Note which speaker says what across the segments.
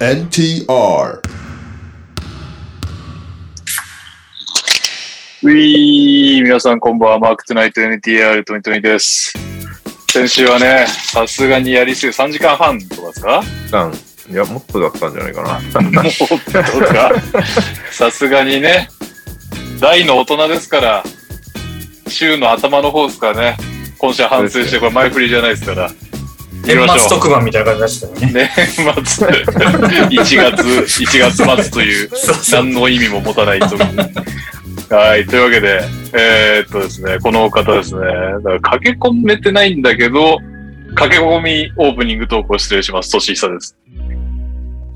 Speaker 1: NTR
Speaker 2: ウィー皆さんこんばんは、マークトゥナイト NTR トニトニです。先週はね、さすがにやりすぎ3時間半とかですか
Speaker 3: たんいや、もっとだったんじゃないかな。
Speaker 2: もう、どうですかさすがにね、大の大人ですから、週の頭の方ですからね、今週反省して、これ前振りじゃないですから。
Speaker 4: 年
Speaker 2: やりまし
Speaker 4: 末
Speaker 2: ょう
Speaker 4: 特番みたいな感じでしたよね。
Speaker 2: 年末、1月、1月末という、
Speaker 4: そうそう
Speaker 2: 何の意味も持たないという。はい。というわけで、えーっとですね、この方ですね、だから駆け込めてないんだけど、駆け込みオープニング投稿失礼します。年下です。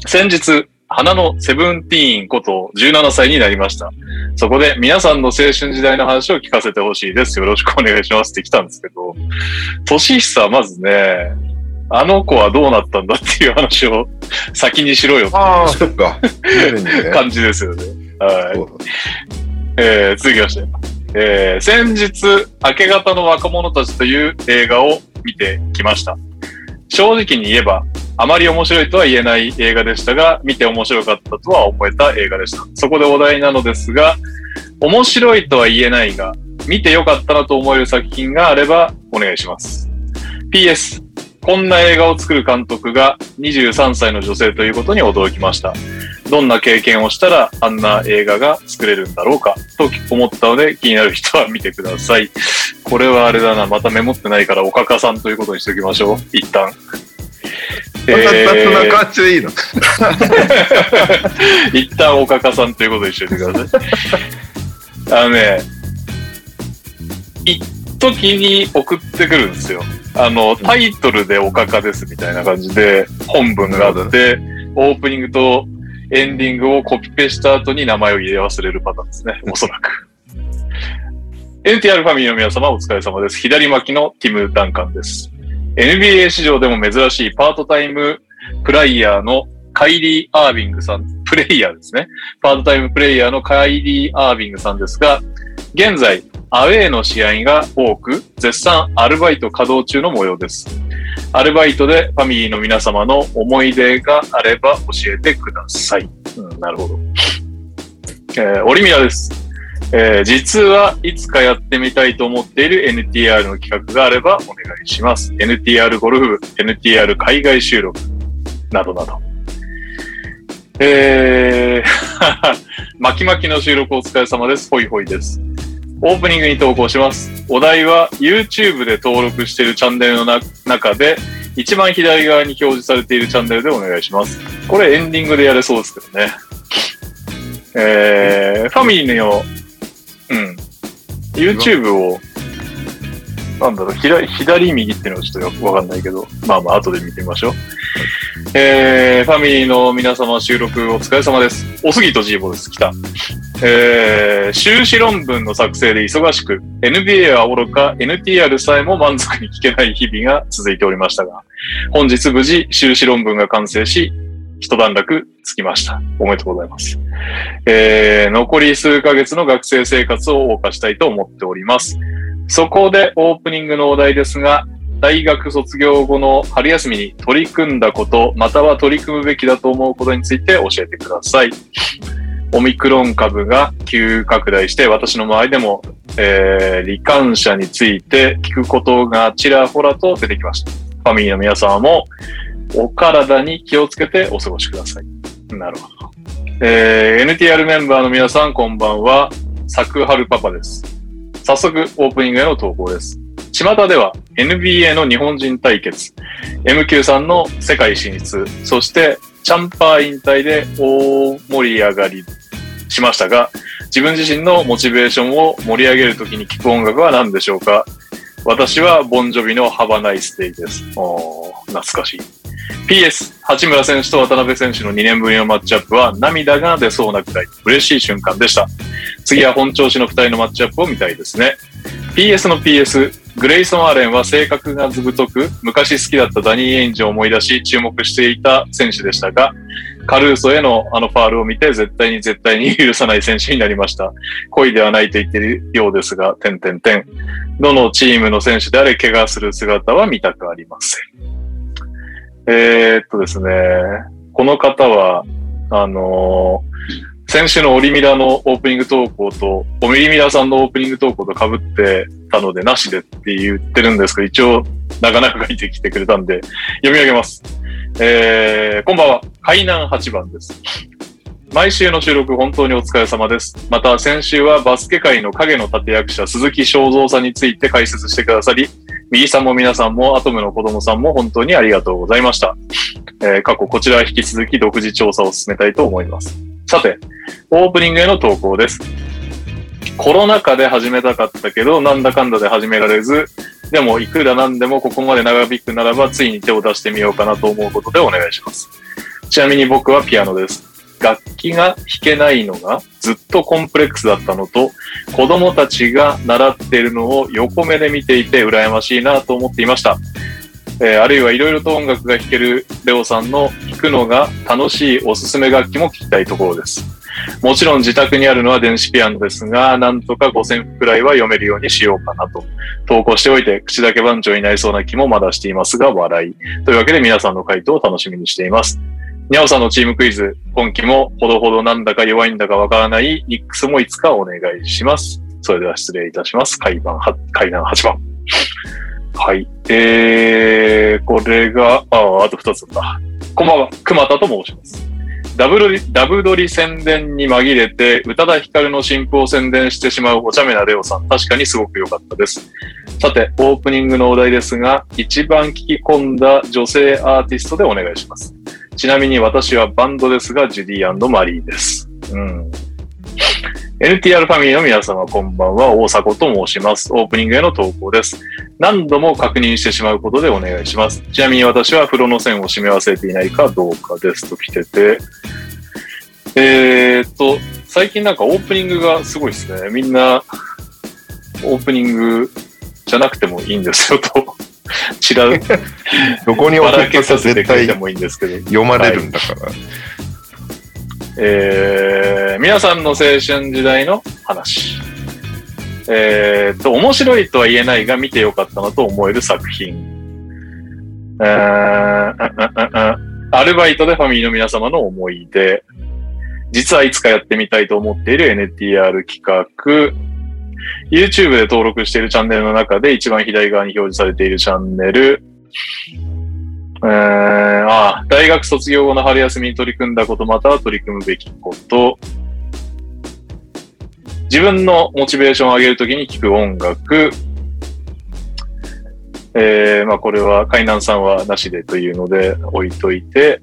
Speaker 2: 先日、花のセブンティーンこと17歳になりました。そこで皆さんの青春時代の話を聞かせてほしいです。よろしくお願いしますって来たんですけど、年久はまずね、あの子はどうなったんだっていう話を先にしろよって
Speaker 3: ああ、そっか。夜にね。
Speaker 2: 感じですよね。はい。
Speaker 3: そうだ
Speaker 2: えー続きまして、えー先日、明け方の若者たちという映画を見てきました。正直に言えば、あまり面白いとは言えない映画でしたが、見て面白かったとは思えた映画でした。そこでお題なのですが、面白いとは言えないが、見てよかったなと思える作品があればお願いします。PS、こんな映画を作る監督が23歳の女性ということに驚きました。どんな経験をしたらあんな映画が作れるんだろうかと思ったので気になる人は見てください。これはあれだな、またメモってないからおかかさんということにしておきましょう。一旦。
Speaker 3: 雑
Speaker 2: え
Speaker 3: な
Speaker 2: ー
Speaker 3: 感じでいいの。
Speaker 2: 一旦おかかさんということにしておいてください。あのね、一時に送ってくるんですよ。あの、タイトルでおかかですみたいな感じで本文があって、オープニングとエンディングをコピペした後に名前を入れ忘れるパターンですね。おそらく。NTR ファミリーの皆様お疲れ様です。左巻きのティム・ダンカンです。NBA 史上でも珍しいパートタイムプライヤーのカイリー・アービングさん、プレイヤーですね。パートタイムプレイヤーのカイリー・アービングさんですが、現在、アウェーの試合が多く、絶賛アルバイト稼働中の模様です。アルバイトでファミリーの皆様の思い出があれば教えてください。うん、なるほど。えー、オリミラです。えー実はいつかやってみたいと思っている NTR の企画があればお願いします。NTR ゴルフ部、NTR 海外収録、などなど。えー、 巻き巻きの収録お疲れ様です。ほいほいです。オープニングに投稿します。お題は YouTube で登録しているチャンネルのな中で、一番左側に表示されているチャンネルでお願いします。これエンディングでやれそうですけどね。えー、ファミリーの、うん、YouTube を、なんだろう、左、左右っていうのはちょっとわかんないけど、まあまあ、後で見てみましょう。えー、ファミリーの皆様収録お疲れ様です。おすぎとジーボです。来た。えー、修士論文の作成で忙しく、NBA はおろか、NTR さえも満足に聞けない日々が続いておりましたが、本日無事修士論文が完成し、一段落つきました。おめでとうございます。えー、残り数ヶ月の学生生活を謳歌したいと思っております。そこでオープニングのお題ですが、大学卒業後の春休みに取り組んだこと、または取り組むべきだと思うことについて教えてください。オミクロン株が急拡大して、私の周りでも、えー、罹患者について聞くことがちらほらと出てきました。ファミリーの皆様も、お体に気をつけてお過ごしください。なるほど。えー、NTR メンバーの皆さん、こんばんは。サクハルパパです。早速、オープニングへの投稿です。巷では NBA の日本人対決、MQ さんの世界進出、そしてチャンパー引退で大盛り上がりしましたが、自分自身のモチベーションを盛り上げるときに聴く音楽は何でしょうか私はボンジョビのハバナイスデイです。おー懐かしい。PS、八村選手と渡辺選手の2年ぶりのマッチアップは涙が出そうなくらい嬉しい瞬間でした。次は本調子の2人のマッチアップを見たいですね。PS の PS、グレイソン・アーレンは性格がずぶとく、昔好きだったダニー・エインジを思い出し注目していた選手でしたが、カルーソへのあのファールを見て絶対に絶対に許さない選手になりました。恋ではないと言っているようですが、点点点。どのチームの選手であれ怪我する姿は見たくありません。えーっとですね、ここの方は、あのー先週のオリミラのオープニング投稿と、オミリミラさんのオープニング投稿と被ってたので、なしでって言ってるんですけど、一応、なかなか書いてきてくれたんで、読み上げます。えー、こんばんは。海南8番です。毎週の収録、本当にお疲れ様です。また、先週はバスケ界の影の立役者、鈴木正蔵さんについて解説してくださり、右さんも皆さんも、アトムの子供さんも本当にありがとうございました。えー過去こちらは引き続き独自調査を進めたいと思います。さて、オープニングへの投稿です。コロナ禍で始めたかったけど、なんだかんだで始められず、でもいくらなんでもここまで長引くならば、ついに手を出してみようかなと思うことでお願いします。ちなみに僕はピアノです。楽器が弾けないのがずっとコンプレックスだったのと、子供たちが習っているのを横目で見ていて羨ましいなと思っていました。えーあるいはいろいろと音楽が弾けるレオさんの弾くのが楽しいおすすめ楽器も聞きたいところです。もちろん自宅にあるのは電子ピアノですが、なんとか5000くらいは読めるようにしようかなと。投稿しておいて、口だけ番長になりそうな気もまだしていますが、笑い。というわけで皆さんの回答を楽しみにしています。にゃおさんのチームクイズ、今期もほどほどなんだか弱いんだかわからないニックスもいつかお願いします。それでは失礼いたします。階段は、階段8番。はい。えー、これが、ああ、あと2つだ。こんばんは、熊田と申します。ダブルリ、ダブドリ宣伝に紛れて、宇多田ヒカルの新譜を宣伝してしまうお茶目なレオさん、確かにすごく良かったです。さて、オープニングのお題ですが、一番聞き込んだ女性アーティストでお願いします。ちなみに私はバンドですが、ジュディマリーです。うん。NTR ファミリーの皆様、こんばんは。大迫と申します。オープニングへの投稿です。何度も確認してしまうことでお願いします。ちなみに私は風呂の線を締め忘れていないかどうかですと来てて。えーっと、最近なんかオープニングがすごいですね。みんな、オープニングじゃなくてもいいんですよと。 ちら、
Speaker 3: どこに
Speaker 2: ば
Speaker 3: 置
Speaker 2: ら
Speaker 3: け
Speaker 2: け
Speaker 3: た
Speaker 2: さ
Speaker 3: ら
Speaker 2: せて
Speaker 3: 絶
Speaker 2: くれて
Speaker 3: 対
Speaker 2: もいいんですけど。
Speaker 3: 読まれるんだから。
Speaker 2: えー皆さんの青春時代の話。えーっと、面白いとは言えないが見てよかったなと思える作品。えーああああアルバイトでファミリーの皆様の思い出。実はいつかやってみたいと思っている NTR 企画。YouTube で登録しているチャンネルの中で一番左側に表示されているチャンネル。えーああ大学卒業後の春休みに取り組んだこと、または取り組むべきこと。自分のモチベーションを上げるときに聴く音楽。えーまあこれは、海南さんはなしでというので置いといて、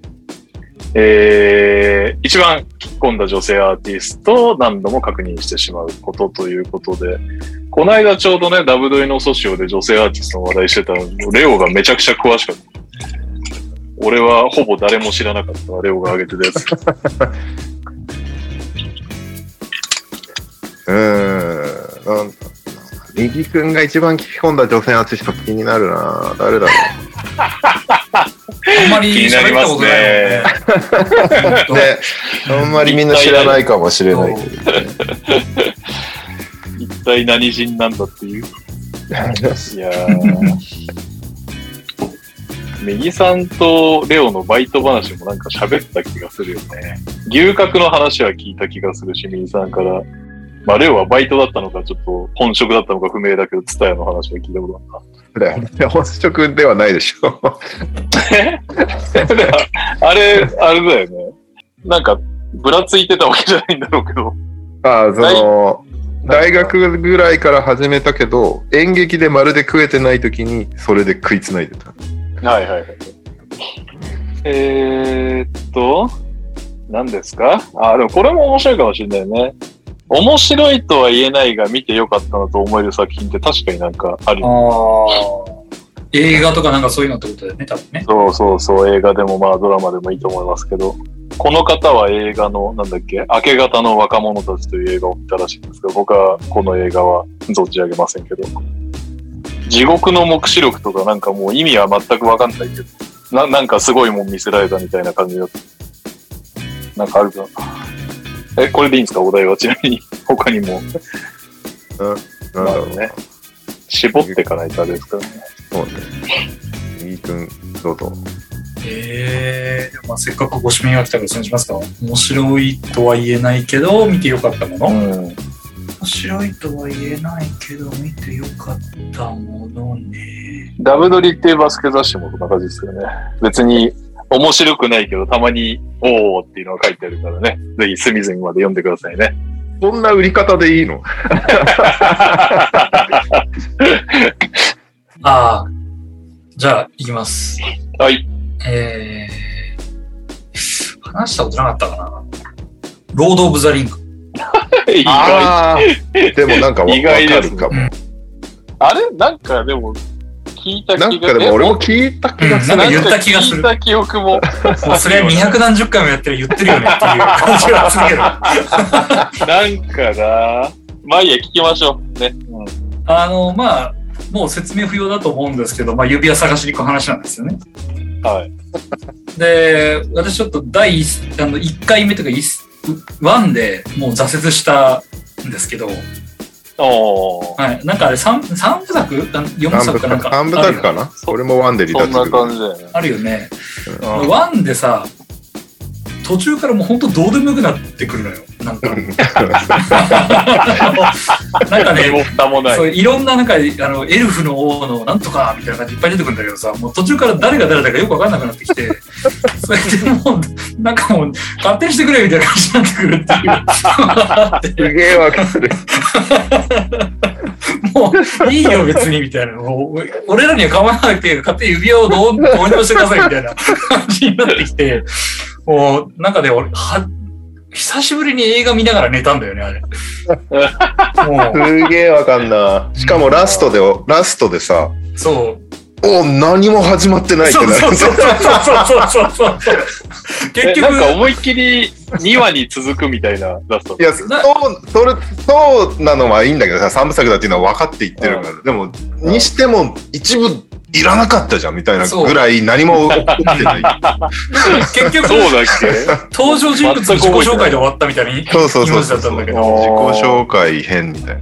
Speaker 2: えー一番聞き込んだ女性アーティストを何度も確認してしまうことということで、この間ちょうどね、ダブドリのソシオで女性アーティストの話題してたのに、レオがめちゃくちゃ詳しかった。俺はほぼ誰も知らなかったわレオが挙げてたやつ。
Speaker 3: うーんなんだろうな。右くんが一番聞き込んだ女性アーティスト気になるな誰だろ
Speaker 1: あんまり
Speaker 2: 気になり
Speaker 1: 喋っ
Speaker 2: ま
Speaker 1: たこ
Speaker 2: す
Speaker 1: とない
Speaker 2: ね。
Speaker 3: う。
Speaker 1: もん
Speaker 3: で、
Speaker 1: ね。
Speaker 3: あんまりみんな知らないかもしれないけど。
Speaker 2: 一体何人なんだっていう。いや右さんとレオのバイト話もなんか喋った気がするよね。牛角の話は聞いた気がするし、右さんから。まあ、レオはバイトだったのか、ちょっと本職だったのか不明だけど、ツタヤの話は聞いたことあ
Speaker 3: だよね本職ではないでしょ。
Speaker 2: るな。あれ、あれだよね。なんか、ぶらついてたわけじゃないんだろうけど。
Speaker 3: ああ、その、
Speaker 2: ない
Speaker 3: 大学ぐらいから始めたけど、演劇でまるで食えてない時に、それで食いつないでた。
Speaker 2: はいはいはい。えーっと、何ですかあ、でもこれも面白いかもしれないね。面白いとは言えないが見てよかったなと思える作品って確かになんかある
Speaker 1: あ。ー映画とかなんかそういうのってことだよね、多分ね。
Speaker 2: そうそうそう、映画でもまあドラマでもいいと思いますけど、この方は映画の、なんだっけ、明け方の若者たちという映画を見たらしいんですけど、僕はこの映画は存じ上げませんけど、地獄の目視録とかなんかもう意味は全くわかんないけど、ななんかすごいもん見せられたみたいな感じだった。なんかあるかな。え、これでいいんですかお題はちなみに。他にも。
Speaker 3: なんだろう
Speaker 2: まあね。絞っていかないとあれですからね。
Speaker 3: そうね。右くん、どうぞ。
Speaker 1: ええまあ、せっかくご指名が来たからそれにしますか。面白いとは言えないけど、見てよかったもの。
Speaker 2: うん。
Speaker 1: 面白いとは言えないけど、見てよかったものね。
Speaker 2: ダブドリっていうバスケ雑誌もそんな感じですよね。別に面白くないけど、たまに、おーっていうのが書いてあるからね。ぜひ隅々まで読んでください ね。
Speaker 3: そんな売り方でいいの
Speaker 1: ああ、じゃあ、いきます。
Speaker 2: はい。
Speaker 1: えー、話したことなかったかな。ロード・オブ・ザ・リング。
Speaker 2: 意外。
Speaker 3: あーでもなんかわ
Speaker 2: 意外で
Speaker 3: わか
Speaker 2: す
Speaker 3: る
Speaker 2: ね
Speaker 3: かも。
Speaker 2: あれなんかでも、聞いた気が
Speaker 3: なんかでも俺も聞いた
Speaker 1: うん、なんか言った気がす
Speaker 2: 聞い
Speaker 1: る。
Speaker 2: た記憶 も。
Speaker 1: もうそれは200何十回もやってる言ってるよねっていう感じがするけど。
Speaker 2: なんかな。まあいいや、聞きましょう。ね。うん
Speaker 1: あの、まあ、もう説明不要だと思うんですけど、まあ、指輪探しに行く話なんですよね。
Speaker 2: はい。
Speaker 1: で、私ちょっと第1、あの1回目というか1、1でもう挫折したんですけど、
Speaker 2: おー。
Speaker 1: はい、なんかあれ 3, 3部作 ?4 部
Speaker 3: 何部
Speaker 1: 作かなん
Speaker 3: か
Speaker 1: か。
Speaker 3: 何部作かな
Speaker 2: そう
Speaker 3: 俺もワンで離
Speaker 2: そん
Speaker 3: 脱
Speaker 2: な
Speaker 3: する。
Speaker 2: 感じだよね。
Speaker 1: あるよね。
Speaker 2: うん
Speaker 1: ワンでさ、途中からもう本当どうでもよくなってくるのよ。な んか。なんか
Speaker 2: 身も
Speaker 1: ね、
Speaker 2: 蓋もない。
Speaker 1: そういろんななんか、あの、エルフの王のなんとかみたいな感じいっぱい出てくるんだけどさ、もう途中から誰が誰だかよくわかんなくなってきて、 それでもう、なんかもう、勝手にしてくれみたいな感じになってくるっていう。
Speaker 3: すげえわかる。
Speaker 1: もう、いいよ別にみたいな。もう俺らには構わなくていいから、勝手に指輪をどうどうにでもしてくださいみたいな感じになってきて、もう、なんかね、俺、は、久しぶりに映画見ながら寝たんだよね、あれ。 も
Speaker 3: すげえわかんな。しかもラストで、ラストでさ、
Speaker 1: う、そう。
Speaker 3: お何も始まってないって
Speaker 1: そう
Speaker 3: な
Speaker 1: そう
Speaker 3: る。
Speaker 1: そうそうそうそうそう。結
Speaker 2: え
Speaker 1: 局
Speaker 2: な、んか思いっきり2話に続くみたいなラスト
Speaker 3: い。や、そう、それ、そうなのはいいんだけどさ、三部作だっていうのは分かって言ってるから。でも、
Speaker 2: ん
Speaker 3: にしても、一部いらなかったじゃんみたいな
Speaker 1: そう
Speaker 3: ぐらい何も起こってない。
Speaker 1: 結局
Speaker 2: そ、うだっけ
Speaker 1: 登場人物の自己紹介で終わったみたいに。
Speaker 3: そうそうそう
Speaker 1: イメージ
Speaker 3: そう。
Speaker 1: だったんだけ
Speaker 3: 自己
Speaker 1: ど
Speaker 3: 紹介編みたいな。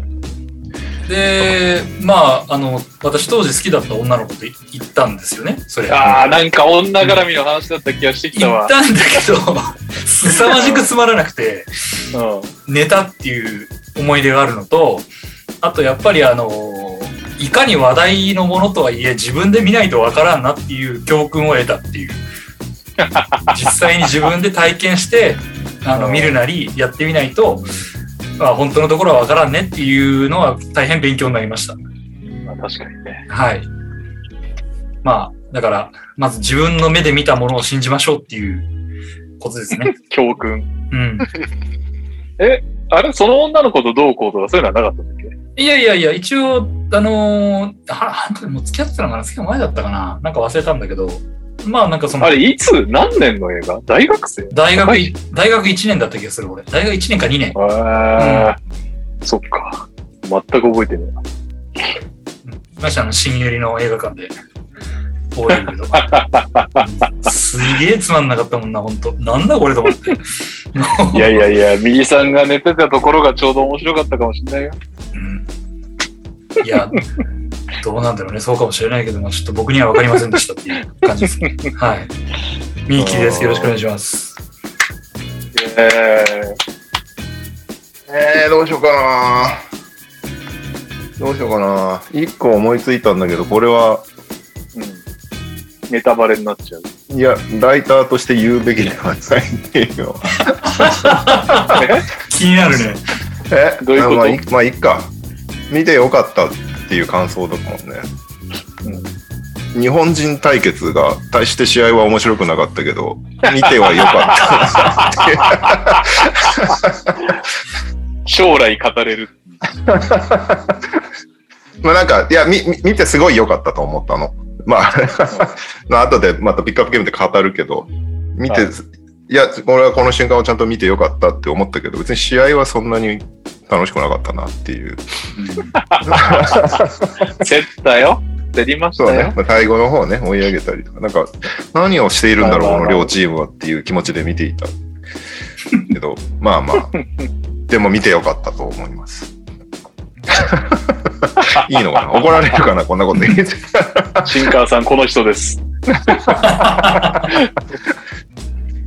Speaker 1: で、まあ、あの、私当時好きだった女の子と行ったんですよね、それ。
Speaker 2: ああ、なんか女絡みの話だった気がしてきた
Speaker 1: 行
Speaker 2: わ
Speaker 1: っ。たんだけど、 凄まじくつまらなくて、
Speaker 2: うん。
Speaker 1: 寝たっていう思い出があるのと、あとやっぱりあの、いかに話題のものとはいえ自分で見ないとわからんなっていう教訓を得たっていう。実際に自分で体験して、あの、見るなりやってみないと、まあ、本当のところはわからんねっていうのは大変勉強になりました。
Speaker 2: まあ確かにね。
Speaker 1: はい。まあ、だから、まず自分の目で見たものを信じましょうっていうことですね。
Speaker 2: 教訓。
Speaker 1: うん。
Speaker 2: あれその女の子とどうこうとかそういうのはなかったんだっ
Speaker 1: いやいやいや、一応、あのー、は、はもう付き合ってたのかな付き合う前だったかななんか忘れたんだけど、まあなんかそ
Speaker 2: け
Speaker 1: の
Speaker 2: あ、れ、いつ何年の映画大学生
Speaker 1: 大学
Speaker 2: はい
Speaker 1: い、大学1年だった気がする、俺。大学1年か2年。
Speaker 2: ああ、そっか。全く覚えてない。
Speaker 1: ましてあの、新百合の映画館で、応援けど。すげえつまんなかったもんな、ほんと。なんだこれと思って。
Speaker 2: いやいやいや、右さんが寝てたところがちょうど面白かったかもしれないよ。
Speaker 1: うんいや、どうなんだろうね、そうかもしれないけど、まあ、ちょっと僕には分かりませんでしたっていう感じですね。はい。ミーキーです。よろしくお願いします。
Speaker 2: え
Speaker 3: えー、どうしようかなどうしようかな一個思いついたんだけど、これは、
Speaker 2: ーうん。ネタバレになっちゃう。
Speaker 3: いや、ライターとして言うべきではないっていうのは。
Speaker 1: 気になるね。
Speaker 3: え
Speaker 2: どういうこと
Speaker 3: まあ、いまあ、いっか。見てよかったっていう感想だもんね。日本人対決が、対して試合は面白くなかったけど、見てはよかっ
Speaker 2: 将来語れる。
Speaker 3: た。まあなんか、いや、み、み見てすごい良かったと思ったの。まあ、 まあ後でまたピックアップゲームで語るけど、見て、、
Speaker 2: はい
Speaker 3: や、俺はこの瞬間をちゃんと見てよかったって思ったけど、別に試合はそんなに楽しくなかったなっていう。
Speaker 2: 競ったよ。競りまし
Speaker 3: そう
Speaker 2: た
Speaker 3: だ
Speaker 2: よ
Speaker 3: ね。。まあ、最後の方ね、追い上げたりとか、なんか、何をしているんだろ
Speaker 2: まあ
Speaker 3: う、こ
Speaker 2: まあまあ
Speaker 3: の両チームはっていう気持ちで見ていた。けど、まあ まあ、でも見てよかったと思います。 いいのかな怒られるかなこんなこと言って。
Speaker 2: 新川さん、この人です。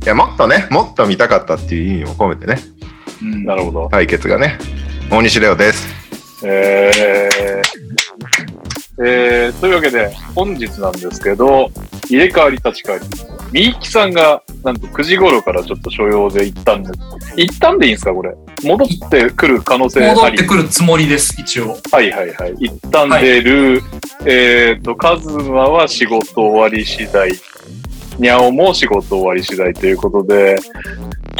Speaker 3: いや、もっとね、もっと見たかったっていう意味も込めてね、
Speaker 1: うん
Speaker 2: なるほど。
Speaker 3: 対決がね。大西レオです。
Speaker 2: えー、えー、というわけで、本日なんですけど、入れ替わり立ち替わり。みゆきさんが、なんと9時頃からちょっと所用で行ったんです。行ったんでいいんですか、これ。戻ってくる可能性
Speaker 1: 戻
Speaker 2: あ
Speaker 1: っ
Speaker 2: り
Speaker 1: て。くるつもりです、一応。
Speaker 2: はいはいはい。行ったんでる、えっと、カズマは仕事終わり次第。にゃおも仕事終わり次第ということで、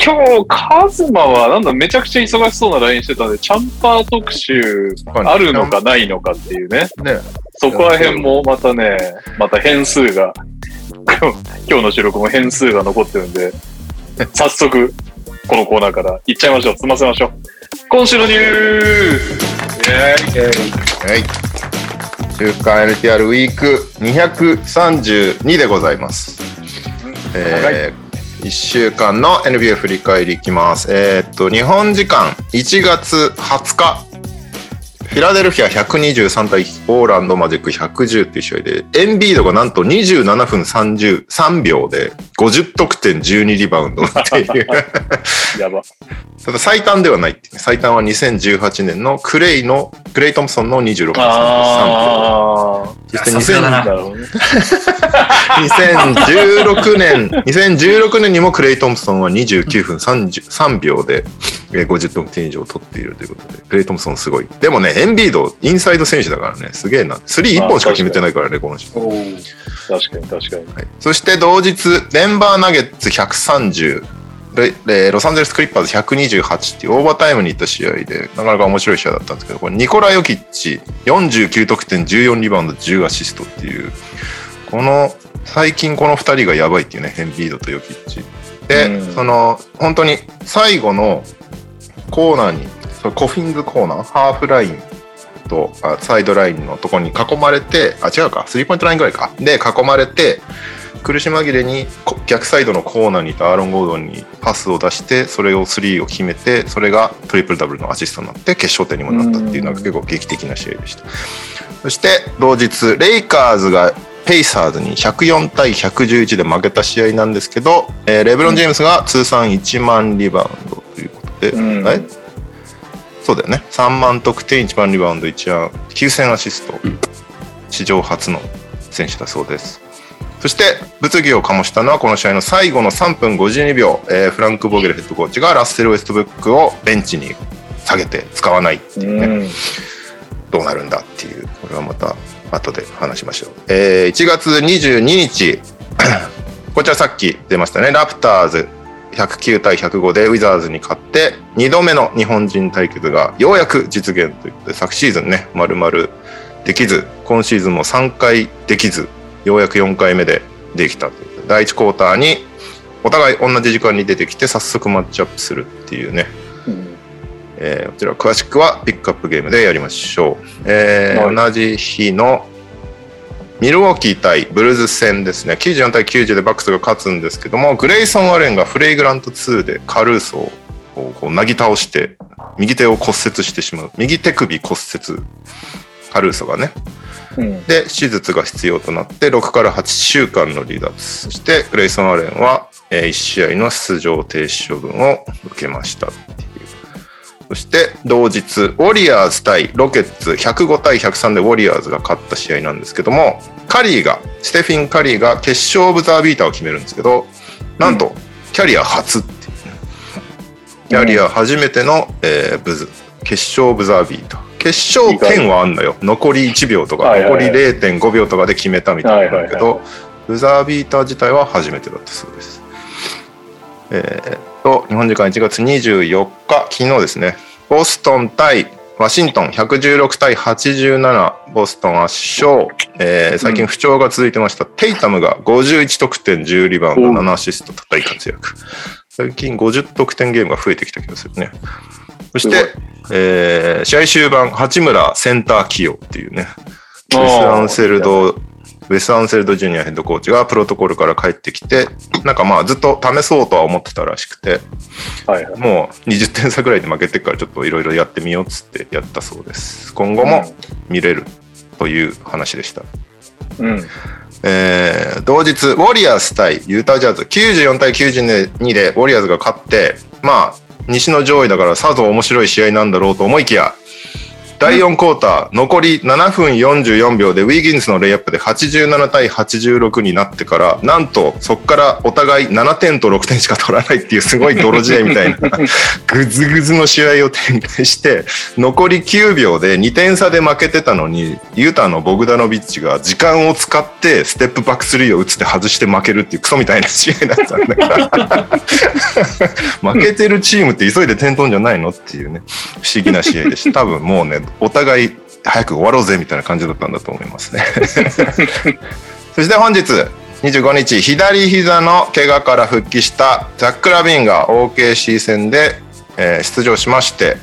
Speaker 2: 今日、カズマはなんだ、めちゃくちゃ忙しそうな LINE してたんで、チャンパー特集あるのかないのかっていうね。
Speaker 3: ね。
Speaker 2: そこら辺もまたね、また変数が、今日の収録も変数が残ってるんで、早速、このコーナーから行っちゃいましょう。済ませましょう。今週のニュースイェーイ
Speaker 3: はい。週刊 LTR ウィーク232でございます。え1週間の NBA 振り返りいきます。えーっと、日本時間1月20日、フィラデルフィア123対オーランドマジック110という試合で、エンビードがなんと27分33秒で50得点12リバウンドっていう。
Speaker 2: やば。
Speaker 3: ただ最短ではないっていうね最短は2018年のクレイの、クレイトムソンの26分33秒。
Speaker 2: あー。
Speaker 3: そして
Speaker 1: さすが
Speaker 3: 2000
Speaker 1: だな
Speaker 2: なるほどね。
Speaker 3: 2016年、2016年にもクレイ・トンプソンは29分33秒でえー50得点以上取っているということで、クレイ・トンプソンすごい。でもね、エンビード、インサイド選手だからね、すげえな。スリー1本しか決めてないからね、この人。
Speaker 2: 確かに確かに。
Speaker 3: はいそして同日、デンバーナゲッツ130、レレロサンゼルスクリッパーズ128っていうオーバータイムに行った試合で、なかなか面白い試合だったんですけど、これニコラ・ヨキッチ49得点、14リバウンド、10アシストっていう、この、最近この2人がやばいっていうね、ヘンビードとヨキッチ。で、
Speaker 2: うん
Speaker 3: その、本当に最後のコーナーに、そのコフィンズコーナー、ハーフラインとあサイドラインのところに囲まれてあ違うかスリーポイントラインぐらいかで囲まれて苦し紛れにこ逆サイドのコーナーにいたアーロン・ゴードンにパスを出してそれをスリーを決めてそれがトリプルダブルのアシストになって決勝点にもなったっていうのが結構劇的な試合でしたそして同日レイカーズがペイサーズに104対111で負けた試合なんですけど、えーレブロン・ジェームスが通算1万リバウンドということで、
Speaker 2: うん
Speaker 3: えそうだよね3万得点1万リバウンド1万9000アシスト史上初の選手だそうですそして物議を醸したのはこの試合の最後の3分52秒、えーフランク・ボゲルヘッドコーチがラッセル・ウェストブックをベンチに下げて使わない
Speaker 2: うん。
Speaker 3: どうなるんだっていうこれはまた後で話しましょう、えー1月22日 こちらさっき出ましたねラプターズ109対105でウィザーズに勝って2度目の日本人対決がようやく実現ということで昨シーズンね丸々できず今シーズンも3回できずようやく4回目でできたということで第1クォーターにお互い同じ時間に出てきて早速マッチアップするっていうね
Speaker 2: うん
Speaker 3: えーこちら詳しくはピックアップゲームでやりましょう、えー
Speaker 2: はい
Speaker 3: 同じ日のミルウォーキー対ブルーズ戦ですね94対90でバックスが勝つんですけどもグレイソン・アレンがフレイグラント2でカルーソをこうこうなぎ倒して右手を骨折してしまう右手首骨折カルーソがね
Speaker 2: うん
Speaker 3: で手術が必要となって6から8週間の離脱そしてグレイソン・アレンは、え1試合の出場停止処分を受けましたっていうそして同日ウォリアーズ対ロケッツ105対103でウォリアーズが勝った試合なんですけどもカリーがステフィン・カリーが決勝オブザービーターを決めるんですけどなんとキャリア初っていうねキャリア初めての、えーブズ決勝ブザービーター決勝点はあんのよ残り1秒とか
Speaker 2: はいはい
Speaker 3: 残
Speaker 2: は
Speaker 3: り
Speaker 2: い
Speaker 3: 0.5秒とかで決めたみたいなんだけ
Speaker 2: はいはい
Speaker 3: どブザービーター自体は初めてだったそうですえーっと日本時間1月24日昨日ですねボストン対ワシントン116対87ボストン圧勝、えー最近不調が続いてました、テイタムが51得点10リバウンド
Speaker 2: おう
Speaker 3: 7アシストと大活躍最近50得点ゲームが増えてきた気がするねそし
Speaker 2: す
Speaker 3: て、えー試合終盤八村センター起用っていうねウェス・アンセルド、ウェス・アンセルドジュニアヘッドコーチがプロトコルから帰ってきて、なんかまあずっと試そうとは思ってたらしくて、
Speaker 2: はいはい。
Speaker 3: もう20点差ぐらいで負けてっからちょっといろいろやってみようっつってやったそうです。今後も見れるという話でした。
Speaker 2: うん。
Speaker 3: えー同日、ウォリアーズ対ユータジャズ、94対92でウォリアーズが勝って、まあ、西の上位だからさぞ面白い試合なんだろうと思いきや、第4クォーター、残り7分44秒でウィギンズのレイアップで87対86になってから、なんとそこからお互い7点と6点しか取らないっていうすごい泥試合みたいな、ぐずぐずの試合を展開して、残り9秒で2点差で負けてたのに、ユータのボグダノビッチが時間を使ってステップバックスリーを打つって外して負けるっていうクソみたいな試合だったんだ から、負けてるチームって急いで点取んじゃないのっていうね、不思議な試合でした。多分もうね、お互い早く終わろうぜみたいな感じだったんだと思いますね。そして本日、25日、左膝の怪我から復帰したザック・ラビーンが OKC 戦で、えー出場しまして、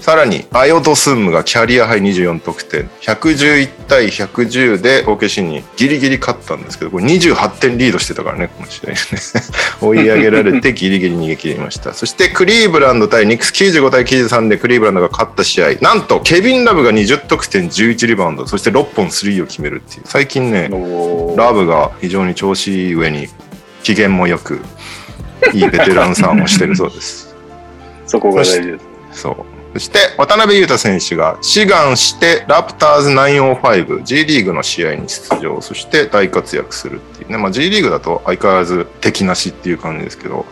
Speaker 3: さらに、アヨドスンムがキャリアハイ24得点、111対110で OKC にギリギリ勝ったんですけど、これ28点リードしてたからね、この試合ね。 追い上げられてギリギリ逃げ切りました。そして、クリーブランド対ニックス95対93でクリーブランドが勝った試合、なんと、ケビン・ラブが20得点、11リバウンド、そして6本スリーを決めるっていう、最近ね、
Speaker 2: おー
Speaker 3: ラブが非常に調子いい上に機嫌も良くいいベテランさんをしてるそうです
Speaker 2: そこが大事です。
Speaker 3: そうそして渡辺裕太選手が志願してラプターズ 905G リーグの試合に出場そして大活躍するっていうね、まあ、G リーグだと相変わらず敵なしっていう感じですけど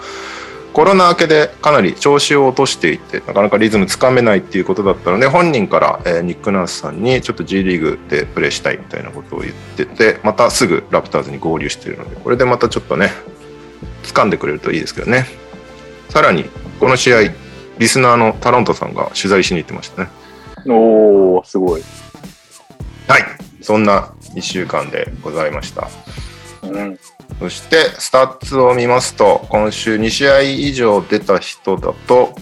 Speaker 3: コロナ明けでかなり調子を落としていてなかなかリズムつかめないっていうことだったので本人から、えーニック・ナースさんにちょっと G リーグでプレーしたいみたいなことを言っててまたすぐラプターズに合流しているのでこれでまたちょっとね掴んでくれるといいですけどねさらにこの試合リスナーのタロントさんが取材しに行ってましたね
Speaker 2: おー、すごい。
Speaker 3: はいそんな1週間でございました
Speaker 2: うん。
Speaker 3: そしてスタッツを見ますと今週2試合以上出た人だと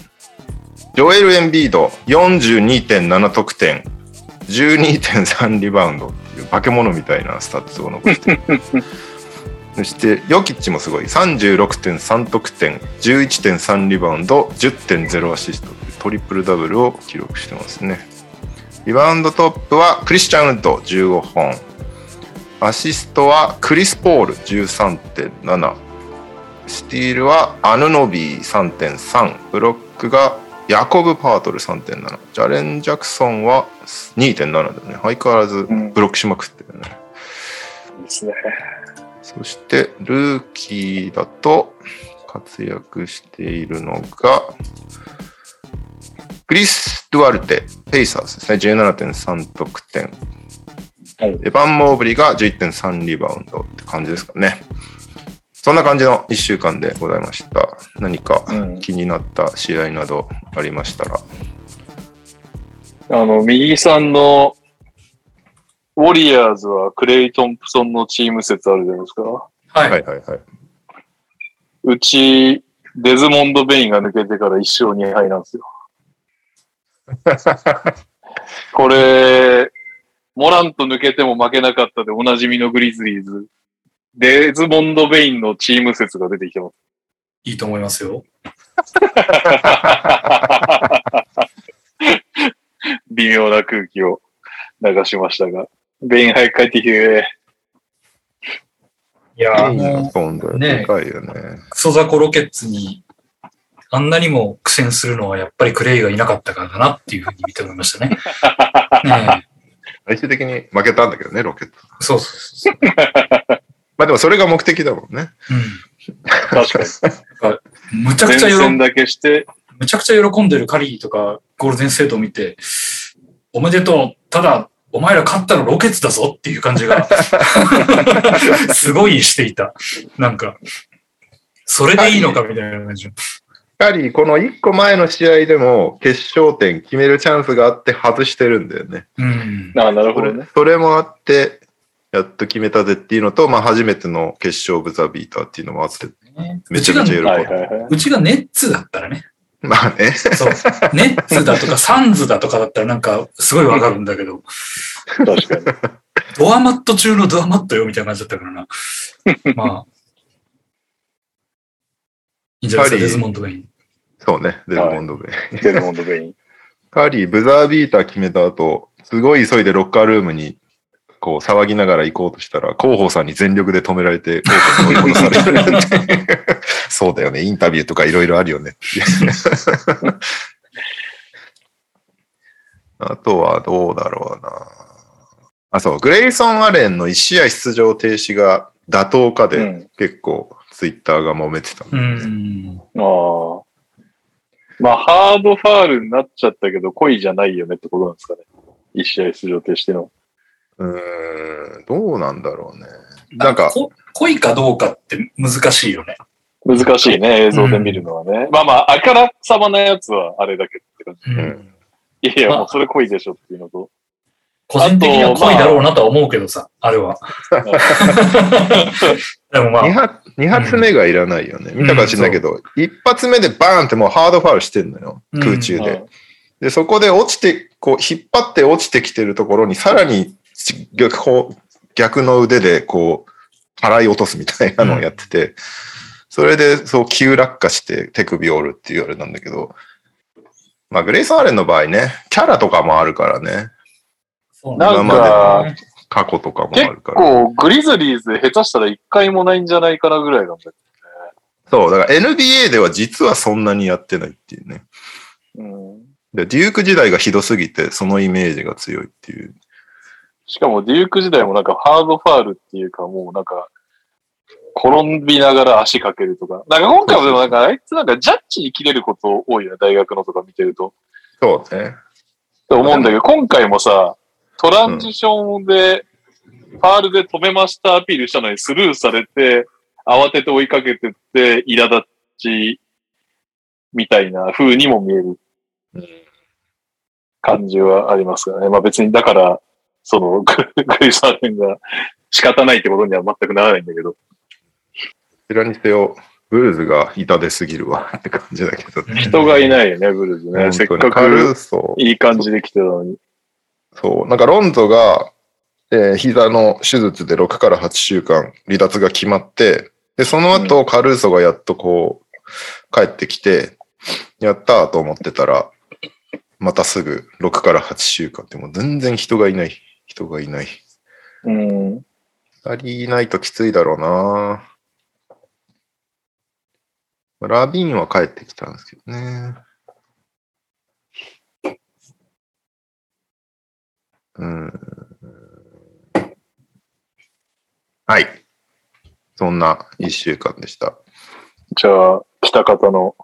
Speaker 3: ジョエル・エンビード42.7得点12.3リバウンドっていう化け物みたいなスタッツを残してるそしてヨキッチもすごい36.3得点11.3リバウンド10.0アシストっていうトリプルダブルを記録してますねリバウンドトップはクリスチャン・ウッド15本アシストはクリス・ポール13.7スティールはアヌノビー3.3ブロックがヤコブ・パートル3.7ジャレン・ジャクソンは2.7だよね相変わらず
Speaker 2: うん
Speaker 3: ブロックしまくってるね、
Speaker 2: ですね。
Speaker 3: そしてルーキーだと活躍しているのがクリス・ドゥアルテ、ペイサーズですね、17.3得点。
Speaker 2: はい
Speaker 3: エヴァン・モーブリが11.3リバウンドって感じですかね。そんな感じの1週間でございました。何か
Speaker 2: うん
Speaker 3: 気になった試合などありましたら。
Speaker 2: あの、右さんの、ウォリアーズはクレイ・トンプソンのチーム説あるじゃないですか。
Speaker 1: はい。
Speaker 3: はいはいはい。
Speaker 2: うち、デズモンド・ベインが抜けてから1勝2敗なんですよ。これ、モランと抜けても負けなかったでおなじみのグリズリーズ。デズモンド・ベインのチーム説が出てきてます。
Speaker 1: いいと思いますよ。
Speaker 2: 微妙な空気を流しましたが。ベイン早く帰ってきてくれ。
Speaker 1: いや
Speaker 3: いいな、
Speaker 1: ー、
Speaker 3: 今度。
Speaker 1: ね
Speaker 3: でかいよね。
Speaker 1: クソザコロケッツに、あんなにも苦戦するのはやっぱりクレイがいなかったからだなっていうふうに見て思いましたね。ねえ
Speaker 3: 最終的に負けたんだけどね、ロケット。
Speaker 1: そうそうそうそう。
Speaker 3: まあでもそれが目的だもんね。
Speaker 1: うん
Speaker 2: 確かに。
Speaker 1: むちゃく
Speaker 2: 前
Speaker 1: ちゃ喜
Speaker 2: 線
Speaker 1: ん
Speaker 2: だけして、
Speaker 1: むちゃくちゃ喜んでるカリーとかゴールデンステートを見て、おめでとう、ただ、お前ら勝ったのロケツだぞっていう感じが、すごいしていた。なんか、それでいいのかみたいな感じ。
Speaker 3: やっぱりこの1個前の試合でも決勝点決めるチャンスがあって外してるんだよね。
Speaker 1: うん。
Speaker 2: ああ、なるほ
Speaker 3: そ
Speaker 2: ど
Speaker 3: れ
Speaker 2: ね。
Speaker 3: それもあって、やっと決めたぜっていうのと、まあ初めての決勝ブザービーターっていうのもあって、めちゃめちゃ喜
Speaker 1: うち
Speaker 3: ぶ。
Speaker 2: はいはいは
Speaker 1: がうちがネッツだったらね。
Speaker 3: まあね、
Speaker 1: そう。 ネッツだとかサンズだとかだったらなんかすごいわかるんだ けど、
Speaker 2: い。確かに。
Speaker 1: ドアマット中のドアマットよみたいな感じだったからな。まあ。いいんじゃな
Speaker 3: カ
Speaker 1: いですか、
Speaker 3: リー
Speaker 1: デズモンド・ウェイン。
Speaker 3: そうね、デズモンドベイ。
Speaker 2: デルモンド・ ベイン。
Speaker 3: カーリー、ブザービーター決めた後、すごい急いでロッカールームに、こう騒ぎながら行こうとしたら、広報さんに全力で止められて、 広報に追い越されるっていうそうだよね、インタビューとかいろいろあるよね っていうあとはどうだろうな。あ、そう、グレイソン・アレンの1試合出場停止が妥当か
Speaker 2: う
Speaker 3: で、
Speaker 2: ん。
Speaker 3: 結構ツイッターが揉めてたん
Speaker 1: う
Speaker 3: だよね、
Speaker 1: ん。
Speaker 2: ああ。まあ、ハードファールになっちゃったけど、恋じゃないよねってことなんですかね。一試合出場停止しての。
Speaker 3: うーん、どうなんだろうね。なんか
Speaker 1: こ濃いかどうかって難しいよね。
Speaker 2: 難しいね、映像で見るのはね。まあまあ、あからさまなやつはあれだけどって感じ。
Speaker 1: うん
Speaker 3: うん
Speaker 2: いやいや、
Speaker 1: まあ
Speaker 2: もうそれ濃いでしょっていうのと。
Speaker 1: 個人的には濃いだろうなとは思うけどさ、あれ は。でもま
Speaker 3: 二
Speaker 1: あ、
Speaker 3: 発二発目がいらないよね。見たかしないけど、一発目でバーンってもうハードファウルしてんのよ。
Speaker 1: うん
Speaker 3: 空中
Speaker 2: う
Speaker 3: で。
Speaker 2: ん
Speaker 3: で、そこで落ちて、こう、引っ張って落ちてきてるところに、さらに逆方、逆の腕で、こう、払い落とすみたいなのをやってて、それで、そう、急落下して手首折るっていうあれなんだけど、まあ、グレイス・アーレンの場合ね、キャラとかもあるからね、
Speaker 1: そうなんだ
Speaker 2: なんか、
Speaker 3: 過去とかもあ
Speaker 2: 結
Speaker 3: るから。
Speaker 2: 構、グリズリーズで下手したら一回もないんじゃないかなぐらいなんだけ
Speaker 3: そう、だから NBA では実はそんなにやってないっていうね。
Speaker 2: ど。うん
Speaker 3: で、デューク時代がひどすぎて、そのイメージが強いっていう。
Speaker 2: しかも、デューク時代もなんかハードファールっていうか、もうなんか、転びながら足かけるとか。なんか今回もでもなんか、あいつなんかジャッジに切れること多いよね、大学のとか見てると。
Speaker 3: そうね。
Speaker 2: って思うんだけど、今回もさ、トランジションで、ファールで止めましたアピールしたのにスルーされて、慌てて追いかけてって、苛立ち、みたいな風にも見える感じはありますからね。まあ別に、だから、その、 ググリサーレンが仕方ないってことには全くならないんだけど。
Speaker 3: どちらにせよ、ブルーズが痛手すぎるわって感じだ けどね。
Speaker 2: 人がいないよね、ブルーズね。せっ
Speaker 3: 本当
Speaker 2: か
Speaker 3: にカル
Speaker 2: く
Speaker 3: ーソ
Speaker 2: いい感じで来てたのに。
Speaker 3: そう。なんかロンゾが、えー膝の手術で6から8週間離脱が決まって、で、その後、カルーソがやっとこう、帰ってきて、やったーと思ってたら、またすぐ6から8週間ってもう全然人がいない。人がいない。
Speaker 2: うん。
Speaker 3: 二人いないときついだろうなラビーンは帰ってきたんですけどね。うん。はい。そんな一週間でした。
Speaker 2: じゃあ、北方の。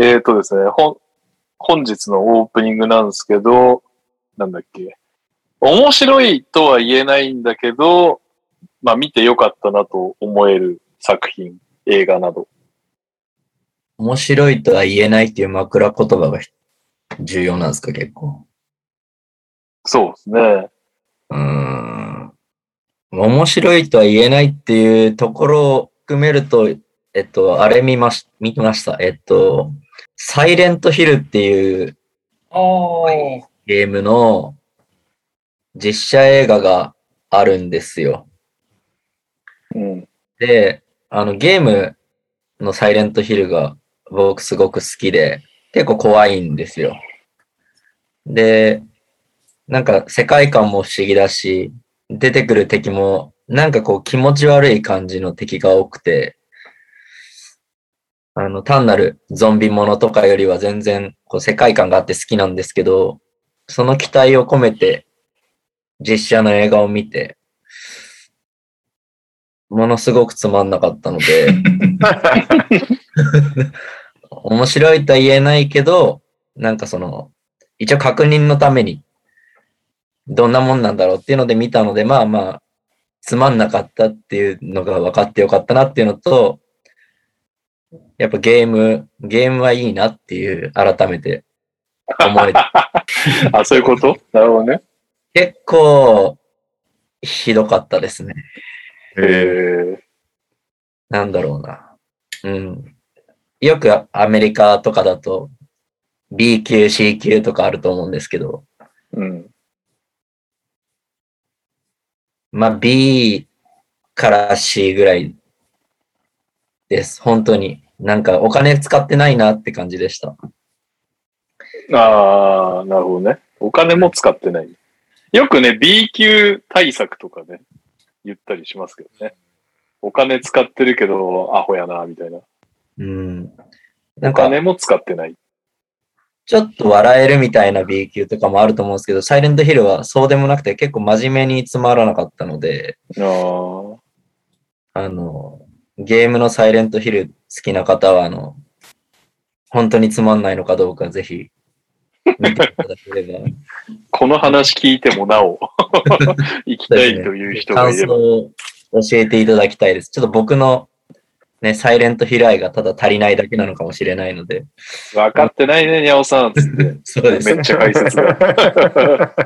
Speaker 2: えー、とですね、ほん、本日のオープニングなんですけど、なんだっけ。面白いとは言えないんだけど、まあ見てよかったなと思える作品、映画など。
Speaker 4: 面白いとは言えないっていう枕言葉が重要なんですか、結構。
Speaker 2: そうですね。
Speaker 4: うーん。面白いとは言えないっていうところを含めると、えっと、あれ見まし、見ました。えっと、サイレントヒルっていう
Speaker 1: あー
Speaker 4: ゲームの実写映画があるんですよ。
Speaker 2: うん。
Speaker 4: で、あの、ゲームのサイレントヒルが僕すごく好きで、結構怖いんですよ。で、なんか世界観も不思議だし、出てくる敵も、なんかこう気持ち悪い感じの敵が多くて、あの、単なるゾンビものとかよりは全然こう世界観があって好きなんですけど、その期待を込めて実写の映画を見て、ものすごくつまんなかったので、面白いとは言えないけど、なんかその、一応確認のために、どんなもんなんだろうっていうので見たので、まあまあ、つまんなかったっていうのが分かってよかったなっていうのと、やっぱゲーム、ゲームはいいなっていう、改めて思えて
Speaker 2: あ、そういう ことなるほどね。
Speaker 4: 結構、ひどかったですね。
Speaker 2: えー、
Speaker 4: なんだろうな。うん。よくアメリカとかだと B 級、C 級とかあると思うんですけど、
Speaker 2: うん。
Speaker 4: まあ B から C ぐらいです。本当に。なんかお金使ってないなって感じでした。
Speaker 2: あー、なるほどね。お金も使ってない。よくね、B 級対策とかね、言ったりしますけどね。お金使ってるけど、アホやな、みたいな。
Speaker 4: うん。なん
Speaker 2: お
Speaker 4: か、
Speaker 2: 金も使ってない。
Speaker 4: ちょっと笑えるみたいな B 級とかもあると思うんですけど、サイレントヒルはそうでもなくて結構真面目につまらなかったので、
Speaker 2: あー
Speaker 4: あの、ゲームのサイレントヒル好きな方は、あの、本当につまんないのかどうかぜひ見ていただけれ ば。
Speaker 2: この話聞いてもなお、行きたいという人が
Speaker 4: 感
Speaker 2: いれ
Speaker 4: 想
Speaker 2: ば。
Speaker 4: を教えていただきたいです。ちょっと僕のね、サイレントヒル愛がただ足りないだけなのかもしれないので。
Speaker 2: 分かってないね、にゃおさん。つって
Speaker 4: そうです。
Speaker 2: めっちゃ解説が。
Speaker 1: あ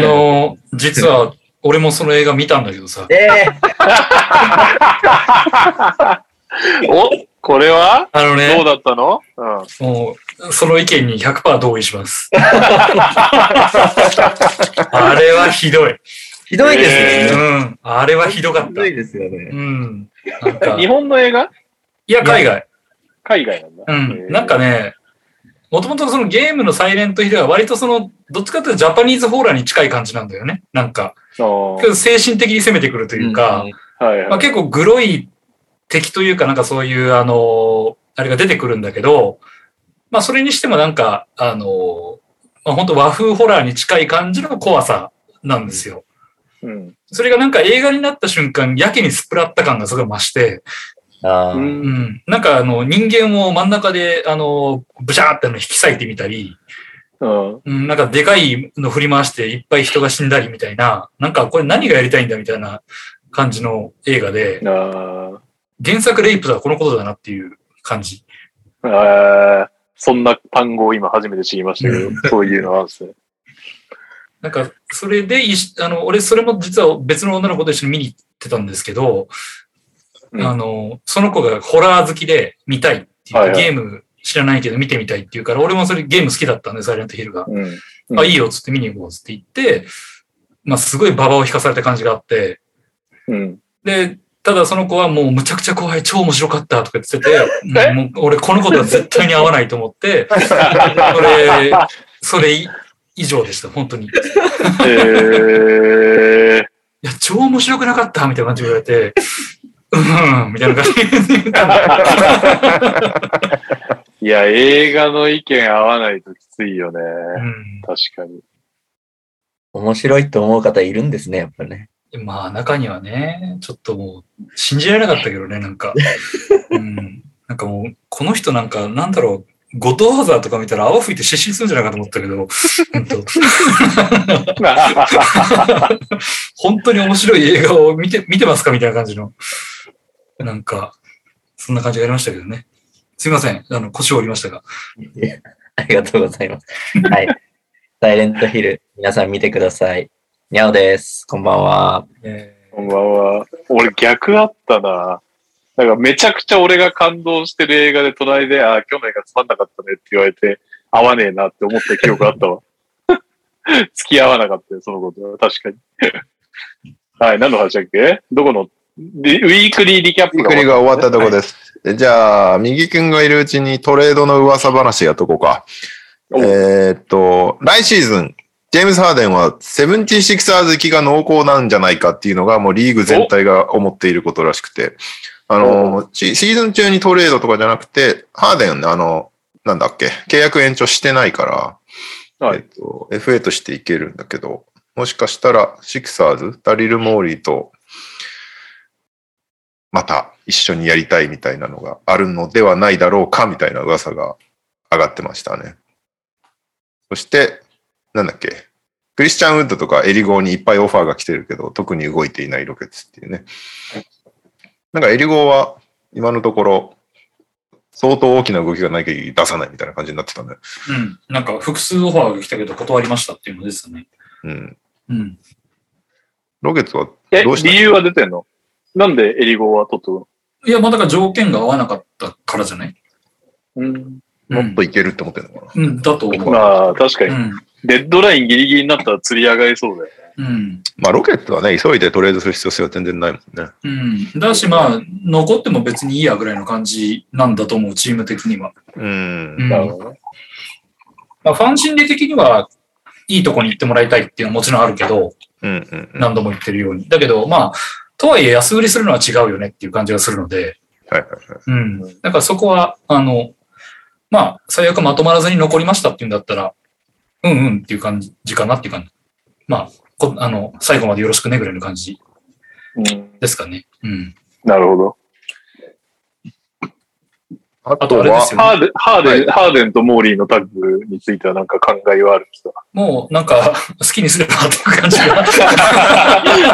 Speaker 1: の、実は、俺もその映画見たんだけどさ、
Speaker 4: ええ
Speaker 2: おこれは
Speaker 1: あの
Speaker 2: どう
Speaker 1: ね、
Speaker 2: だったのうん。
Speaker 1: もう、その意見に100%同意します。あれはひどい。
Speaker 4: ひどいです
Speaker 2: え
Speaker 4: よね。
Speaker 1: うん。あれはひどかっ
Speaker 4: ひ
Speaker 1: た
Speaker 4: ど。いですよね。
Speaker 1: うん。なんか、
Speaker 2: 日
Speaker 1: い
Speaker 2: 本の映画
Speaker 1: や、海外。
Speaker 2: 海外なんだ。
Speaker 1: う
Speaker 2: え
Speaker 1: ん。
Speaker 2: ー
Speaker 1: なんかね、もともとそのゲームのサイレントヒルは割とその、どっちかというとジャパニーズホーラーに近い感じなんだよね。なんか、
Speaker 2: あー
Speaker 1: 精神的に攻めてくるというか、
Speaker 2: はいはい
Speaker 1: まあ、結構グロい敵というかなんかそういうあのあれが出てくるんだけど、まあそれにしてもなんかあの、まあ、本当和風ホラーに近い感じの怖さなんですよ。
Speaker 2: うん
Speaker 1: それがなんか映画になった瞬間、やけにスプラッタ感がすごい増して、
Speaker 4: うんあー
Speaker 1: う。ん、なんかあの人間を真ん中であの、ブシャーってあの引き裂いてみたり、
Speaker 2: うん
Speaker 1: うん、なんかでかいの振り回していっぱい人が死んだりみたいな、なんかこれ何がやりたいんだみたいな感じの映画で、
Speaker 2: あ
Speaker 1: 原作レイプとはこのことだなっていう感じ。
Speaker 2: ーあーそんな単語を今初めて知りましたけど、そういうのなんですね。
Speaker 1: なんか、それでいし、あの、俺、それも実は別の女の子と一緒に見に行ってたんですけど、
Speaker 2: うん
Speaker 1: あの、その子がホラー好きで見たいって言って、
Speaker 2: はいは
Speaker 1: ゲーム知らないけど見てみたいって言うから、俺もそれゲーム好きだったんで、サイレントヒルが。
Speaker 2: うん
Speaker 1: あ、いいよっつって見に行こうっつって言って、まあ、すごいババを引かされた感じがあって、
Speaker 2: うん。
Speaker 1: で、ただその子はもうむちゃくちゃ怖い、超面白かったとか言って て、もう俺この子とは絶対に合わないと思って、それ、それ以以上でした、本当に。い
Speaker 2: えー、
Speaker 1: や、超面白くなかったみたいな感じで言われて、うん、みたいな感じで。
Speaker 2: いや、映画の意見合わないときついよね。
Speaker 1: う
Speaker 2: 確かに。
Speaker 4: 面白いと思う方いるんですね、やっぱね。
Speaker 1: ん、まあ、中にはね、ちょっともう、信じられなかったけどね、なんか。うん、なんかもう、この人なんか、なんだろう、ゴッドファーザーとか見たら泡吹いて失神するんじゃないかと思ったけど、本当本当に面白い映画を見て、見てますかみたいな感じの。なんか、そんな感じがありましたけどね。すいません。あの、腰を折りましたが。
Speaker 4: ありがとうございます。はい。サイレントヒル、皆さん見てください。にゃおです。こんばんは。
Speaker 1: え
Speaker 2: こんばんは。俺逆あったな。なんかめちゃくちゃ俺が感動してる映画で隣で、あー、去年がつまんなかったねって言われて、合わねえなって思った記憶あったわ。 付き合わなかったよ、そのこと。確かに。はい、何の話だっけどこのリウィークリーリキャップ
Speaker 3: ゆっくりが終わったとこです。じゃあ、右くんがいるうちにトレードの噂話やっとこうか。
Speaker 2: お
Speaker 3: えーっと、来シーズン、ジェームス・ハーデンはセブンティシクサーズ行きが濃厚なんじゃないかっていうのがもうリーグ全体が思っていることらしくて、あの、シシーズン中にトレードとかじゃなくて、ハーデン、あの、なんだっけ、契約延長してないから、
Speaker 2: はい
Speaker 3: えっと、FA としていけるんだけど、もしかしたらシクサーズ、ダリル・モーリーと、また一緒にやりたいみたいなのがあるのではないだろうかみたいな噂が上がってましたね。そして、なんだっけ、クリスチャン・ウッドとかエリゴーにいっぱいオファーが来てるけど、特に動いていないロケッツっていうね。なんかエリゴーは今のところ、相当大きな動きがない限り出さないみたいな感じになってたね。
Speaker 1: ーうん。なんか、複数オファーが来たけど断りましたっていうのですよね。
Speaker 3: うん。
Speaker 1: うん。
Speaker 3: ロケッツは
Speaker 2: え、
Speaker 3: どうした
Speaker 2: 理由は出てんのなんでエリゴは取っと
Speaker 1: いや、まあ、だから条件が合わなかったからじゃない
Speaker 2: くのうん。
Speaker 3: もっといけるって思ってるのかな、
Speaker 1: うん、だと思う。
Speaker 2: まあ、確か
Speaker 1: う
Speaker 2: に。
Speaker 1: ん。
Speaker 2: デッドラインギリギリになったら釣り上がりそうだよ。
Speaker 1: うん。
Speaker 3: まあロケットはね、急いでトレードする必要性は全然ないもんね。
Speaker 1: うん。だし、まあ、残っても別にいいやぐらいの感じなんだと思う、チーム的には。
Speaker 3: うん
Speaker 1: うん。
Speaker 2: なる
Speaker 1: ま
Speaker 2: ほどね。
Speaker 1: あ、ファン心理的には、いいとこに行ってもらいたいっていうのはもちろんあるけど、
Speaker 3: うんうんうん。
Speaker 1: 何度も言ってるように。だけど、まあ、とはいえ安売りするのは違うよねっていう感じがするので、
Speaker 3: はいはい
Speaker 1: うん。だからそこは、あの、まあ、最悪まとまらずに残りましたっていうんだったら、うんうんっていう感じかなっていう感じ。まあ、こあの、最後までよろしくねぐらいの感じ
Speaker 2: うん
Speaker 1: ですかね。うん。
Speaker 2: なるほど。
Speaker 3: あ
Speaker 1: あ
Speaker 3: と
Speaker 1: とあれで
Speaker 3: は
Speaker 1: す、よ
Speaker 2: ハ
Speaker 1: ね。
Speaker 2: ーデン、ハーデン、ハーデンとモーリーのタッグについてはなんか考えはあるんですか
Speaker 1: もう、なんか、好きにすればっていう感じが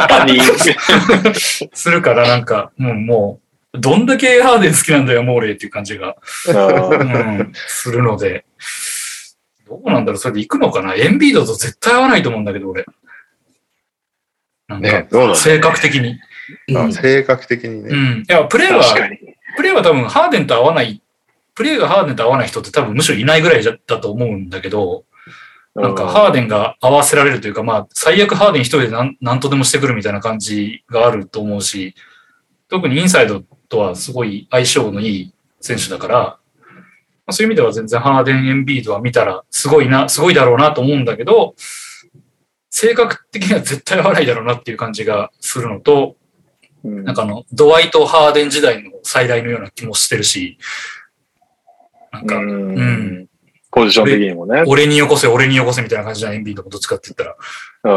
Speaker 2: 他人。
Speaker 1: するから、なんか、うん、もう、どんだけハーデン好きなんだよ、モーレーっていう感じが、
Speaker 2: あ
Speaker 1: う
Speaker 2: ー
Speaker 1: ん、するので。どうなんだろうそれで行くのかなエンビードと絶対合わないと思うんだけど、俺。なんか、
Speaker 3: ね、どうなんだ
Speaker 1: 性格的に。
Speaker 3: ろう
Speaker 4: うん
Speaker 3: あ性格的に
Speaker 1: う
Speaker 3: ね。
Speaker 1: ん。いや、プレー
Speaker 2: 確か
Speaker 1: は、
Speaker 2: に。
Speaker 1: プレーは多分ハーデンと合わない、プレーがハーデンと合わない人って多分むしろいないぐらいだだと思うんだけど、なんかハーデンが合わせられるというか、まあ、最悪ハーデン一人でなんなんとでもしてくるみたいな感じがあると思うし、特にインサイドとはすごい相性のいい選手だから、まあ、そういう意味では全然ハーデン、エンビードは見たらすごいな、すごいだろうなと思うんだけど、性格的には絶対合わないだろうなっていう感じがするのと、
Speaker 2: うん
Speaker 1: なんかあの、ドワイト・ハーデン時代の最大のような気もしてるし、なん
Speaker 2: う
Speaker 1: か、
Speaker 2: ん
Speaker 1: ん
Speaker 2: ポジション的にもね。
Speaker 1: 俺によこせ、俺によこせみたいな感じじゃん、エンビードもどっちかって言った
Speaker 2: う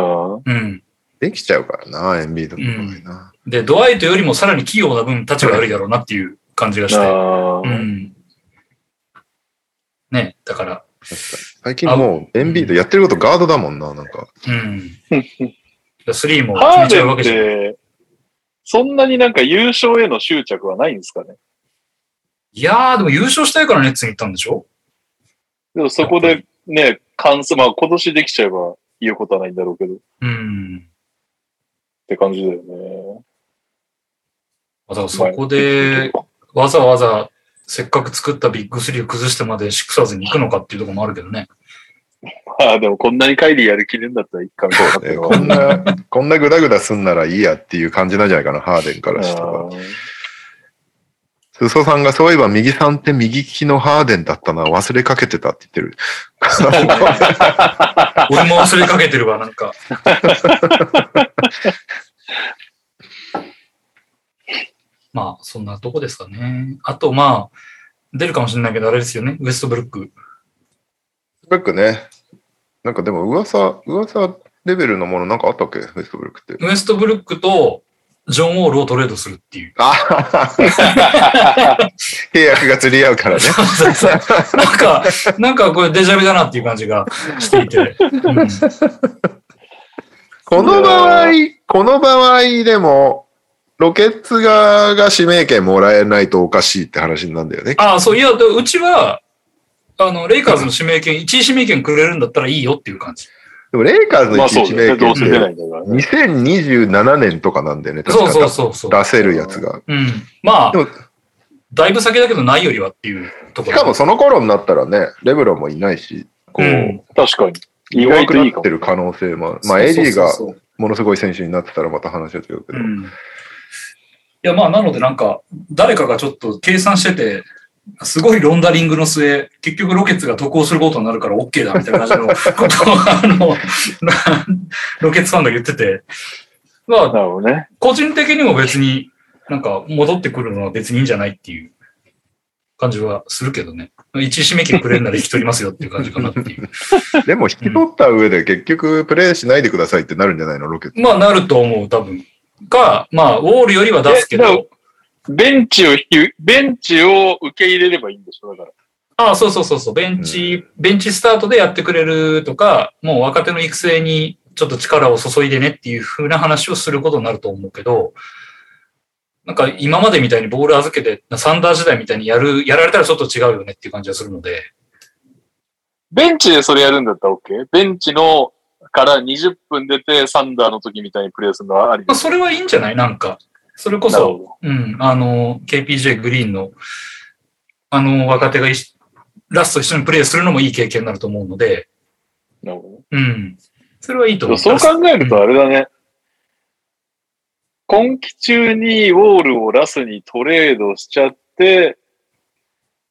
Speaker 2: ん
Speaker 1: ら。うん。
Speaker 3: できちゃうからな、エンビードの場合な。
Speaker 1: で、ドワイトよりもさらに器用な分、立ちが悪いだろうなっていう感じがして。
Speaker 2: あ
Speaker 1: う
Speaker 2: ー
Speaker 1: ん。ね、だから、
Speaker 3: 最近もう、エンビードやってることガードだもんな、なんか。
Speaker 1: うん。スリーも決
Speaker 2: ハー
Speaker 1: めち
Speaker 2: デ
Speaker 1: ゃう
Speaker 2: ン
Speaker 1: わ
Speaker 2: っ
Speaker 1: けじゃん。
Speaker 2: て、そんなになんか優勝への執着はないんですかね。
Speaker 1: いやー、でも優勝したいからネッツに行ったんでしょ
Speaker 2: でもそこでね、関数、まあ今年できちゃえば言うことはないんだろうけど、っ
Speaker 1: うん。
Speaker 2: て感じだよね。
Speaker 1: だからそこで、わざわざせっかく作ったビッグスリーを崩してまでシクサーズに行くのかっていうところもあるけどね。
Speaker 2: ああ、 でもこんなにカイリーやる気ねえんだったらいっかみたいなって
Speaker 3: え
Speaker 2: いうの
Speaker 3: こ
Speaker 2: は
Speaker 3: んな、こんなグダグダすんならいいやっていう感じなんじゃないかな、ハーデンからしたら。すそさんが、そういえば右さんって右利きのハーデンだったな、忘れかけてたって言ってる。
Speaker 1: 俺も忘れかけてるわ、なんか。 まあ、そんなとこですかね。あと、まあ、出るかもしれないけど、あれですよね。ウエストブルック。
Speaker 3: ウェストブルックね。なんかでも噂、噂レベルのものなんかあったっけウェストブルックって。
Speaker 1: ウエストブルックとジョン・ウォールをトレードするって いう。
Speaker 3: あ契約が釣り合うからね。
Speaker 1: なんか、なんかこれデジャビだなっていう感じがしていて。うん
Speaker 3: この場合、この場合でも、ロケッツ側が指名権もらえないとおかしいって話なんだよね。
Speaker 1: ああ、そう、いや、でうちは、あの、レイカーズの指名権、1位指名権くれるんだったらいいよっていう感じ。
Speaker 3: でもレイカーズ
Speaker 2: ま
Speaker 3: の
Speaker 2: あそう
Speaker 3: 一
Speaker 2: だ
Speaker 3: 指
Speaker 2: よね。
Speaker 3: 名
Speaker 2: どうせ
Speaker 3: 権っ
Speaker 2: 出な
Speaker 3: て
Speaker 2: いんだからね。
Speaker 3: 2027年とかなんだよね。確
Speaker 1: そ
Speaker 3: か
Speaker 1: うそうそうそう。
Speaker 3: 出せるやつが。
Speaker 1: うん。まあ
Speaker 3: でも、
Speaker 1: だいぶ先だけどないよりはっていうとこ
Speaker 3: し
Speaker 1: ろ。
Speaker 3: かもその頃になったらね、レブロンもいないし、こう、
Speaker 1: うん
Speaker 2: 確かに。意外
Speaker 3: 弱く
Speaker 2: といい
Speaker 3: な
Speaker 2: か
Speaker 3: って
Speaker 2: も。
Speaker 3: る可能性もある。まあ、エリーが
Speaker 1: そうそうそう
Speaker 3: ものすごい選手になってたらまた話は違うけ
Speaker 1: う
Speaker 3: ど。
Speaker 1: ん。いや、まあ、なのでなんか、誰かがちょっと計算してて、すごいロンダリングの末、結局ロケッツが渡航することになるから OK だみたいな感じのことを、あの、 ロケッツファンが言ってて、まあ、
Speaker 2: なるほどね。
Speaker 1: 個人的にも別に、なんか戻ってくるのは別にいいんじゃないっていう感じはするけどね。一締め切りくれるなら引き取りますよっていう感じかなっていう。
Speaker 3: でも引き取った上で結局プレイしないでくださいってなるんじゃないのロケット。
Speaker 1: まあなると思う、多分。か、まあ、ウォールよりは出すけ
Speaker 2: えでも
Speaker 1: ど、
Speaker 2: ベンチを引き、ベンチを受け入れればいいんでしょ、だから。
Speaker 1: ああ、そうそうそうそう、ベンチ、ベンチスタートでやってくれるとか、もう若手の育成にちょっと力を注いでねっていう風な話をすることになると思うけど、なんか今までみたいにボール預けて、サンダー時代みたいにやる、やられたらちょっと違うよねっていう感じがするので、
Speaker 2: ベンチでそれやるんだったら OK? ベンチのから20分出てサンダーの時みたいにプレーするのはあり
Speaker 1: ま
Speaker 2: で
Speaker 1: あ、
Speaker 2: す。
Speaker 1: それはいいんじゃないなんか。それこ
Speaker 2: なる
Speaker 1: そ、うん、あの、KPJ グリーンの、あの、若手がいしラスト一緒にプレーするのもいい経験になると思うので、
Speaker 2: なるほ
Speaker 1: うん。それはいいと思
Speaker 2: ど。
Speaker 1: う。
Speaker 2: そう考えるとあれだね。今季中にウォールをラスにトレードしちゃって、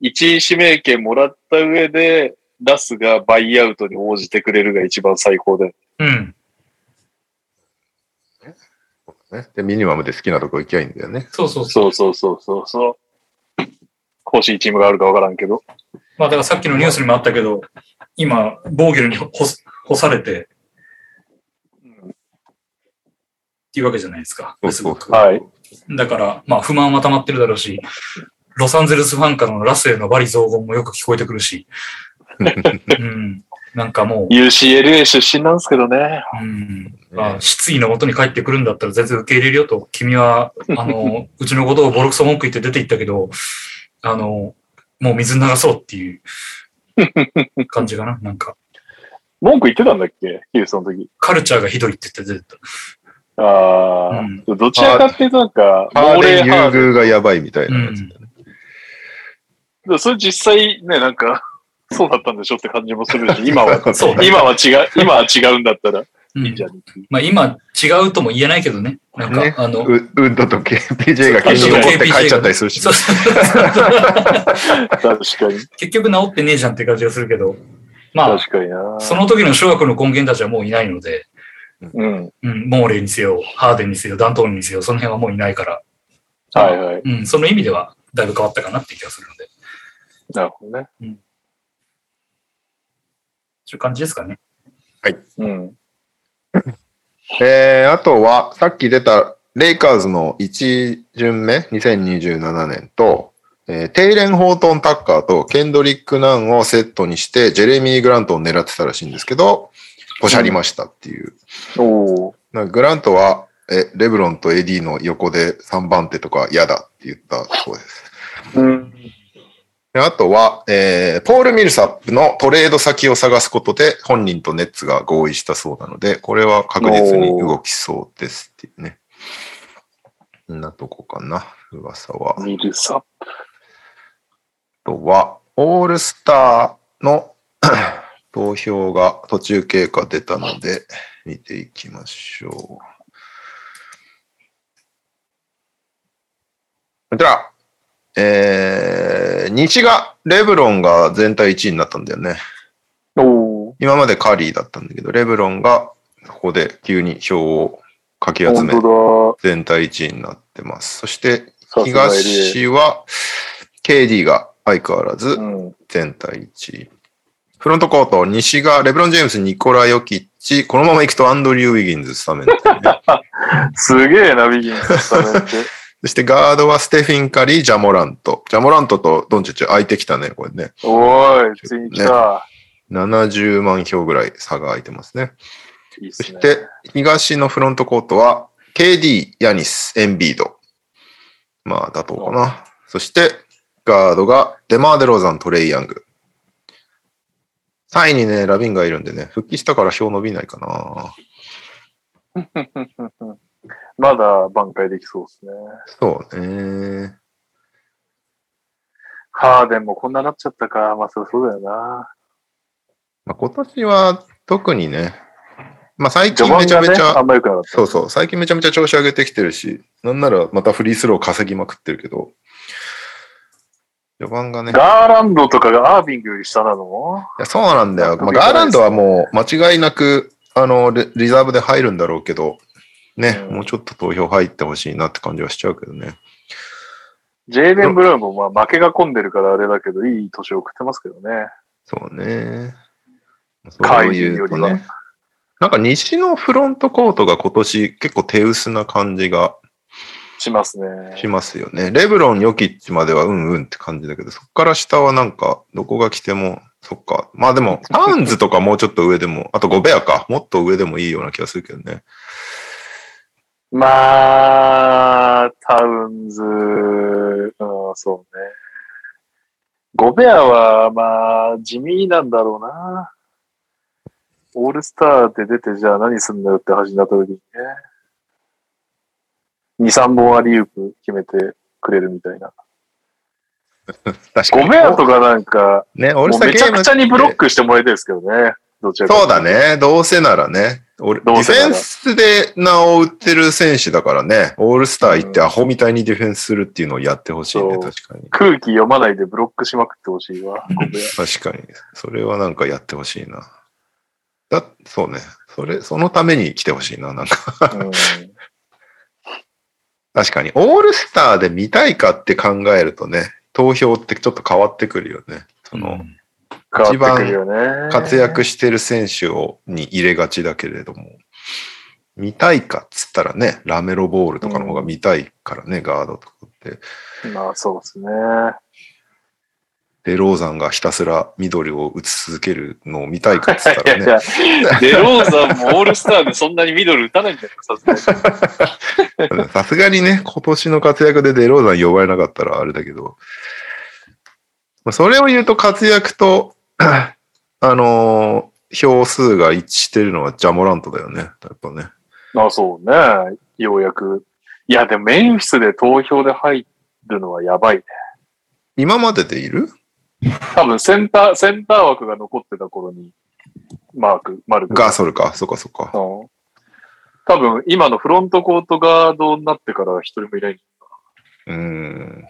Speaker 2: 1位指名権もらった上で、ラスがバイアウトに応じてくれるが一番最高で。
Speaker 1: うん。
Speaker 3: ね、で、ミニマムで好きなとこ行きゃいいんだよね。
Speaker 1: そうそうそう。
Speaker 2: そうそうそうそうそう。欲しいチームがあるかわからんけど。
Speaker 1: まあだからさっきのニュースにもあったけど、今、防御に干す干されてっ
Speaker 2: うん
Speaker 1: ていうわけじゃないですか。
Speaker 3: そうそうそう。
Speaker 2: はい。
Speaker 1: だから、まあ不満は溜まってるだろうし、ロサンゼルスファンからのラスへのバリ雑言もよく聞こえてくる し、うん。なんかもう、
Speaker 2: UCLA 出身なんですけどね。
Speaker 1: うんまあ、失意のもとに帰ってくるんだったら全然受け入れるよと、君は、あの、うちのことをボロクソ文句言って出て行ったけど、あの、もう水流そうっていう感じかな。なんか、
Speaker 2: 文句言ってたんだっけヒューストンの時。
Speaker 1: カルチャーがひどいって言って出てった。
Speaker 2: あー、どちらかっていうとなんか、
Speaker 3: ハー
Speaker 2: 亡霊
Speaker 3: デン優
Speaker 2: 派
Speaker 3: 遇がやばいみたいうなやつ。
Speaker 1: ん。
Speaker 2: それ実際ね、なんか、そうだったんでしょって感じもす るし、今は、
Speaker 1: そう
Speaker 2: 今は違う、今は違うんだったら
Speaker 1: うん
Speaker 2: いいんじゃん。
Speaker 1: まあ今、違うとも言えないけどね。なんか、
Speaker 3: ね
Speaker 1: あの、
Speaker 3: ウウッドと KPJ が決勝残って帰っちゃったりするし
Speaker 1: そ。う
Speaker 2: 確かに、
Speaker 1: 結局治ってねえじゃんって感じがするけど、ま
Speaker 2: 確かにな
Speaker 1: あ、。その時の諸悪の根源たちはもういないので、
Speaker 2: うん。
Speaker 1: うん、モーレーにせよ、ハーデンにせよ、ダントーンにせよ、その辺はもういないから、
Speaker 2: はいはい。
Speaker 1: うん、その意味ではだいぶ変わったかなって気がするので、
Speaker 2: なるほどね。
Speaker 1: そういう感じですかね。
Speaker 2: うん。
Speaker 3: えー、あとは、さっき出た、レイカーズの1巡目、2027年と、えーテイレン・ホートン・タッカーとケンドリック・ナンをセットにして、ジェレミー・グラントを狙ってたらしいんですけど、ポシャりましたっていう。
Speaker 2: おー
Speaker 3: なんかグラントは、え、レブロンとエディの横で3番手とか嫌だって言ったそうです。
Speaker 2: うん。
Speaker 3: であとは、えー、ポール・ミルサップのトレード先を探すことで本人とネッツが合意したそうなので、これは確実に動きそうですっていうね。こんなとこかな、噂は。あ
Speaker 2: ミルサ
Speaker 3: とは、オールスターの 投票が途中経過出たので、見ていきましょう。こちら、えー、西が、レブロンが全体1位になったんだよね。
Speaker 2: おー
Speaker 3: 今までカリーだったんだけど、レブロンがここで急に票をかき集め、
Speaker 2: 本
Speaker 3: 全体1位になってます。そして、
Speaker 2: 当だ。さすが LA。
Speaker 3: 東は、KD が相変わらず
Speaker 2: うん。
Speaker 3: 全体1位。フロントコート、西がレブロン・ジェームス、ニコラ・ヨキッチ、このまま行くとアンドリュー・ウィギンズスタメンだよね、
Speaker 2: すげえな、ビギンスタメンって。
Speaker 3: そしてガードはステフィン・カリー、ジャモラント。ジャモラントとドンチッチ空いてきたね、これね。
Speaker 2: おーい、ついに来た。
Speaker 3: 70万票ぐらい差が空いてますね。
Speaker 2: いいっす
Speaker 3: そし
Speaker 2: ね。
Speaker 3: て、東のフロントコートは、KD、ヤニス、エンビード。まあ、妥当かな。そして、ガードが、デマーデローザン、トレイヤング。3位にね、ラビンがいるんでね、復帰したから票伸びないかな。
Speaker 2: まだ挽回できそうですね。
Speaker 3: そうね。
Speaker 2: ハーデンもこんななっちゃったか。まあ、そりゃそうだよな。
Speaker 3: まあ、今年は特にね、まあ最近
Speaker 2: 序盤
Speaker 3: めちゃ
Speaker 2: が
Speaker 3: め
Speaker 2: ね
Speaker 3: ちゃ、、
Speaker 2: あんま良くなかった。
Speaker 3: そうそう、最近めちゃめちゃ調子上げてきてるし、なんならまたフリースロー稼ぎまくってるけど、序盤がね、
Speaker 2: ガーランドとかがアービングより下なの
Speaker 3: いやそうなんだよ。ま
Speaker 2: な
Speaker 3: あ、
Speaker 2: んか
Speaker 3: ガーランドはもう間違いなく、あの、リリザーブで入るんだろうけど、ね、
Speaker 2: うん
Speaker 3: もうちょっと投票入ってほしいなって感じはしちゃうけどね。
Speaker 2: ジェイデン・ブラウンもまあ負けが込んでるからあれだけど、いい年を送ってますけどね。そう
Speaker 3: そうね。
Speaker 2: カイ
Speaker 3: そう
Speaker 2: リー
Speaker 3: い
Speaker 2: よ
Speaker 3: う
Speaker 2: り
Speaker 3: と
Speaker 2: は
Speaker 3: ね。なんか西のフロントコートが今年結構手薄な感じが
Speaker 2: します
Speaker 3: し
Speaker 2: ね。
Speaker 3: ますよね。レブロン、ヨキッチまではうんうんって感じだけど、そっから下はなんかどこが来ても、そっか。まあでも、タウンズとかもうちょっと上でも、あとゴベアか、もっと上でもいいような気がするけどね。
Speaker 2: まあ、タウンズ、うん、そうね。ゴベアは、まあ、地味なんだろうな。オールスターって出て、じゃあ何すんだよって話になった時にね。2、3本アリウープ決めてくれるみたいな。
Speaker 3: 確かに。
Speaker 2: ゴベアとかなんか、
Speaker 3: ね、オ
Speaker 2: も
Speaker 3: ール
Speaker 2: う
Speaker 3: スター
Speaker 2: め
Speaker 3: ゲ
Speaker 2: ち
Speaker 3: ー
Speaker 2: ゃ
Speaker 3: ム
Speaker 2: くちゃにブロックしてもらいたいですけどね。どちらかとい
Speaker 3: そう
Speaker 2: と
Speaker 3: だ。ね。どうせならね。俺、デ
Speaker 2: ど
Speaker 3: ィ
Speaker 2: うせ
Speaker 3: フ
Speaker 2: なら
Speaker 3: ェンスで名を売ってる選手だからね、オールスター行ってアホみたいにディフェンスするっていうのをやってほしいね、
Speaker 2: そう
Speaker 3: 確かに。
Speaker 2: 空気読まないでブロックしまくってほしいわ。ここや
Speaker 3: 確かに。それはなんかやってほしいな。だ、そうね。それ、そのために来てほしいな、なんか。
Speaker 2: うん
Speaker 3: 確かに。オールスターで見たいかって考えるとね、投票ってちょっと変わってくるよね。その、
Speaker 1: うん
Speaker 2: 変わってくるよね。
Speaker 3: 活躍してる選手をに入れがちだけれども、見たいかっつったらね、ラメロボールとかの方が見たいからね、ガードとかって。
Speaker 2: まあそうですね。
Speaker 3: で、ローザンがひたすら緑を打ち続けるのを見たいかっつった
Speaker 2: いや
Speaker 3: ら
Speaker 2: い
Speaker 3: ね、
Speaker 2: や、デローザンもオールスターでそんなにミドル打たないんじゃないですかさすがに
Speaker 3: さすがにね、今年の活躍でデローザン呼ばれなかったらあれだけど、まあそれを言うと活躍と、 あのー票数が一致してるのはジャモラントだよね。やっぱね。
Speaker 2: まあそうね。ようやく。いや、でもメンフィスで投票で入るのはやばいね。
Speaker 3: 今まででいる
Speaker 2: 多分センター、センター枠が残ってた頃に、マーク、マルク。
Speaker 3: ガーソルか。そっかそっか。
Speaker 2: うん多分今のフロントコートガードになってから一人もいない。
Speaker 3: うーん。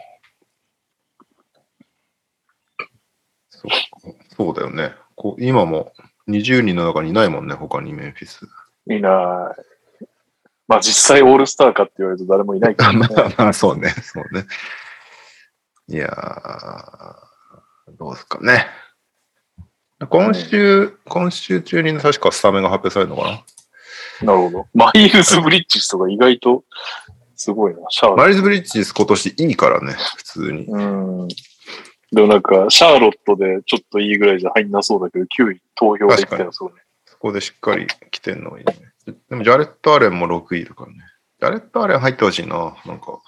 Speaker 3: そっかそうだよね。こう今も20人の中にいないもんね、他にメンフィス。
Speaker 2: いない。まあ実際オールスターかって言われると誰もいないけど、
Speaker 3: あ
Speaker 2: ね
Speaker 3: ま。あまあ、そうね、そうね。いやー、どうですかね。今週、今週中に確かスタメンが発表されるのか
Speaker 2: なるほど。マイルズ・ブリッジスとか意外とすごいな。シャーロ
Speaker 3: な。
Speaker 2: ッ
Speaker 3: マイルズ・ブリッジス今年いいからね、普通に。
Speaker 2: ト。うん。でもなんか、シャーロットでちょっといいぐらいじゃ入んなそうだけど、9位投票ができたらそうね。
Speaker 3: そこでしっかり来てんのはいいね。でも、ジャレット・アレンも6位だからね。ジャレット・アレン入ってほしいな、なんか。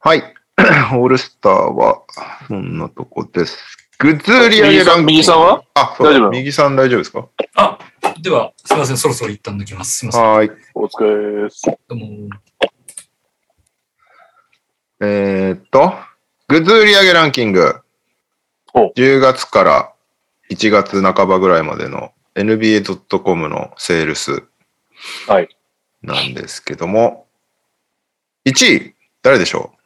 Speaker 3: はい。 オールスターは、そんなとこです。グッズ売り上げランキング
Speaker 2: 右さん右さんは
Speaker 3: あ、そうだ
Speaker 2: 大丈夫
Speaker 3: 右さん大丈夫ですか
Speaker 1: あ、では、すいません、そろそろ一旦抜きます。すいません。
Speaker 3: はーい。
Speaker 2: お疲れです。
Speaker 1: どうも
Speaker 3: えーっと、グッズ売り上げランキング。
Speaker 2: お
Speaker 3: 10月から1月半ばぐらいまでの NBA.com のセールス
Speaker 2: はい。
Speaker 3: なんですけども、1位、誰でしょう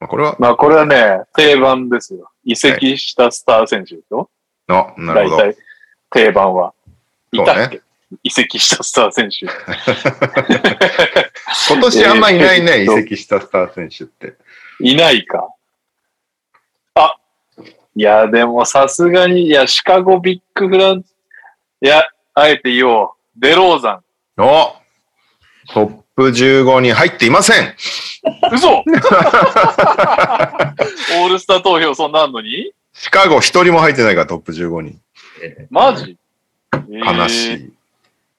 Speaker 3: まあこれは、
Speaker 2: まあこれはね、定番ですよ。移籍したスター選手でしょ、
Speaker 3: あ、なるほど。
Speaker 2: 大体、定番は。い
Speaker 3: そうね
Speaker 2: たっけ、移籍したスター選 手。
Speaker 3: 今年あんまいないね、
Speaker 2: え
Speaker 3: 移
Speaker 2: ー
Speaker 3: 籍したスター選手って。
Speaker 2: いないか。あ、いや、でもさすがに、いや、シカゴビッグフランス、いや、あえて言おう。デローザ
Speaker 3: おトップ15に入っていません
Speaker 2: ン。 嘘オールスター投票そんなあんのに
Speaker 3: シカゴ一人も入ってないから、トップ15に。
Speaker 2: マジ
Speaker 3: 悲
Speaker 2: え
Speaker 3: し
Speaker 2: ーい
Speaker 3: い。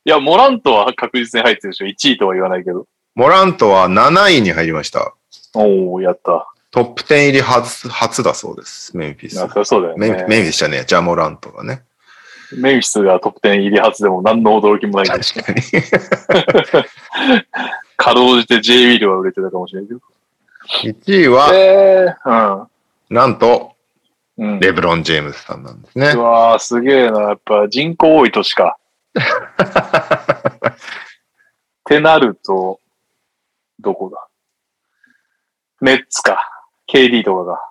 Speaker 2: や、モラントは確実に入ってるでしょ。1位とは言わないけど。
Speaker 3: モラントは7位に入りました。
Speaker 2: おー、やった。
Speaker 3: トップ10入り初、初だそうです。メンフィス。
Speaker 2: なんかそうだよ
Speaker 3: メン
Speaker 2: ね。
Speaker 3: メンフィスじゃねえ、ジャモラントが ね。
Speaker 2: メンフィスが得点入り初でも何の驚きもないけど、
Speaker 3: 確かに。
Speaker 2: かろうじて J ウィルは売れてたかもしれないけど。
Speaker 3: 1位は、
Speaker 2: えー、
Speaker 3: なんと、
Speaker 2: うん。うん、
Speaker 3: レブロン・ジェームスさんなんですね
Speaker 2: う。わー、すげえな。やっぱ人口多い都市か。ってなると、どこだメッツか。KD とかが。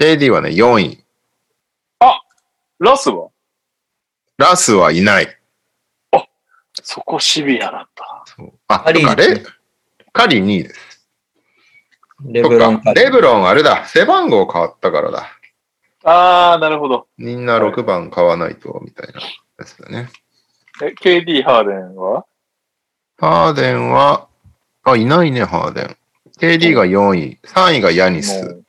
Speaker 3: KD はね、4位。
Speaker 2: ラスは
Speaker 3: ラスはいない。
Speaker 2: そこシビアだった。
Speaker 3: そうあ、
Speaker 4: カリー
Speaker 3: そうかレカリー2位です。
Speaker 4: レブロン
Speaker 3: そっかレブロンあれだ。背番号変わったからだ。
Speaker 2: あー、なるほど。
Speaker 3: みんな6番買わないと、みたいなやつだね。
Speaker 2: え KD ハーデンは
Speaker 3: ハーデンは、あ、いないね、ハーデン。KD が4位。3位がヤニス。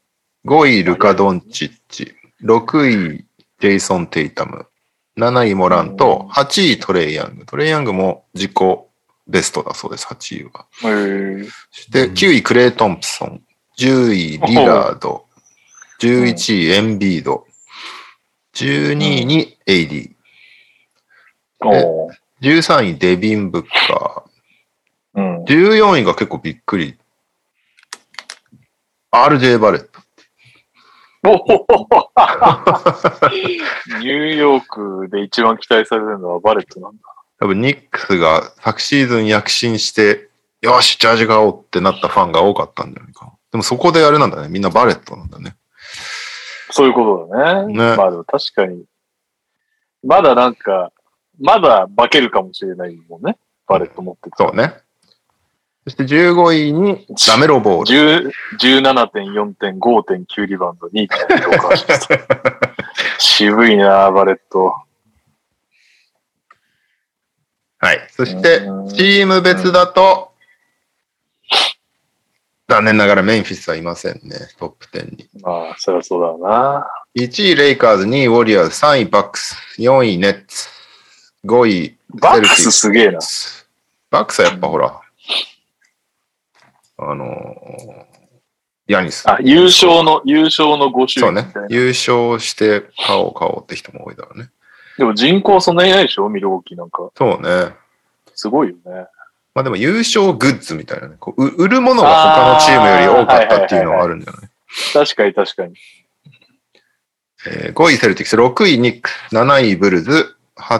Speaker 2: も
Speaker 3: 5位、ルカ・ドンチッチ。6位、ジェイソン・テイタム。7位、モラント。8位、トレイ・ヤング。トレイ・ヤングも自己ベストだそうです、8位は。
Speaker 2: う、えー、
Speaker 3: そして
Speaker 1: うん
Speaker 3: 9位、クレイ・トンプソン。10位、リラード。11位、エンビード。12位に、エイディ。
Speaker 2: おー
Speaker 3: 13位、デビン・ブッカ
Speaker 2: うん
Speaker 3: ー。。14位が結構びっくり。RJ ・バレット。
Speaker 2: おおニューヨークで一番期待されるのはバレットなんだ。
Speaker 3: 多分ニックスが昨シーズン躍進して、よし、ジャージ買おうってなったファンが多かったんじゃないかな。でもそこであれなんだね。みんなバレットなんだね。
Speaker 2: そういうことだね。
Speaker 3: ね
Speaker 2: まあでも確かに。まだなんか、まだ化けるかもしれないもんね。バレット持ってた
Speaker 3: そうね。そして15位にダメロボール。
Speaker 2: 10 17.4点、5.9リバウンド、2.6アシス ト。渋いなバレット。
Speaker 3: はい。そして
Speaker 2: うん、
Speaker 3: チーム別だと、残念ながらメンフィスはいませんね。トップ10に。
Speaker 2: まあ、そりゃそうだろうな。
Speaker 3: 1位レイカーズ、2位ウォリアーズ、3位バックス、4位ネッツ、5位
Speaker 2: バックスすげえな。
Speaker 3: バックスはやっぱほら、あのーヤニス。
Speaker 2: あ、優勝の、優勝の5周
Speaker 3: そう
Speaker 2: みたい
Speaker 3: ね
Speaker 2: な。。
Speaker 3: 優勝して買おう買おうって人も多いだろうね。
Speaker 2: でも人口そんなにいないでしょミルウォーキーなんか。
Speaker 3: そうね。
Speaker 2: すごいよね。
Speaker 3: まあでも優勝グッズみたいなね。こうう売るものが他のチームより多かったっていうのはあるんじゃない
Speaker 2: 確かに確かに。
Speaker 3: えー ?5 位セルティックス、6位ニックス、7位ブルズ、8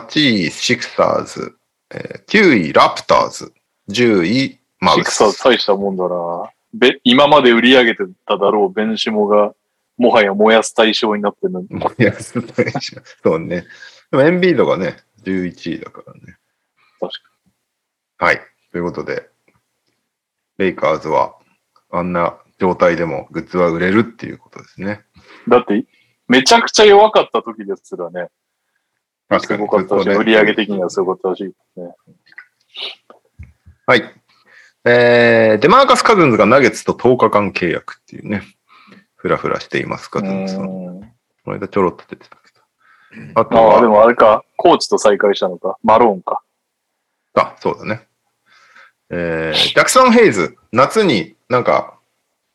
Speaker 3: 位シクサーズ、えー9位ラプターズ、10位マ
Speaker 2: シ
Speaker 3: ウ
Speaker 2: クサーズ
Speaker 3: ス。
Speaker 2: 大したもんだな。べ今まで売り上げてただろう、ベンシモが、もはや燃やす対象になってるのに。
Speaker 3: もういやすごいじゃんそうね。でもエンビードがね、11位だからね。
Speaker 2: 確か
Speaker 3: はい。ということで、レイカーズはあんな状態でもグッズは売れるっていうことですね。
Speaker 2: にだって、めちゃくちゃ弱かった時ですらね、
Speaker 3: 確
Speaker 2: すごかったし、売り上げ的にはすごかったし、ね。
Speaker 3: はい。えー、デマーカス・カズンズがナゲッツと10日間契約っていうね、ふらふらしています、カズンズさん。こ
Speaker 2: うん
Speaker 3: の間ちょろっと出てたけど。あと
Speaker 2: ああ、で
Speaker 3: は、
Speaker 2: もあれか、コーチと再会したのか、マローンか。
Speaker 3: あ、そうだね。えー、ジャクソン・ヘイズ、夏になんか、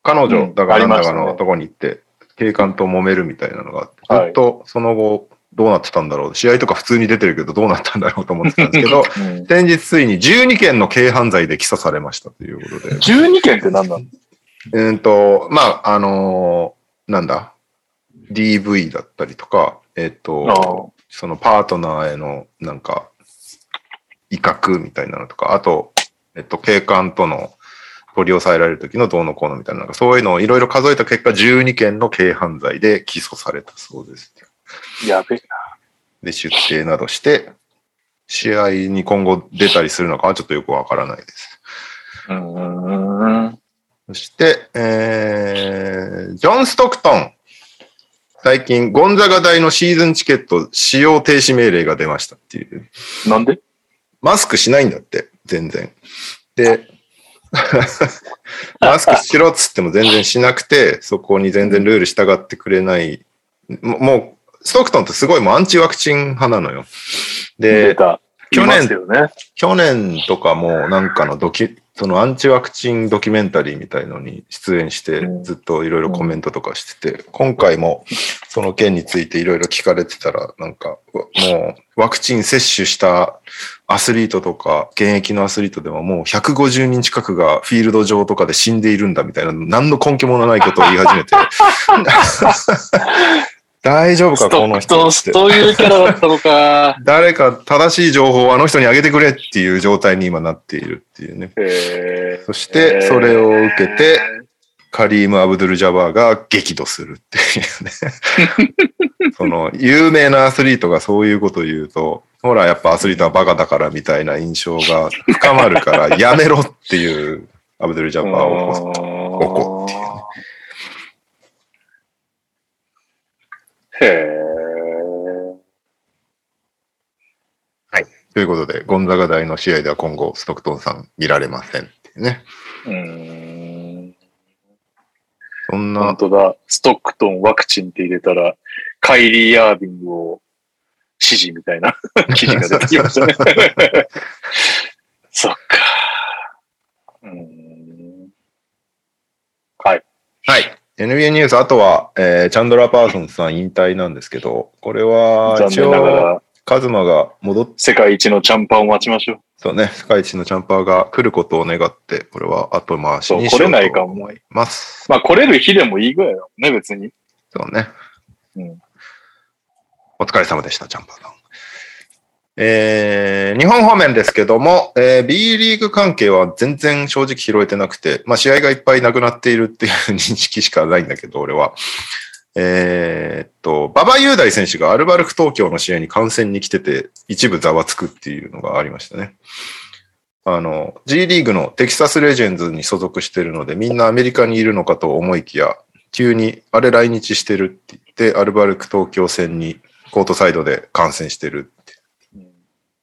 Speaker 3: 彼
Speaker 2: う
Speaker 3: 女
Speaker 2: ん
Speaker 3: だか
Speaker 2: あり
Speaker 3: らなん
Speaker 2: ま
Speaker 3: だ
Speaker 2: し
Speaker 3: か
Speaker 2: たね
Speaker 3: のとこに行って、警官と揉めるみたいなのがあって、
Speaker 2: はい
Speaker 3: ずっとその後、どうなってたんだろう。試合とか普通に出てるけど、どうなったんだろうと思ってたんで すけど、
Speaker 2: うん、
Speaker 3: 先日ついに12件の軽犯罪で起訴されましたということで。
Speaker 2: 12件って何なの
Speaker 3: うーんと、まあ、あのーなんだ、DV だったりとか、えっ、と、そのパートナーへの、なんか、威嚇みたいなのとか、あと、えっと、警官との取り押さえられる時のどうのこうのみたいな、なんかそういうのをいろいろ数えた結果、12件の軽犯罪で起訴されたそうです。
Speaker 2: やべえ
Speaker 3: で、出廷などして、試合に今後出たりするのかはちょっとよくわからないです。
Speaker 2: な。うん。
Speaker 3: そして、えー、ジョン・ストクトン。最近、ゴンザガ大のシーズンチケット使用停止命令が出ましたっていう。
Speaker 2: なんで
Speaker 3: マスクしないんだって、全然。で、マスクしろっつっても全然しなくて、そこに全然ルール従ってくれない。ももう、ストクトンってすごいもうアンチワクチン派なのよ。
Speaker 2: 出
Speaker 3: で、
Speaker 2: た。
Speaker 3: 去年
Speaker 2: いますよね。
Speaker 3: 去年とかもなんかのドキ、そのアンチワクチンドキュメンタリーみたいのに出演して
Speaker 2: うん
Speaker 3: ずっといろいろコメントとかしてて、今回もその件についていろいろ聞かれてたら、なんかうわもうワクチン接種したアスリートとか現役のアスリートでももう150人近くがフィールド上とかで死んでいるんだみたいな何の根拠もないことを言い始 めて。大丈夫か、
Speaker 2: ス
Speaker 3: こ
Speaker 2: トッ
Speaker 3: の
Speaker 2: ク
Speaker 3: 人
Speaker 2: トン、
Speaker 3: って。
Speaker 2: そういうキャラだったの か。
Speaker 3: 誰か正しい情報をあの人にあげてくれっていう状態に今なっているっていうね。
Speaker 2: えー
Speaker 3: そしてそれを受けて、カリーム・アブドゥル・ジャバーが激怒するっていうね。その、有名なアスリートがそういうことを言うと、ほら、やっぱアスリートはバカだからみたいな印象が深まるから、やめろっていうアブドゥル・ジャバーを起こ
Speaker 2: こっていう、ね。
Speaker 3: す。ということで、ゴンザガ大の試合では今後、ストクトンさん見られませんっていうね。
Speaker 2: へー。うん。
Speaker 3: そんな
Speaker 2: 本当だ。ストックトンワクチンって入れたら、カイリー・アービングを支持みた いな記事が出てきましたね。そっか。うん。はい。
Speaker 3: はい。NBA ニュース、あとは、えーチャンドラー・パーソンズさん引退なんですけど、これは、
Speaker 2: 残
Speaker 3: 一
Speaker 2: 念なが
Speaker 3: 応、
Speaker 2: ら、
Speaker 3: カズマが戻っ
Speaker 2: 世界一のチャンパンを待ちましょう。
Speaker 3: そうね、世界一のチャンパーが来ることを願って、これは後回しにしようと思います。
Speaker 2: まあ、来れる日でもいいぐらいだもんね、別に。
Speaker 3: そうね。
Speaker 2: うん
Speaker 3: お疲れ様でした、ジャンパーさん。えー、日本方面ですけども、えー B リーグ関係は全然正直拾えてなくて、まあ試合がいっぱいなくなっているっていう認識しかないんだけど、俺は。えーっと、馬場雄大選手がアルバルク東京の試合に観戦に来てて、一部ざわつくっていうのがありましたね。あの、G リーグのテキサスレジェンズに所属してるので、みんなアメリカにいるのかと思いきや、急に、あれ来日してるって言って、アルバルク東京戦にコートサイドで観戦してるって
Speaker 2: うん。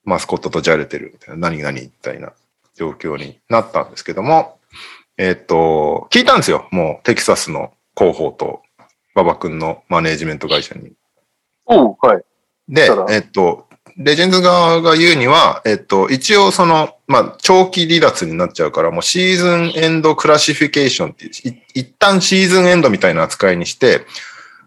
Speaker 3: マスコットとじゃれてるみたいな、何々みたいな状況になったんですけども、えっと、聞いたんですよ。もうテキサスの広報と馬場君のマネージメント会社に。
Speaker 2: おう、はい。
Speaker 3: で
Speaker 2: ただ、
Speaker 3: えっと、レジェンズ側が言うには、えっと、一応その、まあ、長期離脱になっちゃうから、もうシーズンエンドクラシフィケーションっていう、い一旦シーズンエンドみたいな扱いにして、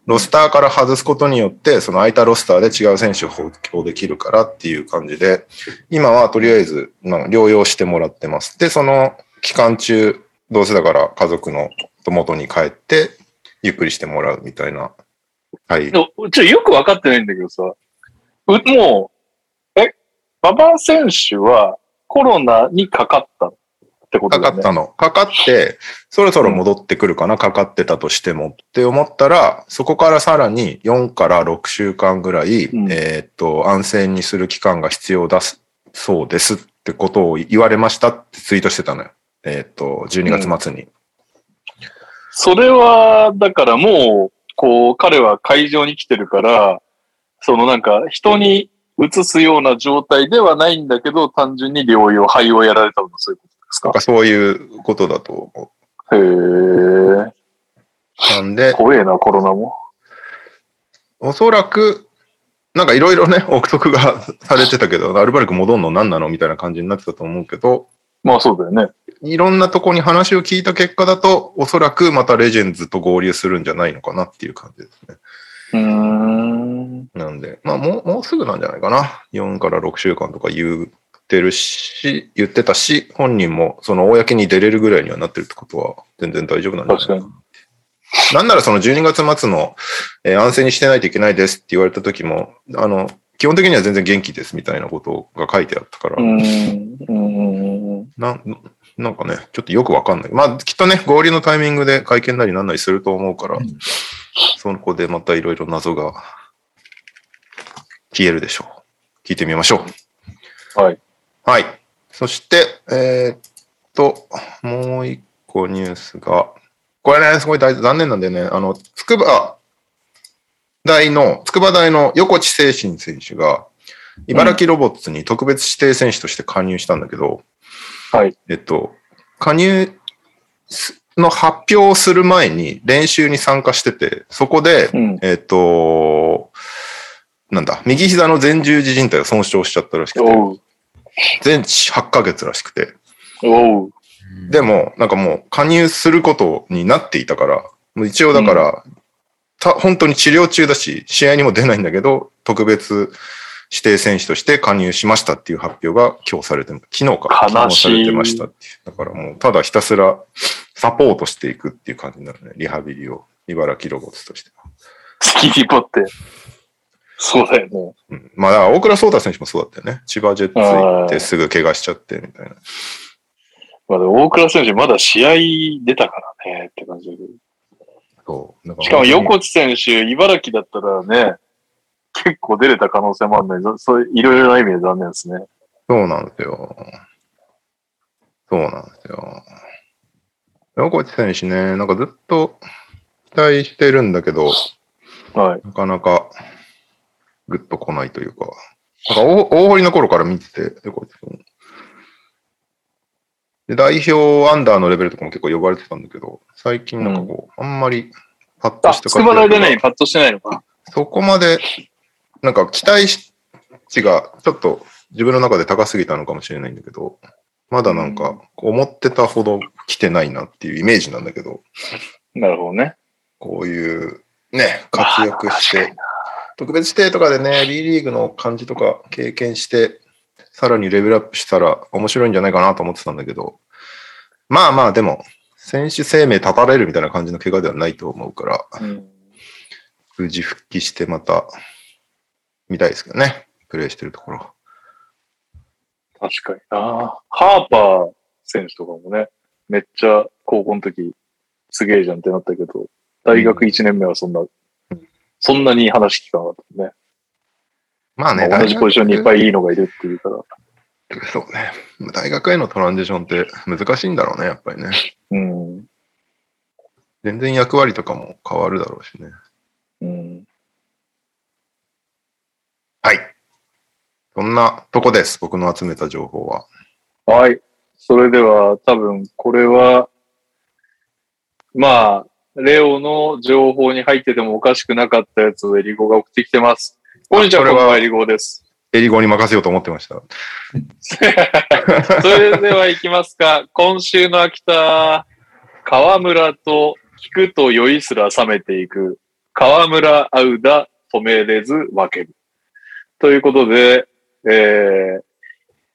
Speaker 3: ロスターから外すことによって、その空いたロスターで違う選手を補強できるからっていう感じで、今はとりあえず、まあ、療養してもらってます。で、その期間中、どうせだから家族の元に帰って、ゆっくりしてもらうみたいな。はい。
Speaker 2: でもちょ、よくわかってないんだけどさ、うもう、え、馬場選手はコロナにかかったってこと
Speaker 3: か
Speaker 2: だ
Speaker 3: か
Speaker 2: よ
Speaker 3: っ
Speaker 2: ね。
Speaker 3: たの。かかって、そろそろ戻ってくるかな、かかってたとしてもって思ったら、そこからさらに4から6週間ぐらい、
Speaker 2: うん
Speaker 3: えーっと、安静にする期間が必要だすそうですってことを言われましたってツイートしてたのよ。えーっと、12月末に。
Speaker 2: それは、だからもう、こう、彼は会場に来てるから、そのなんか、人に移すような状態ではないんだけど、単純に療養、肺をやられたのそういうことです
Speaker 3: なん
Speaker 2: か
Speaker 3: かそういうことだと思
Speaker 2: へー
Speaker 3: う。なんで、
Speaker 2: 怖えな、コロナも。
Speaker 3: おそらく、なんかいろいろね、 憶測がされてたけど、アルバルク戻んの何なのみたいな感じになってたと思うけど、
Speaker 2: まあそうだよね。
Speaker 3: いろんなとこに話を聞いた結果だと、おそらくまたレジェンズと合流するんじゃないのかなっていう感じですね。
Speaker 2: うーん。
Speaker 3: なんで、まあもう、もうすぐなんじゃないかな。4から6週間とか言ってるし、言ってたし、本人もその公に出れるぐらいにはなってるってことは全然大丈夫なんじゃな
Speaker 2: 確
Speaker 3: い
Speaker 2: かに。
Speaker 3: なんならその12月末の、えー安静にしてないといけないですって言われた時も、あの、基本的には全然元気ですみたいなことが書いてあったから、
Speaker 2: うーん。うーん。
Speaker 3: なんなんかね、ちょっとよくわかんない。まあ、きっとね、合流のタイミングで会見なりなんなりすると思うから、
Speaker 1: うん
Speaker 3: そこでまたいろいろ謎が消えるでしょう。聞いてみましょう。
Speaker 2: はい。
Speaker 3: はい。そして、えーっと、もう一個ニュースが、これね、すごい大残念なんでね、あの、筑波大の、筑波大の横地精神選手が、茨城ロボッツに特別指定選手として加入したんだけど、えっと、加入すの発表をする前に練習に参加してて、そこで
Speaker 2: う、ん。
Speaker 3: えっと、なんだ、右膝の前十字靭帯を損傷しちゃったらしくて、
Speaker 2: おう。
Speaker 3: 全治8ヶ月らしくて、
Speaker 2: おう。
Speaker 3: でも、なんかもう加入することになっていたから、もう一応だから、た本当に治療中だし、試合にも出ないんだけど、特別指定選手として加入しましたっていう発表が今日されて、昨日か、
Speaker 2: 悲
Speaker 3: 昨日
Speaker 2: しい
Speaker 3: されてましたっていう。だからもう、ただひたすらサポートしていくっていう感じになるね。リハビリを、茨城ロボッツとしては。
Speaker 2: スキリポって。そうだよね。
Speaker 3: うん、まあ、だから大倉颯太選手もそうだったよね。千葉ジェッツ行ってすぐ怪我しちゃってみたいな。
Speaker 2: まあでも大倉選手まだ試合出たからねって感じだけど。
Speaker 3: そう。だら
Speaker 2: しかも横地選手、茨城だったらね、結構出れた可能性もあるのに、そそういろいろな意味で残念ですね。
Speaker 3: そうなんですよ。そうなんですよ。横地選手ね、なんかずっと期待してるんだけど、
Speaker 2: はい。
Speaker 3: なかなかグッと来ないというか、なんか大大堀の頃から見てて、横地君。で、代表アンダーのレベルとかも結構呼ばれてたんだけど、最近なんかこう、あんまりパッと
Speaker 2: あ、
Speaker 3: した
Speaker 2: 筑波大で
Speaker 3: ない
Speaker 2: ね、パッとしてないのか。
Speaker 3: そこまで、なんか期待値がちょっと自分の中で高すぎたのかもしれないんだけど、まだなん
Speaker 2: う
Speaker 3: か思ってたほど来てないなっていうイメージなんだけど、
Speaker 2: なるほどね。
Speaker 3: こういうね、活躍し
Speaker 2: あー確
Speaker 3: て、特別指定とかでね、B リーグの感じとか経験して、さらにレベルアップしたら面白いんじゃないかなと思ってたんだけど、まあまあでも、選手生命絶たれるみたいな感じの怪我ではないと思うから、
Speaker 2: うん
Speaker 3: 無事復帰してまた見たいですけどね。プレイしてるところ。
Speaker 2: 確かにな。ハーパー選手とかもね、めっちゃ高校の時、すげえじゃんってなったけど、大学1年目はそんな、そんなに話聞かなかったね。
Speaker 3: まあね、
Speaker 2: まあ同じポジションにいっぱいいいのがいるっていうから。
Speaker 3: そうね。大学へのトランジションって難しいんだろうね、やっぱりね。
Speaker 2: うん。
Speaker 3: 全然役割とかも変わるだろうしね。
Speaker 2: うん。
Speaker 3: はい。そんなとこです。僕の集めた情報は。
Speaker 2: はい。それでは、多分、これは、まあ、レオの情報に入っててもおかしくなかったやつをエリゴが送ってきてます。こんにちは、
Speaker 3: あ
Speaker 2: こ
Speaker 3: これ
Speaker 2: れ
Speaker 3: は
Speaker 2: はエリゴです。
Speaker 3: エリゴに任せようと思ってました。
Speaker 2: それでは行きますか。今週の秋田、河村と聞くと酔いすら冷めていく。河村会うだ、止めれず分ける。ということで、えー、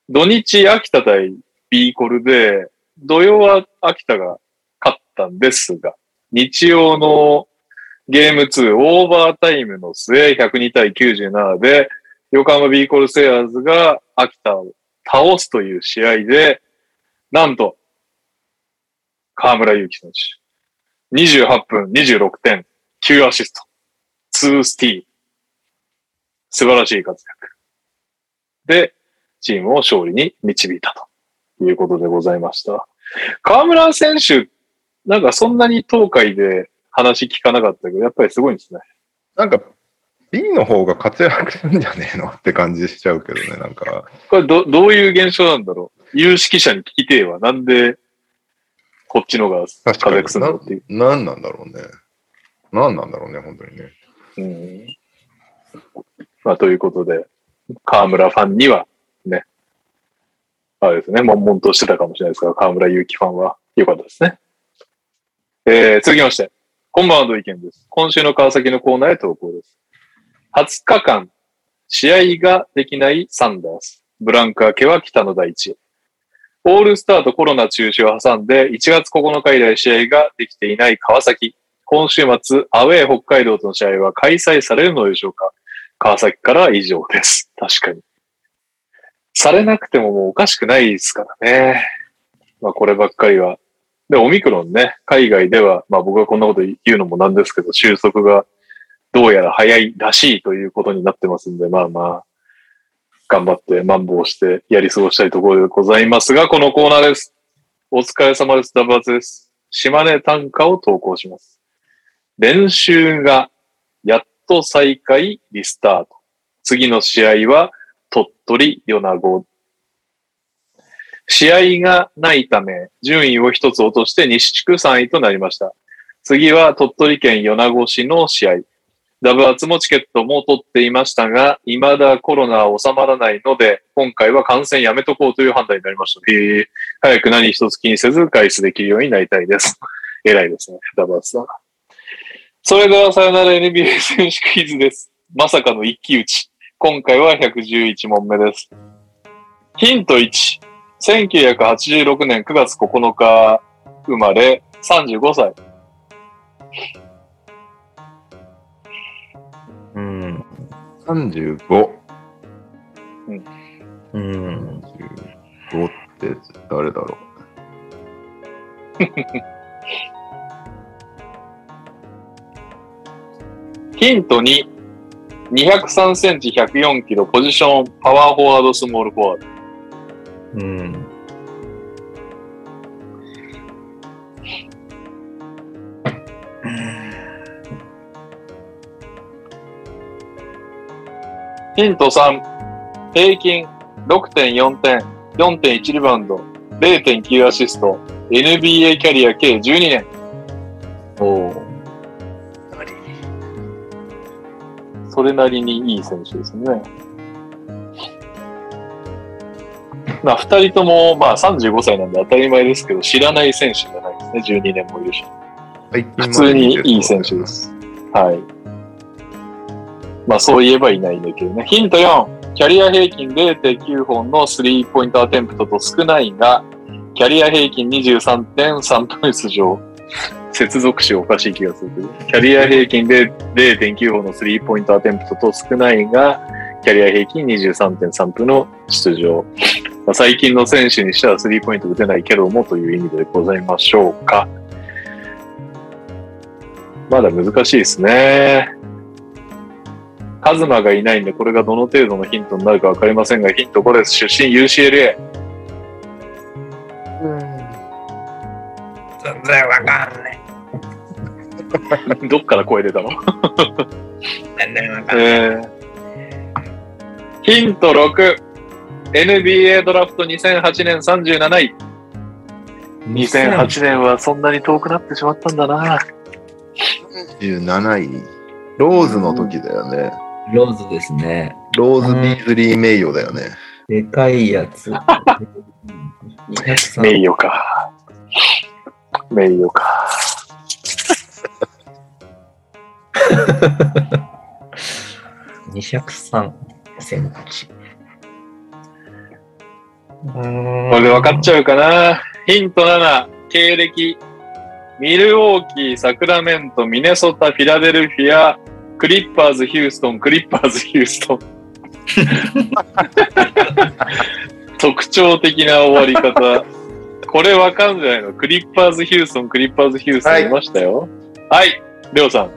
Speaker 2: 土日秋田対ビーコルで、土曜は秋田が勝ったんですが、日曜のゲーム2オーバータイムの末、102対97で、横浜ビーコルセアーズが秋田を倒すという試合で、なんと、河村勇輝選手、28分26点、9アシスト、2スティール。素晴らしい活躍。で、チームを勝利に導いたということでございました。河村選手、なんかそんなに東海で話聞かなかったけど、やっぱりすごいんですね。
Speaker 3: なんか、B の方が活躍するんじゃねえのって感じしちゃうけどね、なんか。
Speaker 2: これど、どういう現象なんだろう有識者に聞きてえわ。なんで、こっちのが活躍するんだろうっていう。
Speaker 3: 何なんだろうね。何なんだろうね、本当にね。
Speaker 2: うん。まあ、ということで、河村ファンには、ね、あれですね、悶々としてたかもしれないですが、河村勇輝ファンは良かったですね。えー、続きまして、こんばんはの意見です。今週の川崎のコーナーへ投稿です。20日間、試合ができないサンダース。ブランク明けは北の大地へ。オールスターとコロナ中止を挟んで、1月9日以来試合ができていない川崎。今週末、アウェー北海道との試合は開催されるのでしょうか川崎から以上です。確かに。されなくてももうおかしくないですからね。まあこればっかりは。で、オミクロンね、海外では、まあ僕がこんなこと言うのもなんですけど、収束がどうやら早いらしいということになってますんで、まあまあ、頑張って、マンボウしてやり過ごしたいところでございますが、このコーナーです。お疲れ様です。ダブアツです。島根短歌を投稿します。練習がやっと再開リスタート。次の試合は鳥取米子。試合がないため、順位を一つ落として西地区3位となりました。次は鳥取県米子市の試合。ダブアツもチケットも取っていましたが、未だコロナは収まらないので、今回は観戦やめとこうという判断になりました。へえ早く何一つ気にせず外出できるようになりたいです。 偉いですね、ダブアツさん。それではさよなら NBA 選手クイズです。まさかの一騎打ち。今回は111問目です。ヒント1。1986年9月9日生まれ、35歳。
Speaker 4: うん。
Speaker 3: 35。
Speaker 4: うん。
Speaker 3: 35って誰だろ
Speaker 2: ヒント2。203センチ104キロ、ポジション、パワーフォワード、スモールフォワード。
Speaker 4: うん。
Speaker 2: ヒント3。平均6.4点、4.1リバウンド、0.9アシスト、NBA キャリア計12年。
Speaker 4: おう
Speaker 2: それなりにいい選手ですね。まあ、2人とも、まあ、35歳なんで当たり前ですけど、知らない選手じゃないですね。12年もいるし。
Speaker 3: う。
Speaker 2: 普通にいい選手で。す。はい。まあ、そう言えばいないんだけどね。ヒント4。キャリア平均0.9本のスリーポイントアテンプトと少ないが、キャリア平均23.3分出場。接続詞おかしい気がするけど、キャリア平均で0.9本のスリーポイントアテンプトと少ないが、キャリア平均23.3分の出場。まあ最近の選手にしてはスリーポイント打てないけどもという意味でございましょうか。まだ難しいですね。カズマがいないんで、これがどの程度のヒントになるかわかりませんが、ヒントこれです。出身 UCLA。
Speaker 1: 全然わかんない。
Speaker 2: どっから声出たの
Speaker 1: 全然わかんない。
Speaker 2: えーヒント6。NBA ドラフト2008年37位。2008年はそんなに遠くなってしまったんだな。
Speaker 3: 17位。ローズの時だよね。
Speaker 4: ローズですね。
Speaker 3: ローズ・ビーズリー名誉だよね。
Speaker 4: でかいやつ。
Speaker 2: 名誉か。名誉か。
Speaker 4: 203センチ。こ
Speaker 2: これで分かっ
Speaker 4: ゃ
Speaker 2: ちゃうかな。ヒント7、経歴。ミルウォーキー、サクラメント、ミネソタ、フィラデルフィア、クリッパーズ、ヒューストン、クリッパーズ、ヒュース トン。特徴的な終わり方。これ分かんじゃないのクリッパーズ、ヒューストン、クリッパーズ、ヒュースト
Speaker 3: は
Speaker 2: ン
Speaker 3: い
Speaker 2: いましたよ。はい、りょうさん、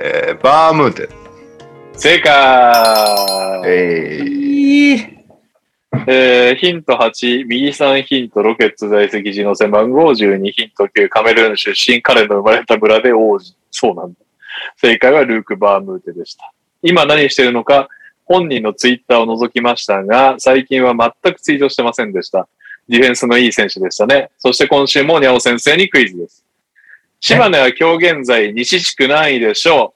Speaker 3: えーバームーテン。
Speaker 2: 正解。
Speaker 3: えー
Speaker 2: えーヒント8、右3ヒント、ロケッツ在籍時の背番号12、ヒント9、カメルーン出身、彼の生まれた村で王子。そうなんだ。正解はルーク・バームーテでした。今何してるのか、本人のツイッターを覗きましたが、最近は全くツイートしてませんでした。ディフェンスのいい選手でしたね。そして今週もニャオ先生にクイズです。島根は今日現在、西地区何位でしょ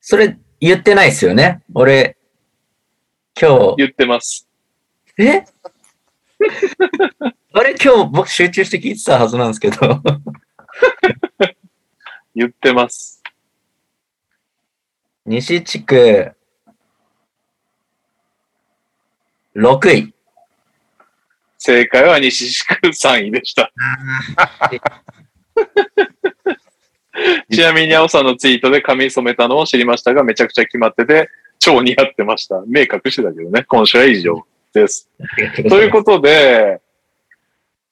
Speaker 4: それ言ってないっすよね。俺、今
Speaker 2: う言ってます。
Speaker 4: 日、え あれ今日僕集中して聞いてたはずなんですけど。
Speaker 2: 言ってます。
Speaker 4: 西地区、6位。
Speaker 2: 正解は西地区3位でした。ちなみに、青さんのツイートで髪染めたのを知りましたが、めちゃくちゃ決まってて、超似合ってました。目隠してたけどね、今週は以上です。ということで、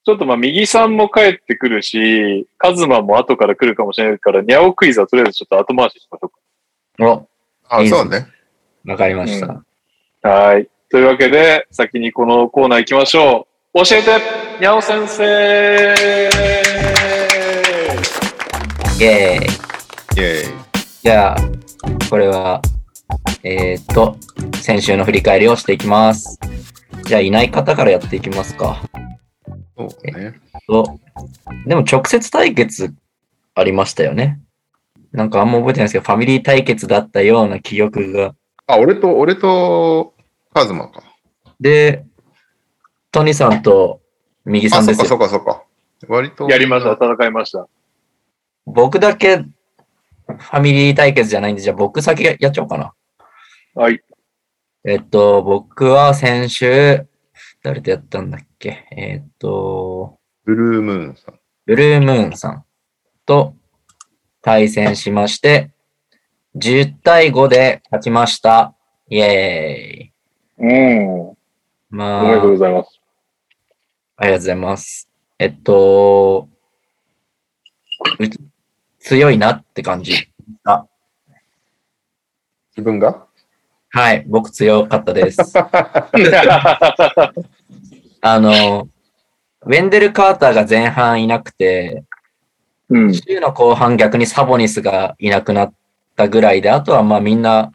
Speaker 2: ちょっとまあ、右さんも帰ってくるし、カズマも後から来るかもしれないから、ニャオクイズはとりあえずちょっと後回しにしましょ
Speaker 4: お、
Speaker 3: あ、そうね。
Speaker 4: わかりました。
Speaker 2: うか。はい。というわけで、先にこのコーナー行きましょう。教えてニャオ先生
Speaker 4: イェ
Speaker 3: イェー
Speaker 4: ーイ。
Speaker 3: イ。
Speaker 4: じゃあ、これは、えー、っと、先週の振り返りをしていきます。じゃあ、いない方からやっていきますか。
Speaker 3: そうね。
Speaker 4: とでも、直接対決ありましたよね。なんかあんま覚えてないですけど、ファミリー対決だったような記憶が。
Speaker 3: あ、俺と、俺と、カズマか。
Speaker 4: で、トニさんと右さ
Speaker 3: あ、
Speaker 4: ん
Speaker 3: そ
Speaker 4: で
Speaker 3: っ
Speaker 4: す
Speaker 3: かそっ
Speaker 4: よ。
Speaker 3: かそっか。割と。
Speaker 2: やりました、戦いました。
Speaker 4: 僕だけファミリー対決じゃないんで、じゃあ僕先やっちゃおうかな。
Speaker 2: はい。
Speaker 4: えっと、僕は先週、誰とやったんだっけえっと、
Speaker 3: ブルームーンさん。
Speaker 4: ブルームーンさんと対戦しまして、10対5で勝ちました。イェーイ。
Speaker 2: うん。
Speaker 4: まあ、
Speaker 2: おめでとうござい ます。
Speaker 4: ありがとうございます。えっと、う強いなって感じ。
Speaker 3: 自分が
Speaker 4: はい、僕強かっ たです。あの、ウェンデル・カーターが前半いなくて、
Speaker 2: うん。
Speaker 4: 週の後半逆にサボニスがいなくなったぐらいで、あとはまあみんな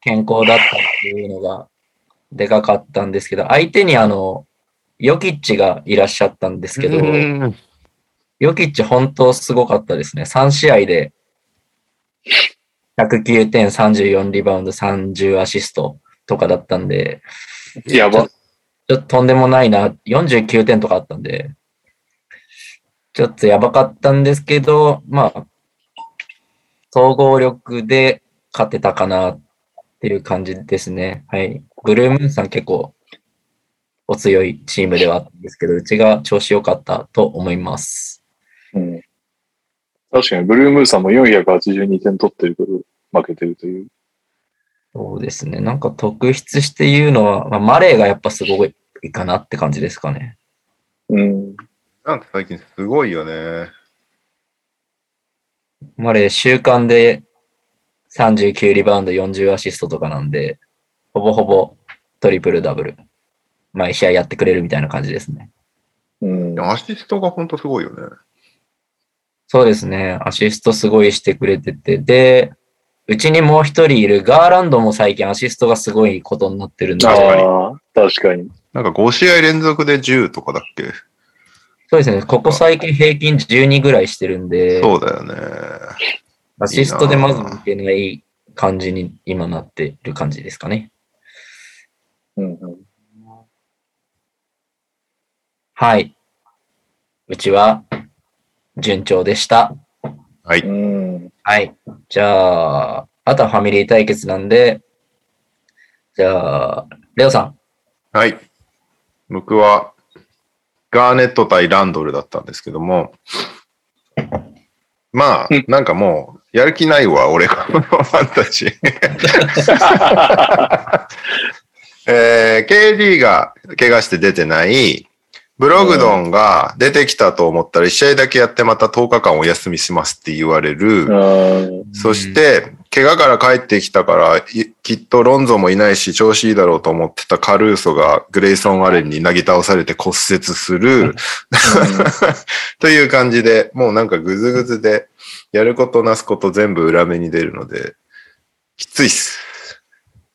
Speaker 4: 健康だったっていうのがでかかったんですけど、相手にあの、ヨキッチがいらっしゃったんですけど、
Speaker 3: うん
Speaker 4: ヨキッチ本当すごかったですね。3試合で109点、34リバウンド、30アシストとかだったんで、
Speaker 2: やば。
Speaker 4: ちょっととんでもないな、49点とかあったんで、ちょっとやばかったんですけど、まあ、総合力で勝てたかなっていう感じですね。はい。ブルームーンさん結構お強いチームではあったんですけど、うちが調子良かったと思います。
Speaker 2: うん。確かに、ブルームーさんも482点取ってるけど、負けてるという。
Speaker 4: そうですね。なんか特筆して言うのは、まあ、マレーがやっぱすごいかなって感じですかね。
Speaker 2: うん。
Speaker 3: なんて最近すごいよね。
Speaker 4: マレー週間で39リバウンド40アシストとかなんで、ほぼほぼトリプルダブル。毎試合やってくれるみたいな感じですね。
Speaker 2: うん
Speaker 3: で。もアシストが本当すごいよね。
Speaker 4: そうですね。アシストすごいしてくれてて。で、うちにもう一人いるガーランドも最近アシストがすごいことになってるんで
Speaker 2: あ
Speaker 3: 確、かに
Speaker 2: あ、確かに。
Speaker 3: なんか5試合連続で10とかだっけ、
Speaker 4: そうですね。ここ最近平均12ぐらいしてるんで、
Speaker 3: そうだよね。
Speaker 4: アシストでまず抜けない感じに今なってる感じですかね。
Speaker 2: うんうん。
Speaker 4: はい。うちは順調でした。
Speaker 2: うん。
Speaker 4: はい。じゃあ、あとはファミリー対決なんで、じゃあ、レオさん。
Speaker 3: はい。僕は、ガーネット対ランドルだったんですけども、まあ
Speaker 2: うん、
Speaker 3: なんかもう、やる気ないわ、俺が、 ファンタジー。えー、KD が怪我して出てない、ブログドンが出てきたと思ったら、1試合だけやってまた10日間お休みしますって言われる、
Speaker 2: うん
Speaker 3: そして、怪我から帰ってきたから、いきっとロンゾもいないし、調子いいだろうと思ってたカルーソがグレイソン・アレンになぎ倒されて骨折する。という感じで、もうなんかグズグズで、やることなすこと全部裏目に出るので、きついっす。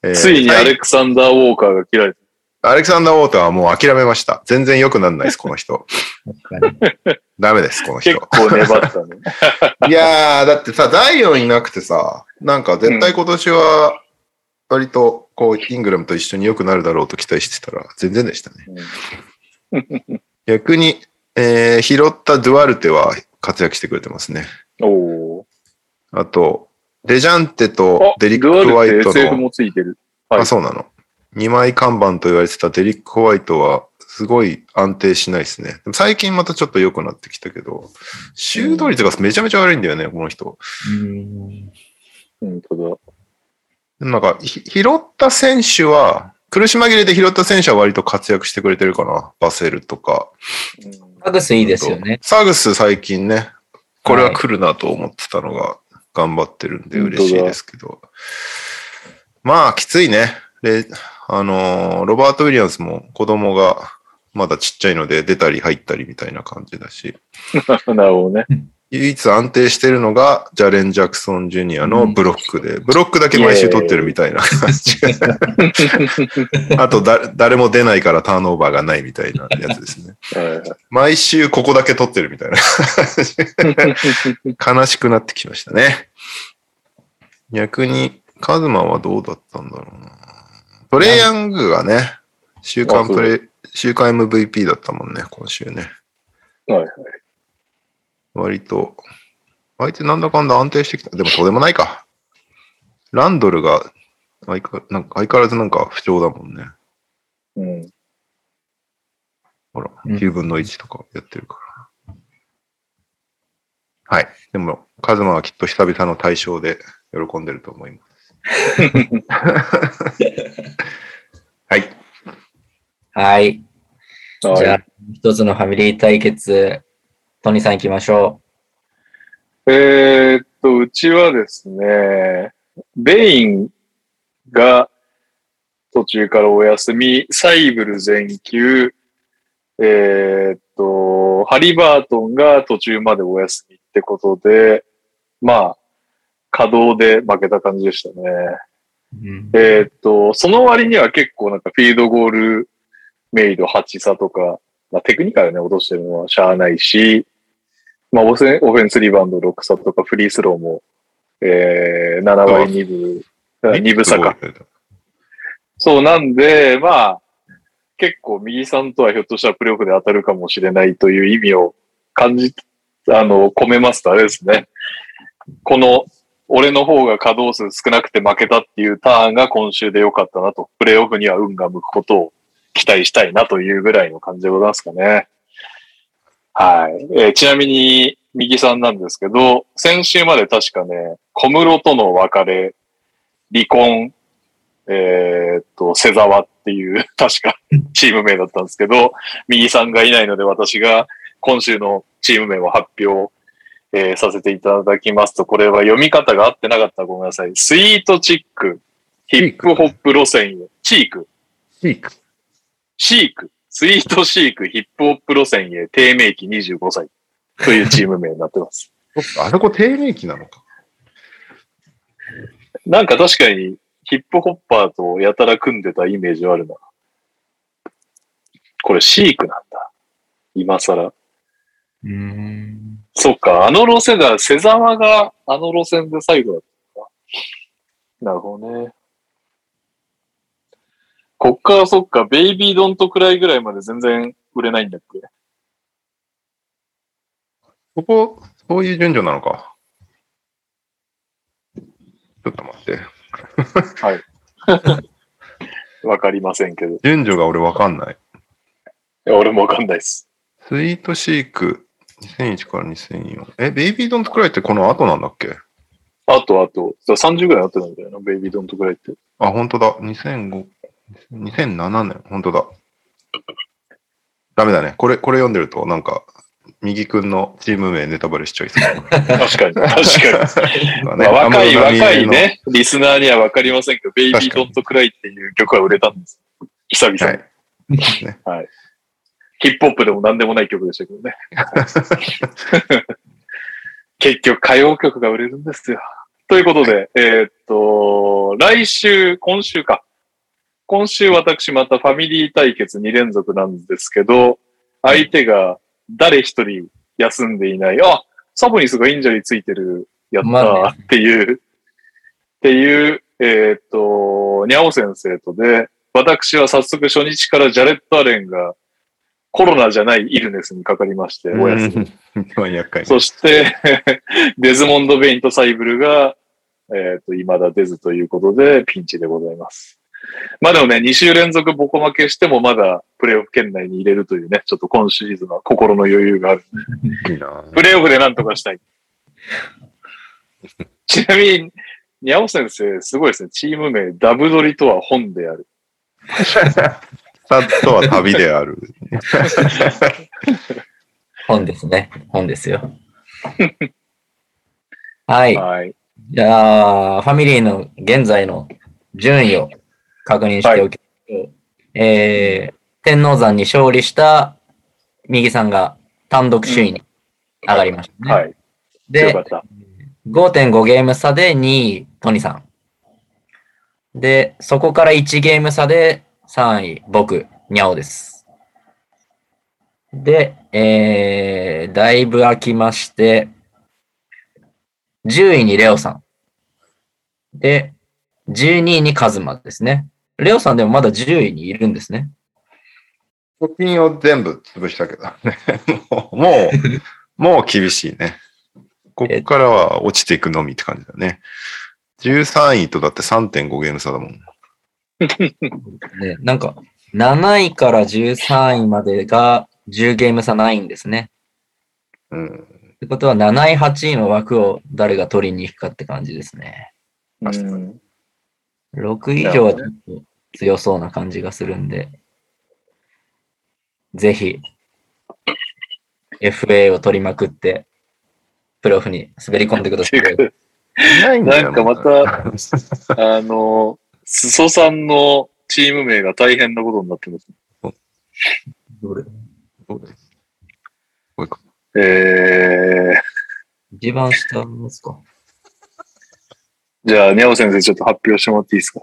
Speaker 3: え ー
Speaker 2: ついにア
Speaker 3: はい
Speaker 2: レクサンダー・ウォーカーが切られた。
Speaker 3: アレクサンダー・ウォーターはもう諦めました。全然良くならないです、この人。 ダメです、この
Speaker 2: 結
Speaker 3: 人。
Speaker 2: 構粘った ね。
Speaker 3: いやー、だってさ、第4いなくてさ、なんか絶対今年は、割と、こう、イングラムと一緒に良くなるだろうと期待してたら、全然でしたね。逆に、えー、拾ったドゥアルテは活躍してくれてますね。
Speaker 2: うんお
Speaker 3: あと、レジャンテと
Speaker 2: お。
Speaker 3: デリック・ホワイ
Speaker 2: ルアル
Speaker 3: ト
Speaker 2: テ SF
Speaker 3: の、
Speaker 2: もついてる。はい
Speaker 3: あ、そうなの。2枚看板と言われてたデリック・ホワイトは、すごい安定しないですね。でも最近またちょっと良くなってきたけど、シュート率がめちゃめちゃ悪いんだよね、この人。
Speaker 2: うん、ただ。
Speaker 3: なんか、ひ拾った選手は、苦し紛れで拾った選手は割と活躍してくれてるかな。バセルとか。
Speaker 4: ハグスいいですよね。
Speaker 3: サグス最近ね、これは来るなと思ってたのが頑張ってるんで
Speaker 2: 本当だ
Speaker 3: 嬉しいですけど。まあ、きついね。で、あのー、ロバート・ウィリアムスも子供がまだちっちゃいので出たり入ったりみたいな感じだし。
Speaker 2: うん なるほどね。
Speaker 3: 唯一安定してるのがジャレン・ジャクソン・ジュニアのブロックで、ブロックだけ毎週取ってるみたいな感じ。あとだ、誰も出ないからターンオーバーがないみたいなやつですね。
Speaker 2: はいはい
Speaker 3: 毎週ここだけ取ってるみたいな。悲しくなってきましたね。逆に、カズマはどうだったんだろうな。トレイヤングがね、週間プレイ、週間 MVP だったもんね、今週ね。
Speaker 2: はいはい
Speaker 3: 割と、相手なんだかんだ安定してきた。でもそうでもないか。ランドルが相変わなんか相変わらずなんか不調だもんね。
Speaker 2: うん
Speaker 3: ほら、
Speaker 4: うん
Speaker 3: 9分の1とかやってるから。はい。でも、カズマはきっと久々の対象で喜んでると思います。 はい。
Speaker 4: はい。
Speaker 2: はい
Speaker 4: じゃあ、一つのファミリー対決、トニーさん行きましょ
Speaker 2: えーっと、うちはですね、ベインが途中からお休み、サイブル全休、えーっと、ハリバートンが途中までお休みってことで、まあ、稼働で負けた感じでしたね。
Speaker 4: う。うん
Speaker 2: えーっと、その割には結構なんかフィードゴールメイド8差とか、まあテクニカルね、落としてるのはしゃあないし、まあオフェンオフェンスリバウンド6差とかフリースローも、えー、7割2分、2分差か。。そうなんで、まあ、結構右さんとはひょっとしたらプレーオフで当たるかもしれないという意味を感じ、あの、込めますとあれですね。この、俺の方が稼働数少なくて負けたっていうターンが今週で良かったなと、プレーオフには運が向くことを期待したいなというぐらいの感じでございますかね。はい。えーちなみに、右さんなんですけど、先週まで確かね、小室との別れ、離婚、えーっと、瀬沢っていう、 確かチーム名だったんですけど、右さんがいないので私が今週のチーム名を発表、えーさせていただきますと、これは読み方が合ってなかったらごめんなさい。スイートチック、ヒップホップ路線へ、チーク、
Speaker 5: チーク。
Speaker 2: シーク、スイートシーク、ヒップホップ路線へ、低迷期25歳というチーム名になってます。
Speaker 3: あそこ低迷期なのか。
Speaker 2: なんか確かに、ヒップホッパーとやたら組んでたイメージはあるな。これシークなんだ。今更。
Speaker 5: うん。
Speaker 2: そっか、あの路線だ。瀬沢があの路線で最後だったのか。なるほどね。こっからそっか、ベイビードントくらいぐらいまで全然売れないんだっけ
Speaker 3: ここ、そういう順序なのか。ちょっと待って。
Speaker 2: わかりませんけど。い
Speaker 3: 順序が俺わかんない。
Speaker 2: や俺もわかんないです。
Speaker 3: スイートシーク、2001から2004。え、ベイビードントクライってこの後なんだっけ
Speaker 2: あとあと、だから30ぐらいあってたんだよな、ベイビードントくらいって。
Speaker 3: あ、本当だ。2005、2007年。本当だ。ダメだね。これ、これ読んでると、なんか、右くんのチーム名ネタバレしちゃいそう
Speaker 2: 確かに、確かに。
Speaker 3: だね
Speaker 2: まあ、若い
Speaker 3: 安室奈美恵の
Speaker 2: 若いね、リスナーには分かりませんけど、ベイビードットクライっていう曲は売れたんです。久々に、
Speaker 3: はい。
Speaker 2: ヒップホップでも何でもない曲でしたけどね。結局歌謡曲が売れるんですよ。ということで、えーっと、来週、今週か。今週私またファミリー対決2連続なんですけど、相手が誰一人休んでいない、あ、サボニスがインジャリーついてる、やった
Speaker 4: ま
Speaker 2: ーっていう、っていう、えーっと、にゃお先生とで、私は早速初日からジャレット・アレンがコロナじゃないイルネスにかかりまして、お休み
Speaker 3: うん 一番厄介。
Speaker 2: そして、 デズモンド・ベインとサイブルが、えっ、と、未だ出ずということで、ピンチでございます。まあでもね、2週連続ボコ負けしてもまだプレイオフ圏内に入れるというね、ちょっと今シーズンは心の余裕がある。
Speaker 3: いいな
Speaker 2: プレイオフでなんとかしたい。 ちなみに、にゃお先生、すごいですね。チーム名、ダブドリとは本である。
Speaker 3: さっとは旅である。
Speaker 4: 本ですね。本ですよ。はい。
Speaker 2: はい。
Speaker 4: じゃあ、ファミリーの現在の順位を確認しておきましょう。えー、天王山に勝利した右さんが単独首位に上がりましたね。
Speaker 2: はい。よか
Speaker 4: で
Speaker 2: っ、た。
Speaker 4: 5.5ゲーム差で2位、トニさん。で、そこから1ゲーム差で3位、僕、にゃおです。で、えー、だいぶ空きまして、10位にレオさん。で、12位にカズマですね。レオさんでもまだ10位にいるんですね。
Speaker 3: 貯金を全部潰したけどね。 もう、もう、もう厳しいね。ここからは落ちていくのみって感じだね。13位とだって3.5ゲーム差だもん。
Speaker 4: ね、なんか、7位から13位までが10ゲーム差ないんですね。
Speaker 3: うん。
Speaker 4: ってことは7位、8位の枠を誰が取りに行くかって感じですね。
Speaker 2: うん
Speaker 4: 6位以上はちょっと強そうな感じがするんで、ぜひ FA を取りまくって、プロフに滑り込んでください。
Speaker 3: いないんだよ
Speaker 2: なんかま た、あの、裾さんのチーム名が大変なことになってます。えー、
Speaker 4: 一番下ですか。
Speaker 2: じゃあ、にゃお先生ちょっと発表してもらっていいですか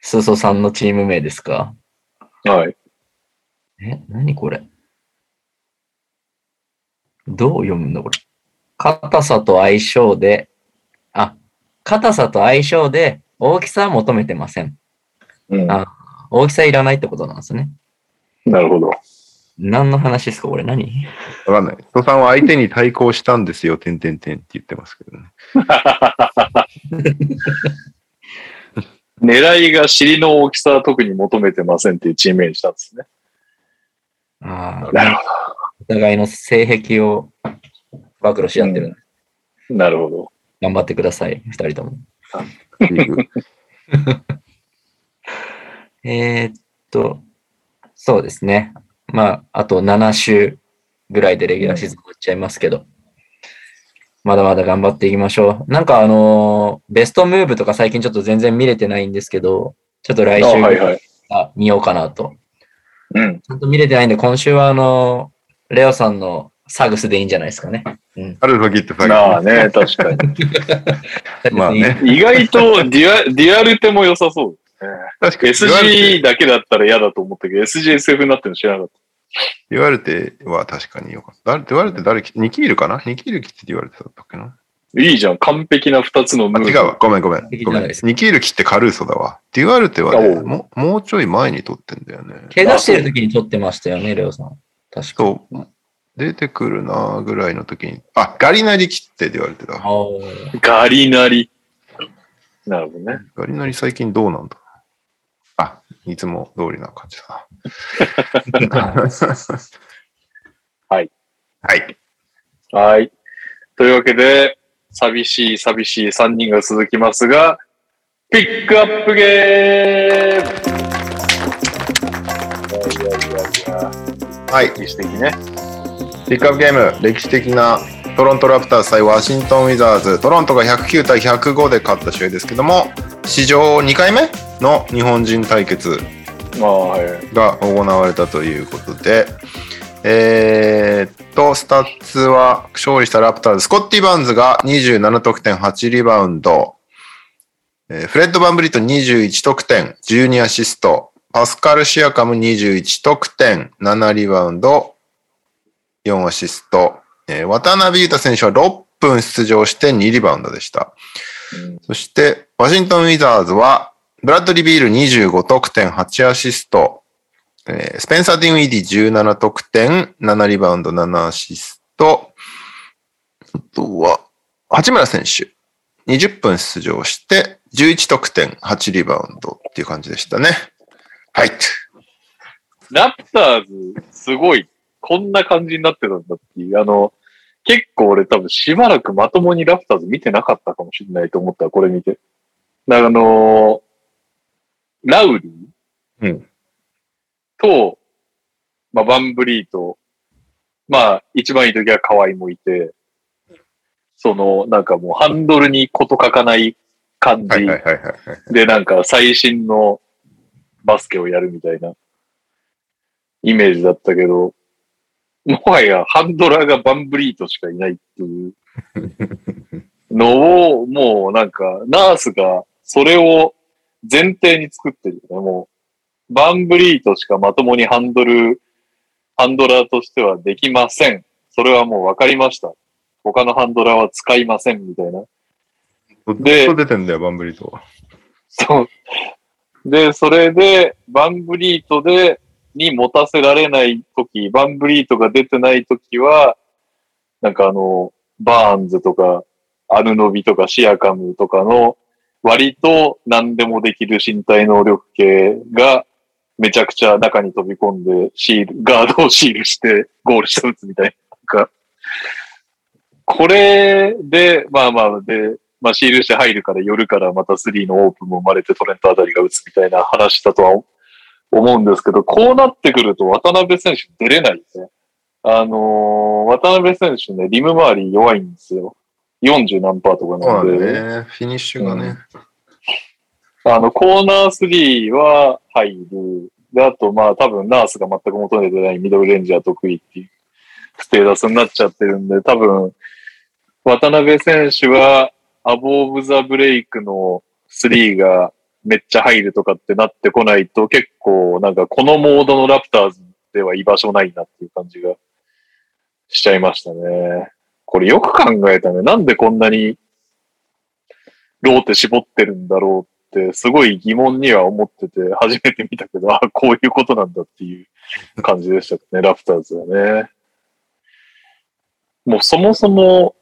Speaker 4: 裾さんのチーム名ですか
Speaker 2: はい。
Speaker 4: え、何これどう読むんだこれ。硬さと相性で、あ、硬さと相性で大きさは求めてません。
Speaker 2: うん
Speaker 4: あ大きさいらないってことなんですね。
Speaker 2: なるほど。
Speaker 4: 何の話ですかこれ何
Speaker 3: わかんない。人さんは相手に対抗したんですよ、てんてんてんって言ってますけどね。
Speaker 2: 狙いが尻の大きさは特に求めてませんっていうチームにしたんですね。
Speaker 4: ああ、
Speaker 2: なるほ
Speaker 4: お互いの性癖を暴露し合ってる、
Speaker 2: ど。なるほど。
Speaker 4: 頑張ってください、二人とも。
Speaker 3: リー グ。
Speaker 4: えーっと、そうですね。まあ、あと7週ぐらいでレギュラーシーズン終わっちゃいますけど、まだまだ頑張っていきましょう。なんかあのーベストムーブとか最近ちょっと全然見れてないんですけど、ちょっと来
Speaker 2: あはい
Speaker 4: 週
Speaker 2: はい。
Speaker 4: あ見ようかなと。
Speaker 2: うん。
Speaker 4: ちゃんと見れてないんで、今週はあのーレオさんのサグスでいいんじゃないですかね。
Speaker 3: あるフギットフ
Speaker 2: まあね、確か
Speaker 3: まあね。
Speaker 2: に。意外とディアディアルテも良さそう。
Speaker 3: 確かに言われて
Speaker 2: SG だけだったら嫌だと思ったけど、SGSF になってるの知らなかっ
Speaker 3: 言われては確かによかった。誰言われて誰き、ニキールかなニキールきって言われてたっけな
Speaker 2: た。いいじゃん。完璧な二つのム
Speaker 3: あ、
Speaker 2: ーブ。
Speaker 3: 違うわ。ごめんごめん。
Speaker 4: 敵じ
Speaker 3: ご
Speaker 4: ゃな
Speaker 3: め
Speaker 4: い
Speaker 3: ん
Speaker 4: です
Speaker 3: ニキール切ってカルーソだわ。デュアルテは
Speaker 2: お
Speaker 3: ね
Speaker 2: う
Speaker 3: も、もうちょい前に取ってんだよね。
Speaker 4: 怪我してる時に撮ってましたよね、レオさん。確か。
Speaker 3: そう。出てくるなぐらいの時に。あ、ガリナリ切ってデュアルテだ。
Speaker 4: あ ー
Speaker 2: ガリナリ。なるほどね。
Speaker 3: ガリナリ最近どうなんだあ、いつも通りな感じだな。
Speaker 2: はい。
Speaker 3: はい。
Speaker 2: はい。というわけで、寂しい寂しい3人が続きますが、ピックアップゲームいやいやいや
Speaker 3: はい。
Speaker 2: いや、指摘ね。
Speaker 3: ピックアップゲーム、歴史的なトロントラプターズ対ワシントンウィザーズ、トロントが109対105で勝った試合ですけども、史上2回目の日本人対決
Speaker 2: まあ、はい。
Speaker 3: が行われたということで、えーっと、スタッツは勝利したラプターズ、スコッティ・バーンズが27得点8リバウンド、えーフレッド・バンブリット21得点、12アシスト、パスカル・シアカム21得点、7リバウンド、4アシスト、えー渡辺裕太選手は6分出場して2リバウンドでした。そして、ワシントン・ウィザーズは、ブラッドリー・ビール25得点、8アシスト、えースペンサー・ディン・ウィディ17得点、7リバウンド、7アシスト、あとは、八村選手、20分出場して、11得点、8リバウンドっていう感じでしたね。はい。
Speaker 2: ラプターズ、すごい。こんな感じになってたんだっていう。あの、結構俺多分しばらくまともにラプターズ見てなかったかもしれないと思ったら、これ見て。だからあのーラウリー
Speaker 3: うん。
Speaker 2: と、まあ、バンブリーと、まあ、一番いい時は河合もいて、その、なんかもうハンドルにこと書かない感
Speaker 3: はい
Speaker 2: じ
Speaker 3: はいはいはい。
Speaker 2: で、なんか最新のバスケをやるみたいなイメージだったけど、もはやハンドラーがバンブリートしかいないっていうのを、もうなんか、ナースがそれを前提に作ってるよね。もう、バンブリートしかまともにハンドル、ハンドラーとしてはできません。それはもうわかりました。他のハンドラーは使いませんみたいな。
Speaker 3: ずっと
Speaker 2: で
Speaker 3: 出てんだよ、バンブリートは。
Speaker 2: そう。で、それで、バンブリートで、に持たせられないとき、バンブリートが出てないときは、なんかあの、バーンズとか、アルノビとかシアカムとかの、割と何でもできる身体能力系が、めちゃくちゃ中に飛び込んで、シール、ガードをシールして、ゴールした打つみたいな。なんか、これで、まあまあ、で、まあ、シールして入るから、夜からまた3のオープンも生まれて、トレントあたりが打つみたいな話だとは思うんですけど、こうなってくると渡辺選手出れないですね。あのー渡辺選手ね、リム周り弱いんですよ。40何パーとか
Speaker 3: そ
Speaker 2: な
Speaker 3: うんなん
Speaker 2: で。
Speaker 3: だね。フィニッシュがね。
Speaker 2: あの、コーナー3は入る。で、あと、まあ、多分、ナースが全く求めてないミドルレンジャー得意っていうステータスになっちゃってるんで、多分、渡辺選手は、アボーブザブレイクの3がめっちゃ入るとかってなってこないと、結構、なんか、このモードのラプターズでは居場所ないなっていう感じがしちゃいましたね。これよく考えたね。なんでこんなに、ローテ絞ってるんだろうって、すごい疑問には思ってて、初めて見たけど、あこういうことなんだっていう感じでしたね、 ラプターズはね。もうそもそも、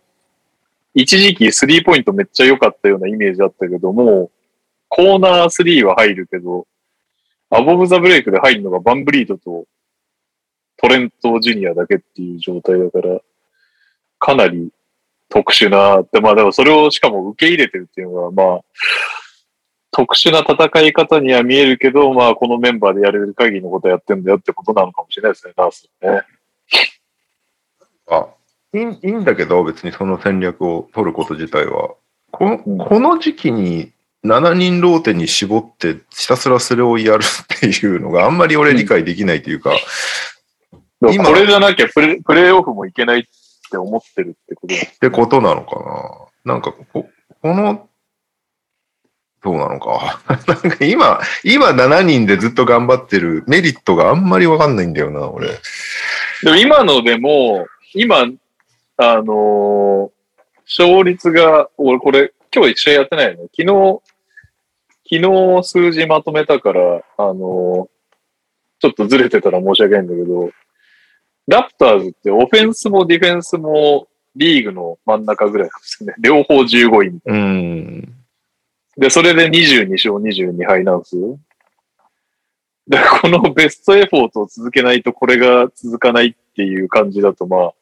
Speaker 2: 一時期スリーポイントめっちゃ良かったようなイメージだったけども、コーナー3は入るけど、アボブ・ザ・ブレイクで入るのがバンブリートとトレント・ジュニアだけっていう状態だから、かなり特殊な、でまあでもそれをしかも受け入れてるっていうのが、まあ、特殊な戦い方には見えるけど、まあこのメンバーでやれる限りのことやってんだよってことなのかもしれないですね、ナースね。
Speaker 3: あいいいいんだけど、別にその戦略を取ること自体は。この
Speaker 2: うん
Speaker 3: この時期に7人ローテに絞って、ひたすらそれをやるっていうのがあんまり俺理解できないというか、
Speaker 2: でも
Speaker 3: 今
Speaker 2: これじゃなきゃプレプレイオフもいけないって思ってるってことです
Speaker 3: ってことなのかななんかこ、この、そうなのか。 なんか今、今7人でずっと頑張ってるメリットがあんまりわかんないんだよな、俺。
Speaker 2: でも今のでも、今、あのー勝率が、俺これ、今日一試合やってないよね。昨日、昨日数字まとめたから、あのーちょっとずれてたら申し訳ないんだけど、ラプターズってオフェンスもディフェンスもリーグの真ん中ぐらいなんですよね。両方15位みたいな
Speaker 3: うん。
Speaker 2: で、それで22勝22敗なんですよ。だからこのベストエフォートを続けないとこれが続かないっていう感じだと、まあ、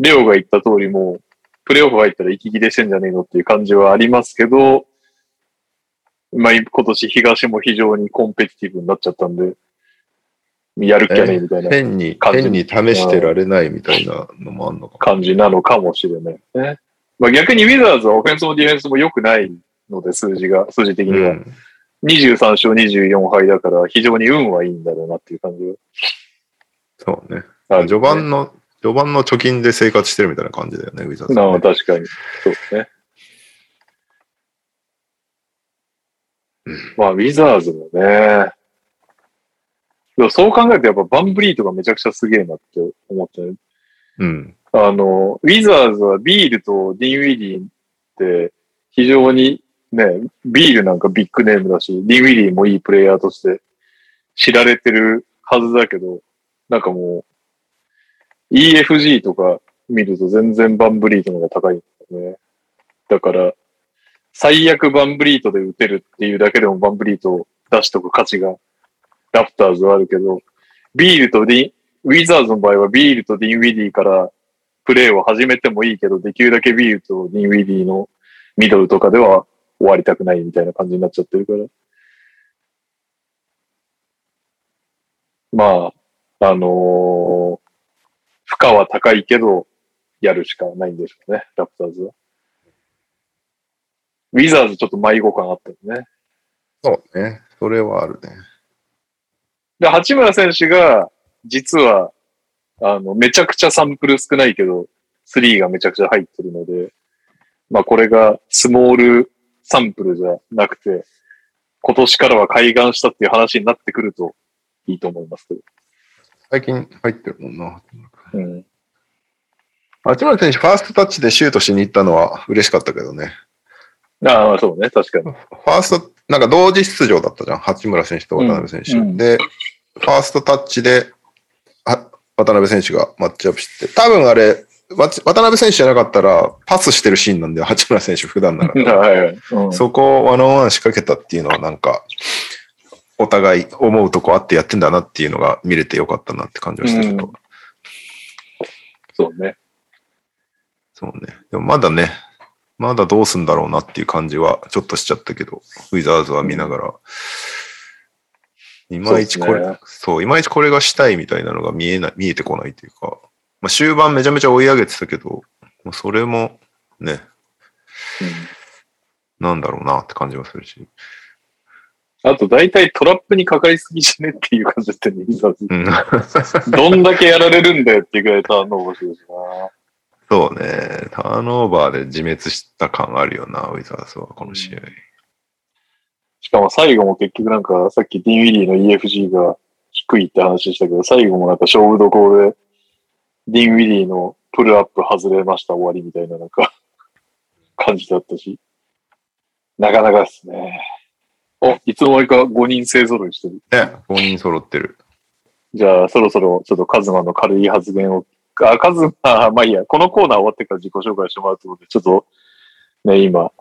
Speaker 2: レオが言った通りもう、プレイオフ入ったら息切れしてんじゃねえのっていう感じはありますけど、まあ今年東も非常にコンペティティブになっちゃったんで、やるっきゃねえみたいな
Speaker 3: 変に、
Speaker 2: 感じ
Speaker 3: 変に試してられないみたいなのもあんのか。
Speaker 2: 感じなのかもしれないね。まあ逆にウィザーズはオフェンスもディフェンスも良くないので、数字が、数字的
Speaker 3: う
Speaker 2: には。
Speaker 3: ん。
Speaker 2: 23勝24敗だから、非常に運はいいんだろうなっていう感じ
Speaker 3: そうね。
Speaker 2: がある、
Speaker 3: 序盤の、序盤の貯金で生活してるみたいな感じだよね、ウィザーズね
Speaker 2: なあ確かに。そうですね。まあ、ウィザーズもね。でもそう考えると、やっぱバンブリートがめちゃくちゃすげえなって思ったね
Speaker 3: うん。
Speaker 2: あの、ウィザーズはビールとディンウィリーって非常にね、ビールなんかビッグネームだし、ディンウィリーもいいプレイヤーとして知られてるはずだけど、なんかもう、EFG とか見ると全然バンブリートの方が高いんだよね。だから、最悪バンブリートで打てるっていうだけでもバンブリートを出しとく価値がラプターズはあるけど、ビールとディン、ウィザーズの場合はビールとディンウィリーからプレーを始めてもいいけど、できるだけビールとディンウィディのミドルとかでは終わりたくないみたいな感じになっちゃってるから。まあ、あのー負荷は高いけど、やるしかないんでしょうね、ラプターズは。ウィザーズちょっと迷子感あったよね。
Speaker 3: そうね。それはあるね。
Speaker 2: で、八村選手が、実は、あの、めちゃくちゃサンプル少ないけど、スリーがめちゃくちゃ入ってるので、まあこれがスモールサンプルじゃなくて、今年からは開眼したっていう話になってくるといいと思いますけど。
Speaker 3: 最近入ってるもんな。
Speaker 2: うん。
Speaker 3: 八村選手、ファーストタッチでシュートしに行ったのは嬉しかったけどね。
Speaker 2: ああ、そうね、確かに。
Speaker 3: ファースト、なんか同時出場だったじゃん。八村選手と渡辺選手。
Speaker 2: うんうん
Speaker 3: で、ファーストタッチで、あ渡辺選手がマッチアップして、多分あれ、わち渡辺選手じゃなかったら、パスしてるシーンなんだよ、八村選手、普段な ら。
Speaker 2: はいはい。うん
Speaker 3: そこをワンオンワン仕掛けたっていうのは、なんか、お互い思うとこあってやってんだなっていうのが見れてよかったなって感じはしたけど、
Speaker 2: うそうね。
Speaker 3: そうね。でもまだね、まだどうすんだろうなっていう感じはちょっとしちゃったけど、ウィザーズは見ながら、いまいちこれ、
Speaker 2: そう
Speaker 3: そう,、
Speaker 2: ですね
Speaker 3: いまいちこれがしたいみたいなのが見えない、見えてこないというか、まあ、終盤めちゃめちゃ追い上げてたけど、まあそれもね、なんだろうなって感じもするし、
Speaker 2: うんあと、大体トラップにかかりすぎじゃねっていう感じだったね、ウィザーズ
Speaker 3: うん、
Speaker 2: どんだけやられるんだよっていうぐらいターンオーバーしてるしな。
Speaker 3: そうね、ターンオーバーで自滅した感あるよな、ウィザーズは、この試合。
Speaker 2: しかも最後も結局なんか、さっきディンウィリーの EFG が低いって話でしたけど、最後もなんか勝負どころで、ディンウィリーのプルアップ外れました終わりみたいななんか、感じだったし。なかなかですね。お、いつの間にか5人勢揃いしてる。
Speaker 3: ね、5人揃ってる。
Speaker 2: じゃあ、そろそろちょっとカズマの軽い発言を、あ、カズマ、 まあいいや、このコーナー終わってから自己紹介してもらうってことで、ちょっと、ね、今、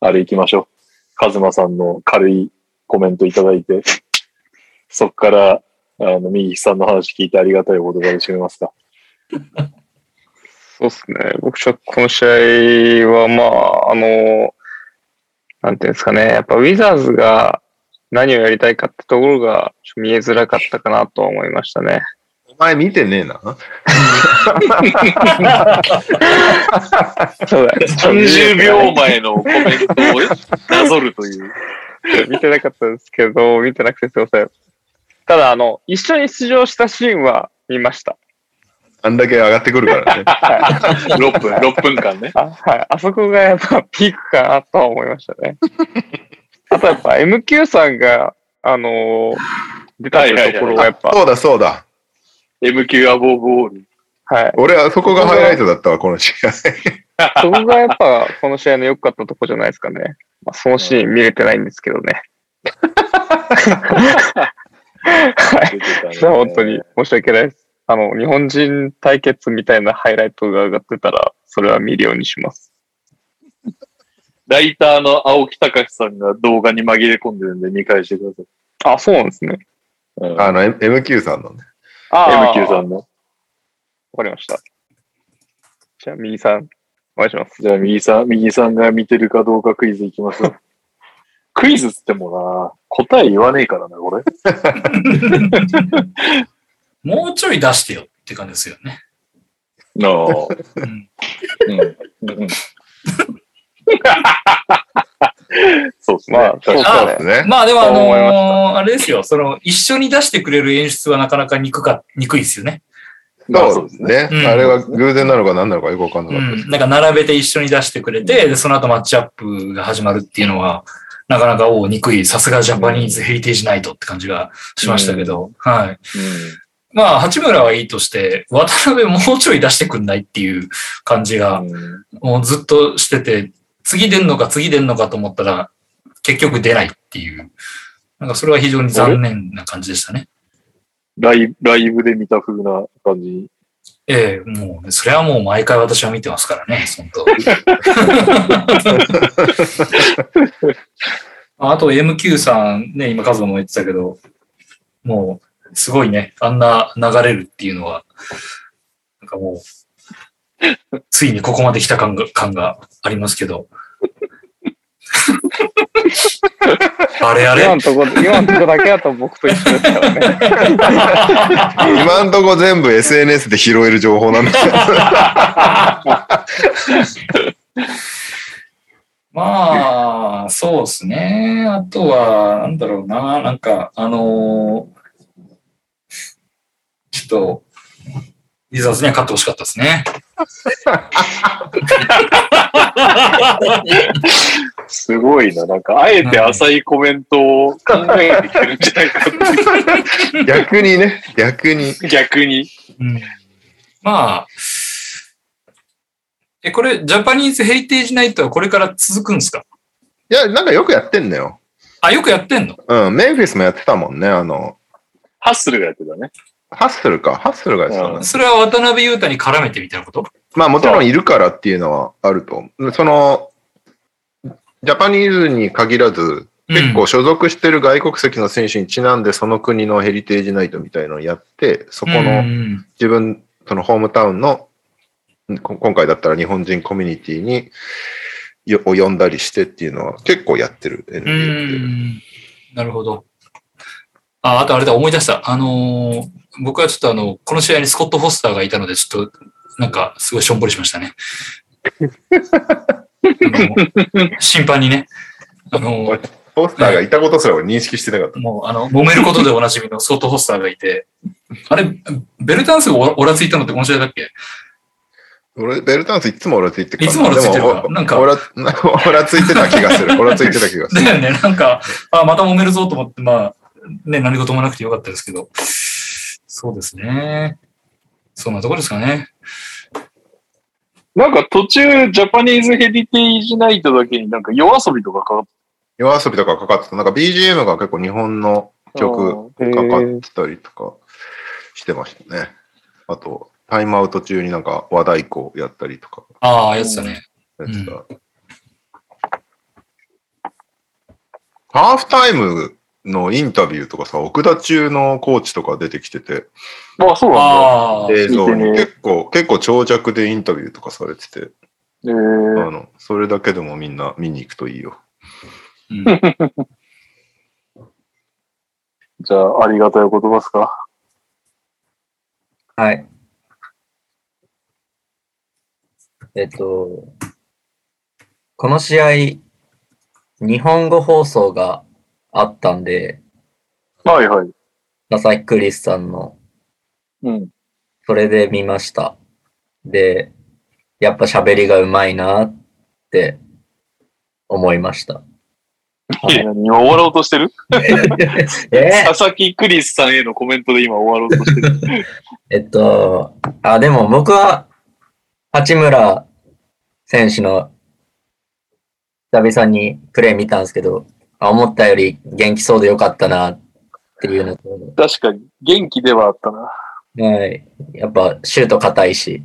Speaker 2: あれ行きましょう。カズマさんの軽いコメントいただいて、そこから、あの、右さんの話聞いてありがたいお言葉で締めますか。
Speaker 6: そうですね。僕ちょっとこの試合は、まあ、あの、なんていうんですかね。やっぱウィザーズが何をやりたいかってところがちょっと見えづらかったかなとは思いました ね。
Speaker 3: お前見てねえな。
Speaker 6: そうだよ。
Speaker 2: 30秒前のコメントをなぞると いう。
Speaker 6: 見てなかったですけど、見てなくてすいません。ただ、あの、一緒に出場したシーンは見ました。
Speaker 3: あんだけ上がってくるからね。
Speaker 2: 6分、6分間ね。
Speaker 6: あはい。あそこがやっぱピークかなとは思いました ね。あとやっぱ MQ さんが、あのー出たっていうところがやっぱ、
Speaker 3: そうだそうだ。
Speaker 2: MQ アボーボール。
Speaker 6: はい。
Speaker 3: 俺はそこがハイライトだったわ、この試合。
Speaker 6: そこがやっぱこの試合の良かったとこじゃないですかね。まあ、そのシーン見れてないんですけどね。はい。
Speaker 2: 出てたね
Speaker 6: それ は本当に。申し訳ないです。あの、日本人対決みたいなハイライトが上がってたら、それは見るようにします。
Speaker 2: ライターの青木隆さんが動画に紛れ込んでるんで見返してください。
Speaker 6: あ、そうなんですね。
Speaker 2: うん
Speaker 3: あの、M- MQ さんのね。
Speaker 6: あ
Speaker 2: MQ さ
Speaker 6: わ
Speaker 2: んの。
Speaker 6: かりました。じゃあ、右さん、お願いします。
Speaker 2: じゃあ、右さん、右さんが見てるかどうかクイズいきます。クイズっつってもな、答え言わねえからな、これ。
Speaker 1: もうちょい出してよって感じですよね。
Speaker 2: No.
Speaker 1: うん
Speaker 2: そうですね。
Speaker 6: まあ、そう
Speaker 2: 確か
Speaker 6: ですね。
Speaker 3: ね。
Speaker 1: まあでもあ
Speaker 6: そう思いまし
Speaker 1: のーあれですよ、その、一緒に出してくれる演出はなかなかにくか、にくいですよね。
Speaker 2: まあ
Speaker 3: そ
Speaker 2: そうう
Speaker 3: で
Speaker 2: ですす
Speaker 3: ね。
Speaker 1: うん
Speaker 3: あれが偶然なのか何なのかよくわかんな
Speaker 1: う
Speaker 3: かったです。
Speaker 1: ん。なんか並べて一緒に出してくれて、で、その後マッチアップが始まるっていうのは、なかなか、おう、憎い、さすがジャパニーズヘリテージナイトって感じがしましたけど、はい。まあ、八村はいいとして、渡辺もうちょい出してくんないっていう感じが、
Speaker 2: うんうん
Speaker 1: もうずっとしてて、次出んのか次出んのかと思ったら、結局出ないっていう。なんかそれは非常に残念な感じでしたね。
Speaker 2: ライブライブで見た風な感じに。
Speaker 1: ええもうね、それはもう毎回私は見てますからね、本当。あと MQ さんね、今カズマも言ってたけど、もう、すごいね、あんな流れるっていうのは、なんかもう、ついにここまで来た感が感がありますけど。あれあれ
Speaker 6: 今のとこ、 今のとこだけだと僕と一緒ですからね。
Speaker 3: 今んとこ全部 SNS で拾える情報なんだけど
Speaker 1: まあ、そうですね。あとは、なんだろうな。なんか、あのーちょっと、リザーズには勝ってほしかったですね。
Speaker 2: すごいな。なんか、あえて浅いコメントを考えてきてるんじゃないかっ
Speaker 3: 逆にね、逆に。
Speaker 2: て。逆に。
Speaker 1: うん、まあ、え、これ、ジャパニーズヘリテージナイトはこれから続くんですか
Speaker 3: いや、なんかよくやってんのよ。
Speaker 1: あ、よくやってんの
Speaker 3: うん、メンフィスもやってたもんね。あの、
Speaker 2: ハッスルがやってたね。
Speaker 3: ハッスルか。ハッスルがやってたね。
Speaker 1: それは渡辺裕太に絡めてみたいなこと
Speaker 3: まあもちろんいるからっていうのはあると思う。その、ジャパニーズに限らず、結構所属してる外国籍の選手にちなんで、その国のヘリテージナイトみたいのをやって、そこ
Speaker 1: うんう
Speaker 3: の
Speaker 1: ん
Speaker 3: 自分、そのホームタウンの、こ今回だったら日本人コミュニティに、よを呼んだりしてっていうのは結構やってる
Speaker 1: う
Speaker 3: NBA って。
Speaker 1: ん。なるほど。あ、あとあれだ、思い出した。あのー僕はちょっとあの、この試合にスコット・フォスターがいたので、ちょっと、なんか、すごいしょんぼりしましたね。あの審判にね。あのー
Speaker 3: ポスターがいたことすら俺認識してなかった。
Speaker 1: もう、あの、揉めることでおなじみのスコット・フォスターがいて、あれ、ベルタンスがおおらついたのってこの試合だっけ
Speaker 3: 俺、ベルタンスいつもオラついて
Speaker 1: いつもオラついてるからなんか
Speaker 3: オラ、なんか オラついてた気がする。オラついてた気がする。
Speaker 1: だよね、なんか、あ、また揉めるぞと思って、まあ、ね、何事もなくてよかったですけど。そうですね。そんなところですかね。
Speaker 2: なんか途中、ジャパニーズヘリテージナイトだけになんか夜遊びとかかかっ
Speaker 3: 夜遊びとかかかってた。なんか BGM が結構日本の曲
Speaker 6: へ
Speaker 3: かか
Speaker 6: ー
Speaker 3: ってたりとかしてましたね。あと、タイムアウト中になんか和太鼓やったりとか
Speaker 1: ああ、やつだね。
Speaker 3: やってた。ハーフタイムのインタビューとかさ、奥田中のコーチとか出てきてて、
Speaker 2: あ、そうなんだ。
Speaker 1: ああ、
Speaker 3: 映像に
Speaker 2: 見てね
Speaker 3: 結構、結構長尺でインタビューとかされてて、
Speaker 2: え
Speaker 3: あ
Speaker 2: ー、
Speaker 3: の、それだけでもみんな見に行くといいよ。
Speaker 1: うん
Speaker 2: じゃあ、ありがたいお言葉ですか。
Speaker 4: はい。えっと、この試合、日本語放送があったんで、
Speaker 2: はいはい。
Speaker 4: 朝日クリスさんの、
Speaker 2: うん。
Speaker 4: それで見ました。で、やっぱ喋りがうまいなって思いま した。
Speaker 2: いや今終わろうとしてる
Speaker 4: え
Speaker 2: 佐々木クリスさんへのコメントで今終わろうとしてる。
Speaker 4: えっと、あ、でも僕は、八村選手の久々にプレー見たんですけど、あ思ったより元気そうでよかったなっていうのと、
Speaker 2: 確かに、元気ではあったな。
Speaker 4: はい、やっぱシュート硬いし、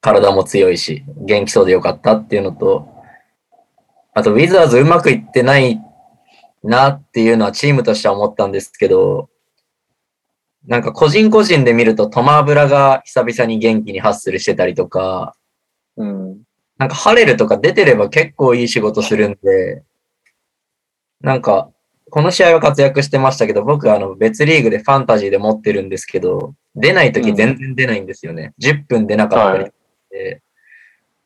Speaker 4: 体も強いし、元気そうでよかったっていうのと、あとウィザーズうまくいってないなっていうのはチームとしては思ったんですけど、なんか個人個人で見るとトマブラが久々に元気にハッスルしてたりとか、
Speaker 2: うん。
Speaker 4: なんかハレルとか出てれば結構いい仕事するんで、なんかこの試合は活躍してましたけど、僕あの別リーグでファンタジーで持ってるんですけど、出ない時全然出ないんですよね。10分出なかったりして、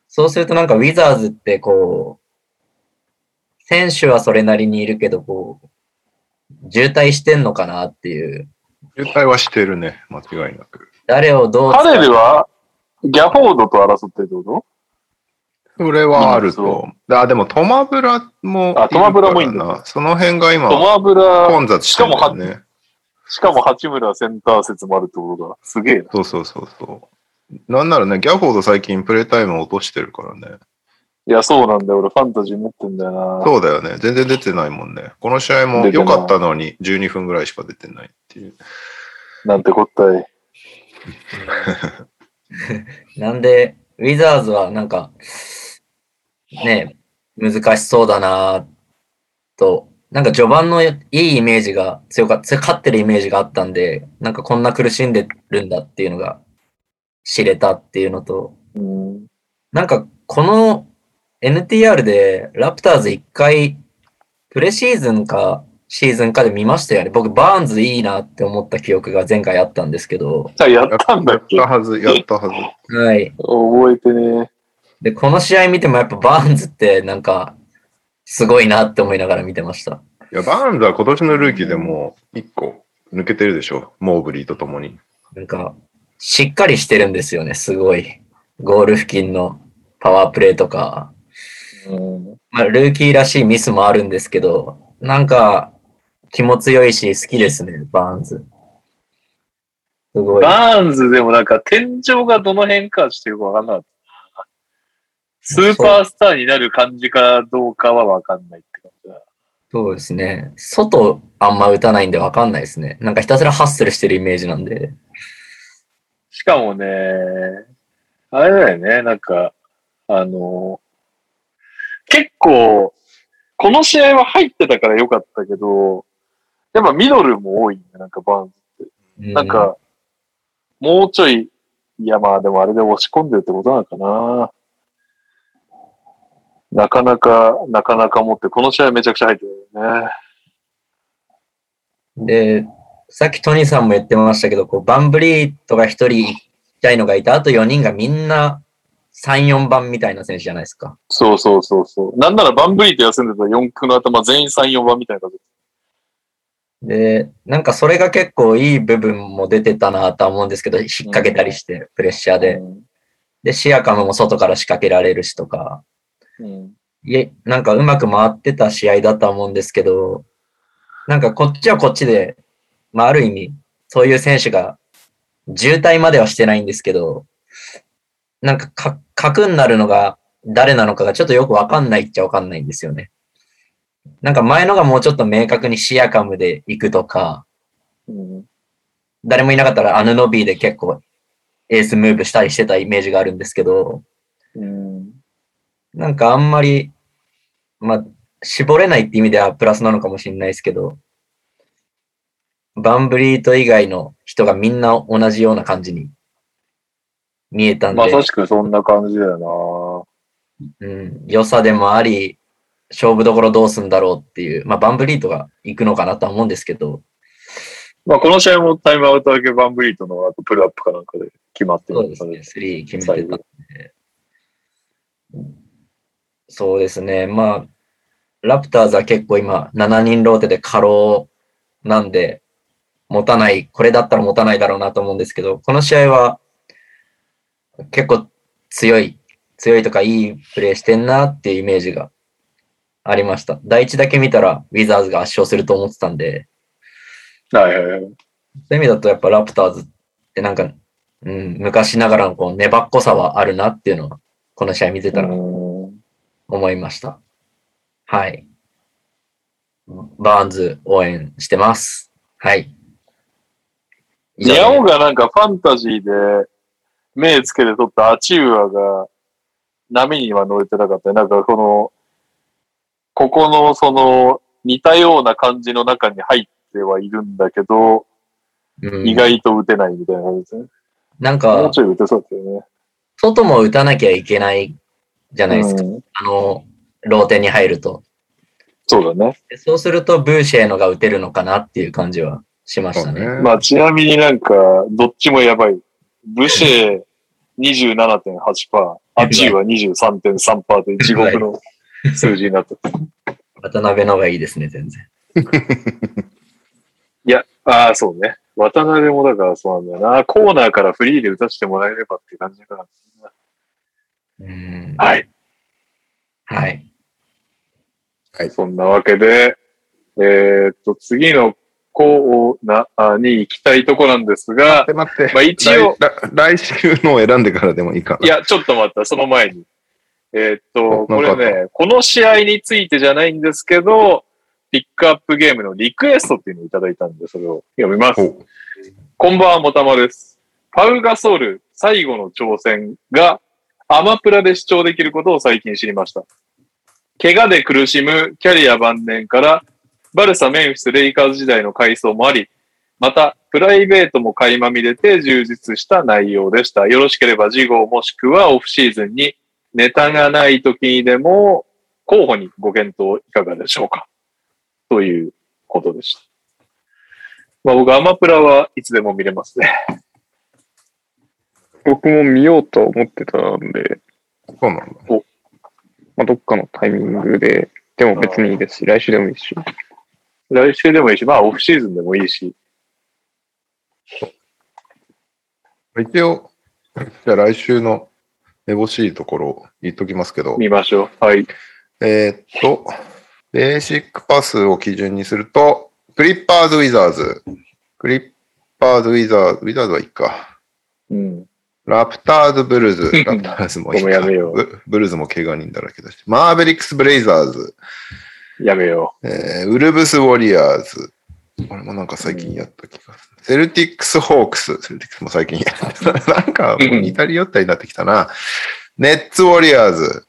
Speaker 4: そうするとなんかウィザーズってこう、選手はそれなりにいるけど、こう、渋滞してんのかなっていう。
Speaker 3: 渋滞はしてるね、間違いなく。
Speaker 4: 誰をどう使
Speaker 2: ハ
Speaker 4: う
Speaker 2: レルは、ギャフォードと争ってるってこ
Speaker 3: それはある
Speaker 2: うん
Speaker 3: と。あ、でもトマブラもいるからな、
Speaker 2: あトマブラもいいんだ
Speaker 3: その辺が
Speaker 2: と
Speaker 3: 今
Speaker 2: ト、マブラ、
Speaker 3: 混雑してるんだよね。
Speaker 2: しかも八村センター説もあるってことだ。すげえな。
Speaker 3: そうそうそうそう。なんならね、ギャフォード最近プレイタイム落としてるからね。
Speaker 2: いや、そうなんだよ。俺ファンタジー持ってんだよな。
Speaker 3: そうだよね。全然出てないもんね。この試合も
Speaker 2: 出てな
Speaker 3: 良
Speaker 2: い
Speaker 3: かったのに12分ぐらいしか出てないっていう。
Speaker 2: なんてこったい。
Speaker 4: なんで、ウィザーズはなんか、ねえ、難しそうだなと、なんか序盤のいいイメージが強かった、勝ってるイメージがあったんで、なんかこんな苦しんでるんだっていうのが知れたっていうのと、
Speaker 2: うん。
Speaker 4: なんかこの NTR でラプターズ一回プレシーズンかシーズンかで見ましたよね。僕バーンズいいなって思った記憶が前回あったんですけど、
Speaker 2: じゃあやっ
Speaker 3: やった
Speaker 2: んだっけ
Speaker 3: たはず、やったはず。
Speaker 4: はい。
Speaker 2: 覚えてね
Speaker 4: で、この試合見てもやっぱバーンズってなんか、すごいなって思いながら見てました。
Speaker 3: いや、バーンズは今年のルーキーでもう1個抜けてるでしょ。モーブリーと共に。
Speaker 4: なんか、しっかりしてるんですよね、すごい。ゴール付近のパワープレイとか、
Speaker 2: うん。
Speaker 4: まあ、ルーキーらしいミスもあるんですけど、なんか、気も強いし好きですね、バーンズ。すごい。
Speaker 2: バーンズでもなんか天井がどの辺かしてよくわかんなかった。スーパースターになる感じかどうかはわかんないって感じだ。
Speaker 4: そうですね。外あんま打たないんでわかんないですね。なんかひたすらハッスルしてるイメージなんで。
Speaker 2: しかもね、あれだよね、なんか、あの、結構、この試合は入ってたから良かったけど、やっぱミドルも多いね、なんかバーンズ。なんか、もうちょい、いやまあでもあれで押し込んでるってことなのかな。なかなか、なかなか持って、この試合めちゃくちゃ入ってるよね。
Speaker 4: で、さっきトニーさんも言ってましたけど、こうバンブリートが一人ちっちゃいのがいて、あと4人がみんな3、4番みたいな選手じゃないですか。
Speaker 2: そうそうそうそう。なんならバンブリーと休んでた4区の頭全員3、4番みたいな感じ。
Speaker 4: で、なんかそれが結構いい部分も出てたなとは思うんですけど、引っ掛けたりして、プレッシャーで。で、シアカムも外から仕掛けられるしとか、
Speaker 2: うん。
Speaker 4: いえ、なんかうまく回ってた試合だとは思うんですけど、なんかこっちはこっちで、まあある意味、そういう選手が、渋滞まではしてないんですけど、なんかか、核になるのが誰なのかがちょっとよくわかんないっちゃわかんないんですよね。なんか前のがもうちょっと明確にシアカムで行くとか、
Speaker 2: うん。
Speaker 4: 誰もいなかったらアヌノビーで結構エースムーブしたりしてたイメージがあるんですけど、
Speaker 2: うん。
Speaker 4: なんかあんまり、まあ、絞れないって意味ではプラスなのかもしれないですけど、バンブリート以外の人がみんな同じような感じに見えたんで、
Speaker 2: まさしくそんな感じだよ
Speaker 4: うん、良さでもあり、勝負どころどうすんだろうっていう、まあ、バンブリートが行くのかなとは思うんですけど、
Speaker 2: なまあ、この試合もタイムアウト明けバンブリートのあとプルアップかなんかで決まって
Speaker 4: そ
Speaker 2: ま
Speaker 4: うですす
Speaker 2: から
Speaker 4: ね、
Speaker 2: ね。
Speaker 4: 3決めてたんで。そうですね、まあ、ラプターズは結構今、7人ローテで過労なんで、持たない、これだったら持たないだろうなと思うんですけど、この試合は結構強い、強いとかいいプレーしてんなっていうイメージがありました。第一だけ見たら、ウィザーズが圧勝すると思ってたんで、
Speaker 2: はいはいはい。
Speaker 4: そういう意味だとやっぱラプターズってなんか、うん、昔ながらのこう粘っこさはあるなっていうのは、この試合見てたら
Speaker 2: うん
Speaker 4: 思いました。はい。バーンズ応援してます。はい。以上
Speaker 2: ニャオがなんかファンタジーで目つけて取ったアチウアが波には乗れてなかったね。なんかこの、ここのその似たような感じの中に入ってはいるんだけど、
Speaker 4: うん
Speaker 2: 意外と打てないみたいな感じですね。
Speaker 4: なん
Speaker 2: もう
Speaker 4: か、
Speaker 2: ちょい打てそうだよね。
Speaker 4: 外も打たなきゃいけないじゃないですか。
Speaker 2: うん
Speaker 4: あの、ローテに入ると。
Speaker 2: そうだね。
Speaker 4: でそうすると、ブーシェーノが打てるのかなっていう感じはしまし
Speaker 3: そ
Speaker 4: た
Speaker 3: うね
Speaker 4: ね。。
Speaker 2: まあ、ちなみになんか、どっちもやばい。ブシェ27.8%、アチーは23.3%と一獄の数字になった。
Speaker 4: 渡辺の方がいいですね、全然。
Speaker 2: いや、ああ、そうね。渡辺もだからそうなんだよな。コーナーからフリーで打たせてもらえればって感じだか
Speaker 4: うん
Speaker 2: ら。はい。
Speaker 4: はい。
Speaker 2: そんなわけで、えーっと、次のコーナーに行きたいとこなんですが、
Speaker 3: で、待って。
Speaker 2: まあ一応
Speaker 3: 来。来来週のを選んでからでもいいかな。
Speaker 2: いや、ちょっと待った、その前に。えーっと、
Speaker 3: な
Speaker 2: こ
Speaker 3: んかあ
Speaker 2: れ
Speaker 3: った
Speaker 2: ね、この試合についてじゃないんですけど、ピックアップゲームのリクエストっていうのをいただいたんで、それを読みます。
Speaker 3: ほ
Speaker 2: こんばんは、もたまです。パウガソール最後の挑戦がアマプラで視聴できることを最近知りました。怪我で苦しむキャリア晩年からバルサ、メンフィス、レイカーズ時代の回想もあり、またプライベートも垣間見れて充実した内容でした。よろしければ次号もしくはオフシーズンにネタがない時にでも候補にご検討いかがでしょうかということでした。まあ僕、アマプラはいつでも見れますね。
Speaker 6: 僕も見ようと思ってたんで、
Speaker 3: うそうなんだ。
Speaker 6: まあ、どっかのタイミングで、でも別にいいですし、来週でもいいですし。
Speaker 2: 来週でもいいし、まあオフシーズンでもいいし。
Speaker 3: 一応、じゃあ来週のめぼしいところを言っときますけど、
Speaker 2: 見ましょう。はい。
Speaker 3: えーっと、ベーシックパスを基準にすると、クリッパーズ・ウィザーズ、クリッパーズ・ウィザーズ、ウィザーズはいいか。
Speaker 2: うん。
Speaker 3: ラプターズ・ブル ーズ、ラプターズもいい
Speaker 2: ごめん
Speaker 3: か。
Speaker 2: やめよう
Speaker 3: ブブルーズも怪我人だらけだし、マーベリックス・ブレイザーズ、
Speaker 2: やめよ
Speaker 3: えーウルブス・ウォリアーズ。これもなんか最近やった気がする。セルティックス・ホークス。セルティックスも最近や った。なんかもう似たり寄ったりになってきたな。ネッツ・ウォリアーズ、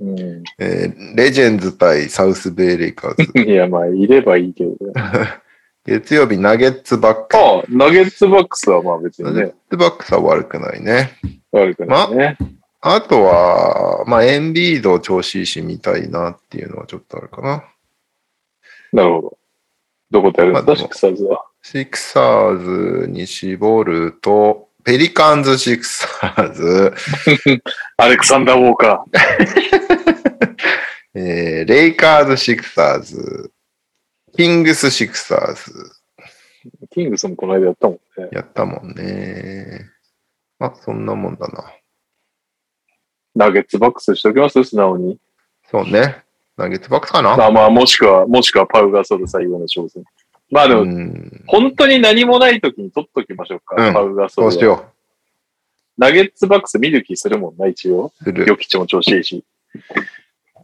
Speaker 2: う。う
Speaker 3: えーレジェンズ対サウスベイ・レイカーズ。
Speaker 2: ん。いや、まあ、いればいいけどね。
Speaker 3: 月曜日、ナゲッツ・バックス。
Speaker 2: ああ、ナゲッツバックスはまあ別
Speaker 3: ナ
Speaker 2: に
Speaker 3: ゲ
Speaker 2: ね
Speaker 3: ッ、ツ・バックスは悪くないね。
Speaker 2: 悪くないね。
Speaker 3: あとは、まあ、エンビード調子いいし見たいなっていうのはちょっとあるかな。
Speaker 2: なるほど。どことやるん
Speaker 3: まあ
Speaker 2: だ、シクサーズは。
Speaker 3: シクサーズに絞ると、ペリカンズ・シクサーズ、
Speaker 2: アレクサンダー・ウォーカー。
Speaker 3: えーレイカーズ・シクサーズ、キングス・シクサーズ、
Speaker 2: キングスもこの間やったもんね。
Speaker 3: やったもんね。まあ、そんなもんだな。
Speaker 2: ナゲッツバックスしておきます素直に。
Speaker 3: そうね。ナゲッツ・バックスか
Speaker 2: ま
Speaker 3: な
Speaker 2: あまあ、もしくは、もしくはパウガソル最後の挑戦。まあで
Speaker 3: う
Speaker 2: も、
Speaker 3: ん。
Speaker 2: 本当に何もない時に取っときましょうか、
Speaker 3: うん
Speaker 2: パウガソル
Speaker 3: そ
Speaker 2: は。
Speaker 3: うしよ
Speaker 2: ナゲッツバックス見る気するもんな、一応。
Speaker 3: う。する。
Speaker 2: ヨキッチも調子いいし。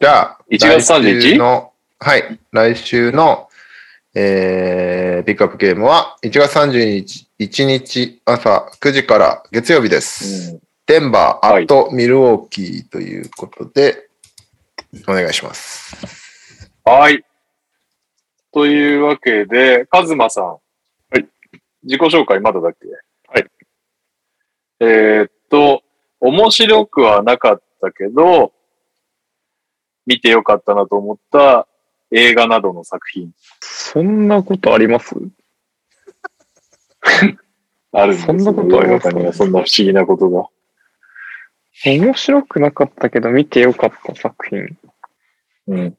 Speaker 3: じゃあ、
Speaker 2: 1月31
Speaker 3: 来週の、はい、来週の、えー、ピックアップゲームは、1月31日1日朝9時から月曜日です。デンバー、ア
Speaker 2: はい
Speaker 3: ット、ミルウォーキーということで、お願いします。
Speaker 2: はい。というわけで、カズマさん。はい。自己紹介まだだっけはい。えーっと、面白くはなかったけど、見てよかったなと思った映画などの作品
Speaker 6: そんなことあります
Speaker 2: あるんですよ
Speaker 6: そんなことありますか
Speaker 2: 世の中にはそんな不思議なことが。
Speaker 6: 面白くなかったけど見てよかった作品。
Speaker 2: うん。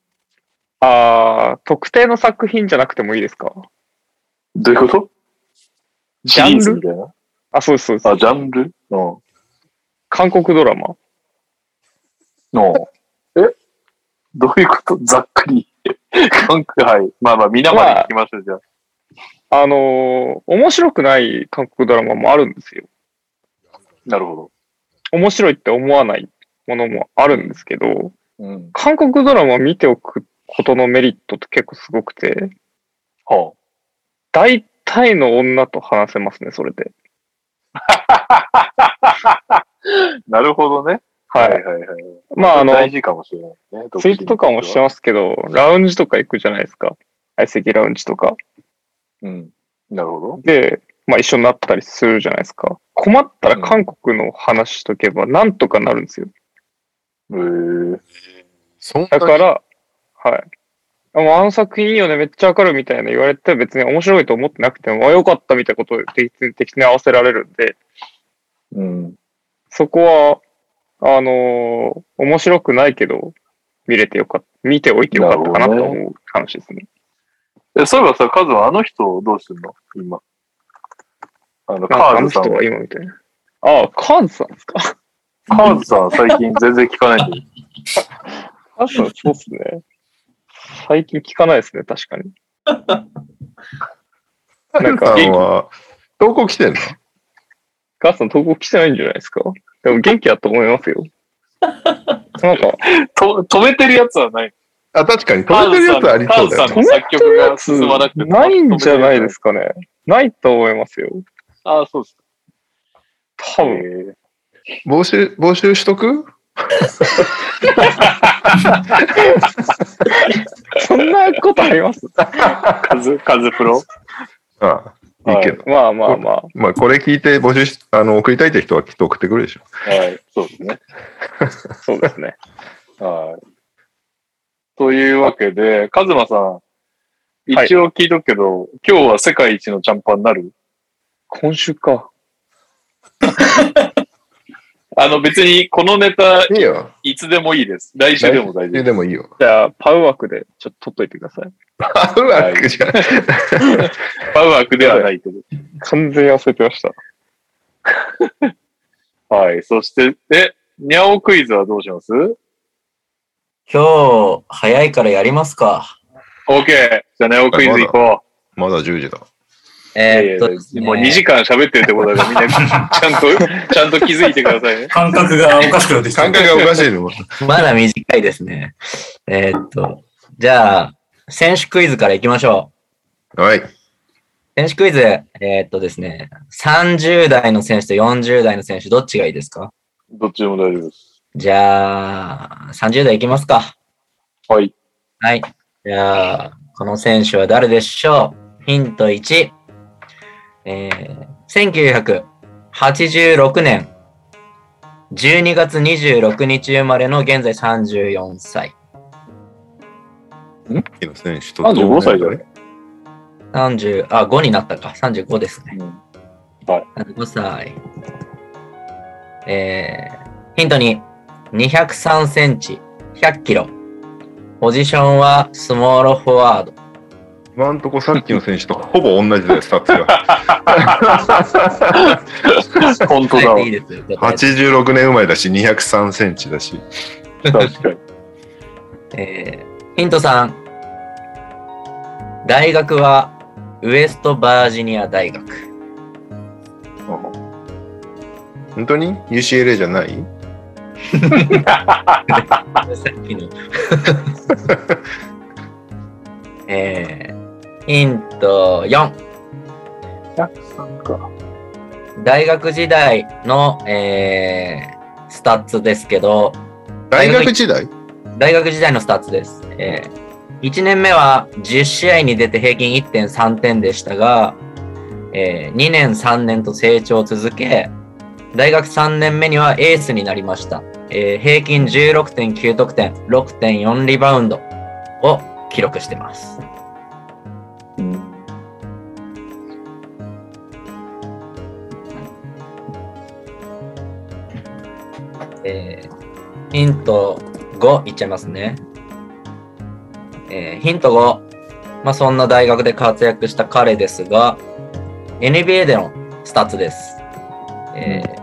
Speaker 6: ああ、特定の作品じゃなくてもいいですか
Speaker 2: どういうこと
Speaker 6: ジャンル
Speaker 2: シリーズみたいな。
Speaker 6: あ、そうです、そうです。
Speaker 2: あ、ジャンルうん。
Speaker 6: 韓国ドラマ。
Speaker 2: の、えどういうことざっくり。韓国、はい。まあまあ、皆まで聞きましょう、じゃあ。
Speaker 6: あのー面白くない韓国ドラマもあるんですよ。
Speaker 2: なるほど。
Speaker 6: 面白いって思わないものもあるんですけど、
Speaker 2: うん。
Speaker 6: 韓国ドラマを見ておくことのメリットって結構すごくて、
Speaker 2: は
Speaker 6: 大体の女と話せますね、それで。
Speaker 2: あ、なるほどね。
Speaker 6: はい。
Speaker 2: はいはい。
Speaker 6: まあ、あの、
Speaker 2: 大事かもしれないね。
Speaker 6: ツイートとかもして
Speaker 2: う。
Speaker 6: ますけど、ラウンジとか行くじゃないですか。相席ラウンジとか。
Speaker 2: うん。なるほど。
Speaker 6: で、まあ一緒になったりするじゃないですか。困ったら韓国の話しとけばなんとかなるんですよ。
Speaker 2: へー
Speaker 3: そんな
Speaker 6: だ
Speaker 3: に
Speaker 6: から、はい。あもうあの作品いいよね、めっちゃわかるみたいな言われて別に面白いと思ってなくても、あ、よかったみたいなことを適当に適当に合わせられるんで、
Speaker 2: うん。
Speaker 6: そこは、あのー面白くないけど、見れてよかった、見ておいてよかったかなと思う話ですね。
Speaker 2: え、そういえばさ、カズはあの人どうしてんの今。あの、
Speaker 6: なんか
Speaker 2: カ
Speaker 6: あ
Speaker 2: ー
Speaker 6: の
Speaker 2: ズさ
Speaker 6: 人
Speaker 2: んは
Speaker 6: は。今みたいな。ああ、カーズさんですか
Speaker 2: カーズさんは最近全然聞かないんで。
Speaker 6: カーズさん、そうっすね。最近聞かないですね、確かに。なんか
Speaker 3: カズさんは、投稿来てんの
Speaker 6: カーズさん投稿来てないんじゃないですかでも元気だと思います よ。なんか、
Speaker 2: と、止めてるやつはない。
Speaker 3: あ、確かに、止めてるやつありそうだよ
Speaker 2: カーズさん
Speaker 3: ね。
Speaker 2: の作曲が進まなくて。。
Speaker 6: ないんじゃないですすかね。ないと思いますよ。
Speaker 2: ああ、そうです。
Speaker 6: 多分。
Speaker 2: へー
Speaker 3: 募集、募集しとく
Speaker 6: そんなことあり ます
Speaker 2: カズ、カズプロ
Speaker 3: ああ、いいけど。
Speaker 6: まあまあまあ。
Speaker 3: まあ、これ聞いて募集し、あの、送りたいって人はきっと送ってくるでしょ。
Speaker 2: はい、そうですね。
Speaker 6: そうですね。
Speaker 2: はい。というわけで、カズマさん、
Speaker 6: はい
Speaker 2: 一応聞いとくけど、今日は世界一のチャンパンになる
Speaker 6: 今週か。
Speaker 2: あの、別にこのネタ、
Speaker 3: いいよ。
Speaker 2: いつでもいいです。来週でも大丈夫
Speaker 3: でもいい よ。
Speaker 6: じゃあ、パウ枠でちょっと取っといてください。
Speaker 3: あうわ、じゃん
Speaker 2: パウアークではないけど。
Speaker 6: 完全に忘れてま した。
Speaker 2: はい。そして、え、ニャオクイズはどうします
Speaker 4: 今日、早いからやりますか。
Speaker 2: ?OK。じゃあ、ニャオクイズ行こう。
Speaker 3: まだ10時だ。
Speaker 4: えーっと
Speaker 2: いやいや
Speaker 4: ですね
Speaker 2: もう2時間喋ってるってことだから、みんなちゃんと、ちゃんと気づいてくださいね。
Speaker 1: 感覚がおかしくなってきた。
Speaker 3: 感覚がおかしいの。
Speaker 4: まだ短いですね。えーっと、じゃあ、選手クイズからいきましょ
Speaker 3: はい。
Speaker 4: う。選手クイズ、えーっとですね、30代の選手と40代の選手、どっちがいいですか
Speaker 2: どっちでも大丈夫です。
Speaker 4: じゃあ、30代いきますか。
Speaker 2: はい。
Speaker 4: はい。じゃあ、この選手は誰でしょうヒント1。えー、1986年12月26日生まれの現在34歳。
Speaker 3: 木野選手と同
Speaker 2: 35歳じゃ
Speaker 3: 年
Speaker 2: ない
Speaker 3: 代
Speaker 4: 30、あ、5になったか。35ですね。
Speaker 2: うん
Speaker 4: 35歳。えー、ヒント2。203センチ、100キロ。ポジションはスモールフォワード。
Speaker 3: 今んとこさっきの選手と ほぼ同じだよ、スタッツが。
Speaker 2: 本当だわ
Speaker 4: 答えていいですよ。答えて
Speaker 3: 86年生まれだし、203センチだし。
Speaker 2: 確かに。
Speaker 4: えーヒント3。大学はウエストバージニア大学。
Speaker 3: 本当に ?UCLA じゃない
Speaker 4: さっきの。 えーヒント4。大学時代の、えースタッツですけど、
Speaker 3: 大学時代
Speaker 4: 大学時代のスタッツです。えー1年目は10試合に出て平均1.3点でしたが、え2年3年と成長を続け、大学3年目にはエースになりました。えー平均16.9得点、6.4リバウンドを記録してます。えーヒント5いっちゃいますね。えーヒント5、まあ、そんな大学で活躍した彼ですが、NBA でのスタッツです。えー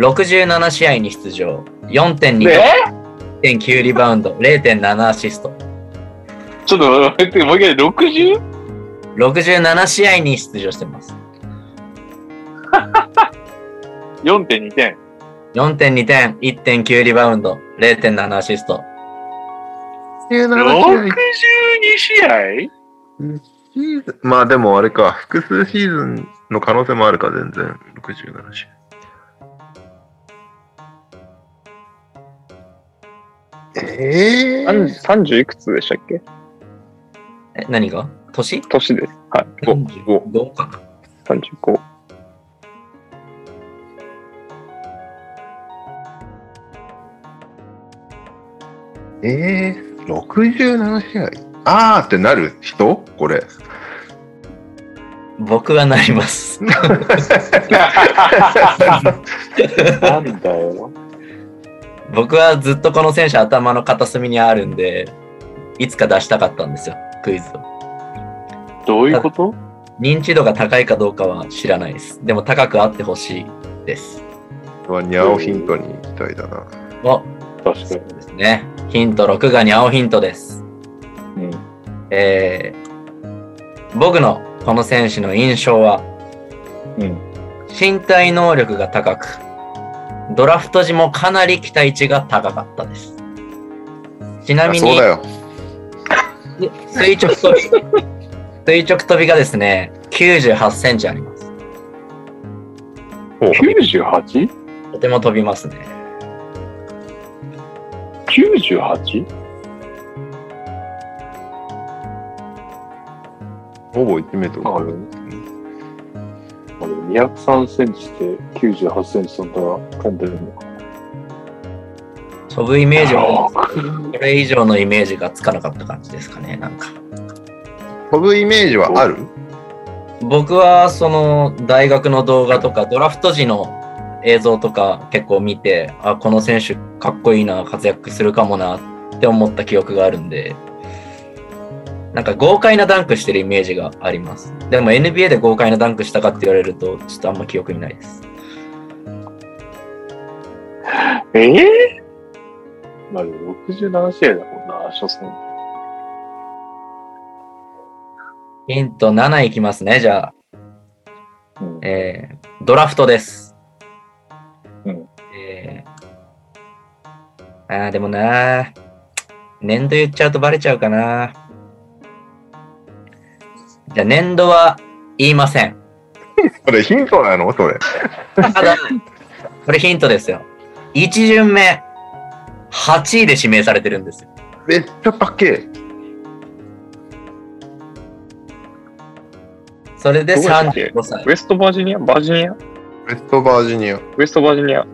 Speaker 4: 67試合に出場、4.2得
Speaker 2: で
Speaker 4: 点9リバウンド、0.7アシスト。
Speaker 2: ちょっと待って、もう一回 60?
Speaker 4: 67試合に出場してます。
Speaker 2: 4.2点。
Speaker 4: 4.2点、1.9リバウンド、0.7アシスト。
Speaker 2: 62試合
Speaker 3: シーズンまあでもあれか、複数シーズンの可能性もあるか、全然。67試合。え
Speaker 6: 三30いくつでしたっけ
Speaker 4: え、何が年
Speaker 6: 年です。はい。
Speaker 3: 五
Speaker 4: どうかな
Speaker 6: 35。
Speaker 3: ええー、67試合あーってなる人これ。
Speaker 4: 僕はなります。
Speaker 2: なんだよ。
Speaker 4: 僕はずっとこの選手頭の片隅にあるんで、いつか出したかったんですよ、クイズを。
Speaker 2: どういうこと
Speaker 4: 認知度が高いかどうかは知らないです。でも高くあってほしいです。
Speaker 3: はにゃおヒントに行きたいだな。
Speaker 4: お、
Speaker 2: 確か
Speaker 4: そうですね。ヒント6がに青ヒントです。
Speaker 2: に。うん。
Speaker 4: えー、僕のこの選手の印象は、
Speaker 2: うん。
Speaker 4: 身体能力が高く、ドラフト時もかなり期待値が高かったです。ちな
Speaker 3: あ
Speaker 4: み
Speaker 3: そう
Speaker 4: に
Speaker 3: だ、よ。
Speaker 4: で垂直 跳び、垂直跳びがですね、98センチあります。
Speaker 2: 98?98?
Speaker 4: とても飛びますね。
Speaker 3: ほぼ1メートル
Speaker 2: あ
Speaker 3: 超
Speaker 2: で
Speaker 3: え
Speaker 2: も203センチで98センチ飛んだら飛んでるのか。
Speaker 4: 飛ぶイメージは、
Speaker 2: 6
Speaker 4: これ以上のイメージがつかなかった感じですかね、なんか。
Speaker 3: 飛ぶイメージはある
Speaker 4: 僕は、その、大学の動画とか、ドラフト時の映像とか結構見て、あ、この選手かっこいいな、活躍するかもなって思った記憶があるんで、なんか豪快なダンクしてるイメージがあります。でも NBA で豪快なダンクしたかって言われると、ちょっとあんま記憶にないです。
Speaker 2: ええまあでも67試合だもんな、初戦。
Speaker 4: ヒント7いきますね、じゃあ。
Speaker 2: うん
Speaker 4: えードラフトです。
Speaker 2: うん
Speaker 4: えーあーでもなー年度言っちゃうとバレちゃうかなじゃあ年度は言いま せん。
Speaker 3: それヒントなのそれ。
Speaker 4: ただ、これヒントですよ。1巡目、8位で指名されてるんですよ。
Speaker 3: めっちゃ高え。
Speaker 4: それで
Speaker 6: どこだっけ
Speaker 4: 35歳。
Speaker 6: ウェストバージニアバージニアウ
Speaker 3: ウェストバージニア。
Speaker 6: ェストバージニア。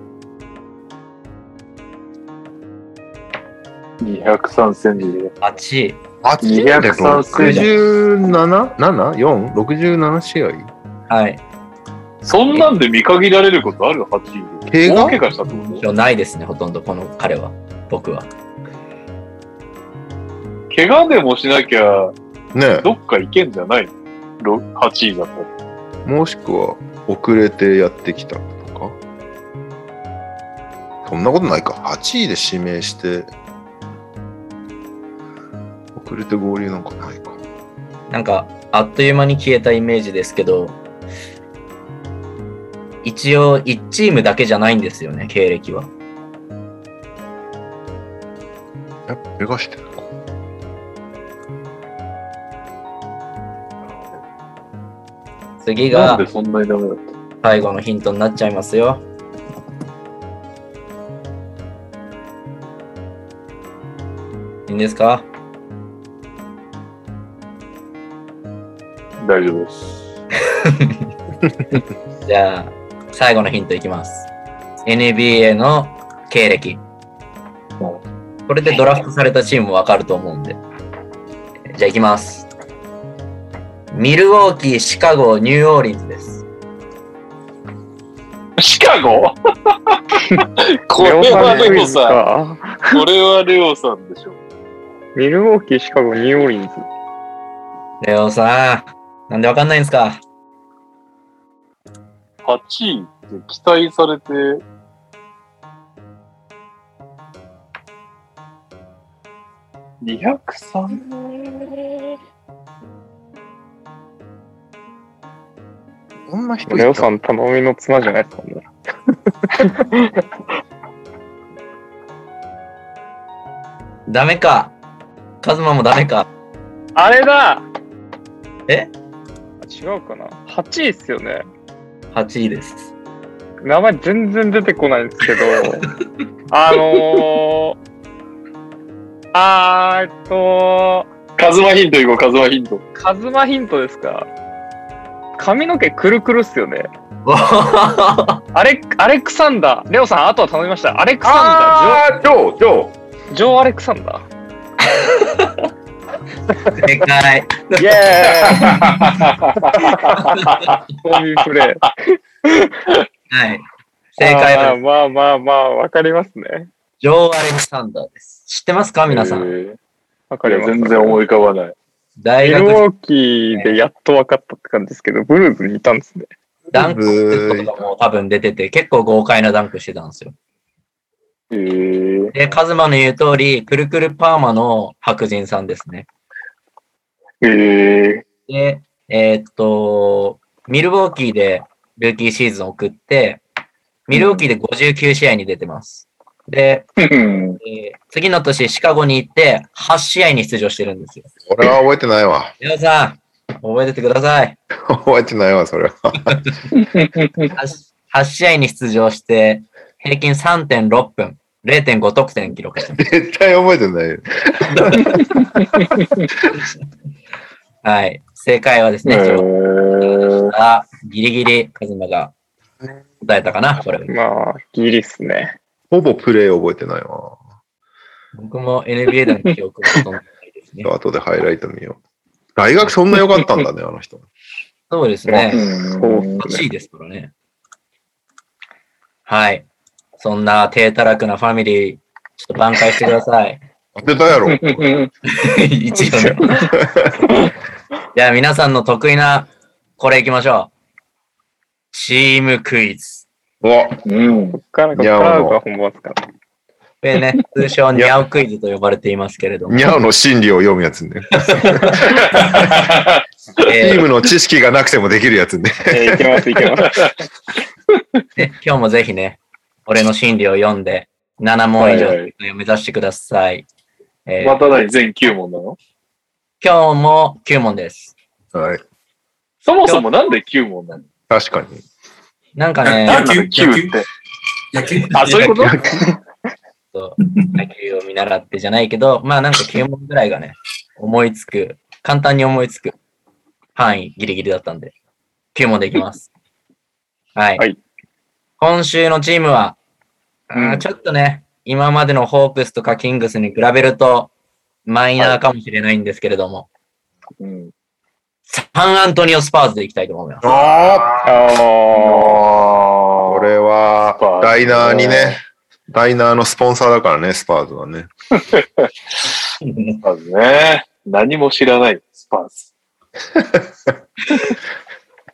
Speaker 2: 203センチで。
Speaker 4: 8位。
Speaker 3: あっちで
Speaker 2: 203
Speaker 3: 67?7?4?67 試合
Speaker 4: はい。
Speaker 2: そんなんで見限られることある ?8 位。
Speaker 3: 怪我
Speaker 2: 大怪我したってこ
Speaker 4: 今日ないですね、ほとんど、この彼は。僕は。
Speaker 2: と怪我でもしなきゃ、
Speaker 3: ね
Speaker 2: どっか行けんじゃないの ?8 位だったら。
Speaker 3: えもしくは遅れてやってきたとかそんなことないか8位で指名して遅れて合流なんかないか
Speaker 4: なんか、あっという間に消えたイメージですけど、一応、1チームだけじゃないんですよね、経歴は。
Speaker 3: やっぱ怪我してるのか
Speaker 4: 次
Speaker 2: なん
Speaker 4: が
Speaker 2: でそんなにダメだっ
Speaker 4: 最後のヒントになっちゃいますよ。えいいんですか
Speaker 2: 大丈夫です。
Speaker 4: じゃあ、最後のヒントいきます。NBA の経歴。これでドラフトされたチームわかると思うんで。じゃあ、いきます。ミルウォーキー、シカゴ、ニューオーリンズです。
Speaker 2: シカゴ これ
Speaker 6: レオ
Speaker 2: は
Speaker 6: さんク
Speaker 2: レ
Speaker 6: イ
Speaker 2: オ
Speaker 6: ズ
Speaker 2: さ
Speaker 6: か。
Speaker 2: ん。これはレオさんでしょ。
Speaker 6: ミルウォーキー、シカゴ、ニューオーリンズ。
Speaker 4: レオさん、なんでわかんないんですか
Speaker 2: 8位って期待されて、203?
Speaker 3: こんな人い
Speaker 6: レオ
Speaker 3: た
Speaker 6: さん頼みの綱じゃないですか、ね。
Speaker 4: ダメか。カズマもダメか。
Speaker 6: あれだ
Speaker 4: え
Speaker 6: あ違うかな ?8 位っすよね。
Speaker 4: 8位です。
Speaker 6: 名前全然出てこないんですけど、あのー、あーえっと、
Speaker 2: カズマヒントいこう、カズマヒント。
Speaker 6: カズマヒントですか髪の毛くるくるっすよね。
Speaker 4: おー
Speaker 6: アレアレクサンダー。レオさん、あとは頼みました。アレクサンダ
Speaker 3: あー、
Speaker 6: ー。
Speaker 3: ジョー、ジョー。
Speaker 6: ジョー、ジョーアレクサンダー。
Speaker 4: 正解。
Speaker 6: イェーイこういうプレイ。
Speaker 4: はい。正解
Speaker 6: あ
Speaker 4: は
Speaker 6: ー、まあまあまあ、わかりますね。
Speaker 4: ジョー・アレクサンダーです。知ってますか皆さん。
Speaker 2: え
Speaker 6: わか
Speaker 2: ーい
Speaker 6: り
Speaker 2: や
Speaker 6: ます。
Speaker 2: 全然思い浮かばない。
Speaker 4: 大
Speaker 6: ミルウ
Speaker 4: 学、
Speaker 6: ォーキーでやっと分かったって感じですけど、ブルーズにいたんですね。
Speaker 4: ダンクテストとかも多分出てて、結構豪快なダンクしてたんですよ。
Speaker 2: えー、
Speaker 4: で、カズマの言う通り、くるくるパーマの白人さんですね。
Speaker 2: え
Speaker 4: で、えーっと、ミルウォーキーでルーキーシーズン送って、ミルウォーキーで59試合に出てます。で、
Speaker 2: ー、
Speaker 4: えー次の年シカゴに行って、8試合に出場してるんですよ。
Speaker 3: 俺は覚えてないわ。
Speaker 4: 皆さん、覚えててください。
Speaker 3: 覚えてないわ、それは。
Speaker 4: 8, 試合に出場して、平均3.6分、0.5得点記録してます。
Speaker 3: 絶対覚えてないよ。
Speaker 4: はい。正解はです
Speaker 2: え
Speaker 4: ね、
Speaker 2: ー、
Speaker 4: あギリギリ、カズマが答えたかな、これ。
Speaker 6: まあ、ギリっすね。
Speaker 3: ほぼプレイ覚えてないわ。
Speaker 4: 僕も NBA での記憶がほとんどないですね。
Speaker 3: 後でハイライト見よう。大学そんな良かったんだね、あの人。
Speaker 4: そうです
Speaker 2: う
Speaker 4: ね。
Speaker 2: ん
Speaker 4: 欲しいですからね。はい。そんな低たらくなファミリー、ちょっと挽回してください。
Speaker 3: 当てたや ろ。
Speaker 4: 一応ね。 じゃあ皆さんの得意な、これいきましょう。チームクイズ。
Speaker 3: うわ、
Speaker 2: うん。
Speaker 6: こっからが、こっからが本番っすから。
Speaker 4: こ れね、通称ニャオクイズと呼ばれていますけれども。
Speaker 3: ニャオの心理を読むやつね。チ
Speaker 4: えー
Speaker 3: ームの知識がなくてもできるやつね。
Speaker 6: えーいけます、いけます。
Speaker 4: ね今日もぜひね、俺の心理を読んで、7問以上
Speaker 2: はいはい
Speaker 4: を目指してください。えー
Speaker 2: また何全9問なの
Speaker 4: 今日も9問です。
Speaker 3: はい。
Speaker 2: そもそもなんで9問なの
Speaker 3: 確かに。
Speaker 4: なんか
Speaker 1: 野球
Speaker 4: ね、
Speaker 2: なんだ9って。
Speaker 1: 野球
Speaker 2: あ、そういうこと
Speaker 4: ちょっと野球を見習ってじゃないけど、まあなんか9問ぐらいがね、思いつく、簡単に思いつく範囲ギリギリだったんで、9問でいきます。はい。
Speaker 6: はい
Speaker 4: 今週のチームは、あー
Speaker 2: うん
Speaker 4: ちょっとね、今までのホークスとかキングスに比べると、マイナーかもしれないんですけれども、
Speaker 2: うん。
Speaker 4: サンアントニオスパーズでいきたいと思います。
Speaker 3: あ
Speaker 6: あー
Speaker 3: あ
Speaker 2: こ
Speaker 3: これは、ライナーにね、ライナーのスポンサーだからね、スパーズはね。
Speaker 2: まずね、何も知らない、スパーズ。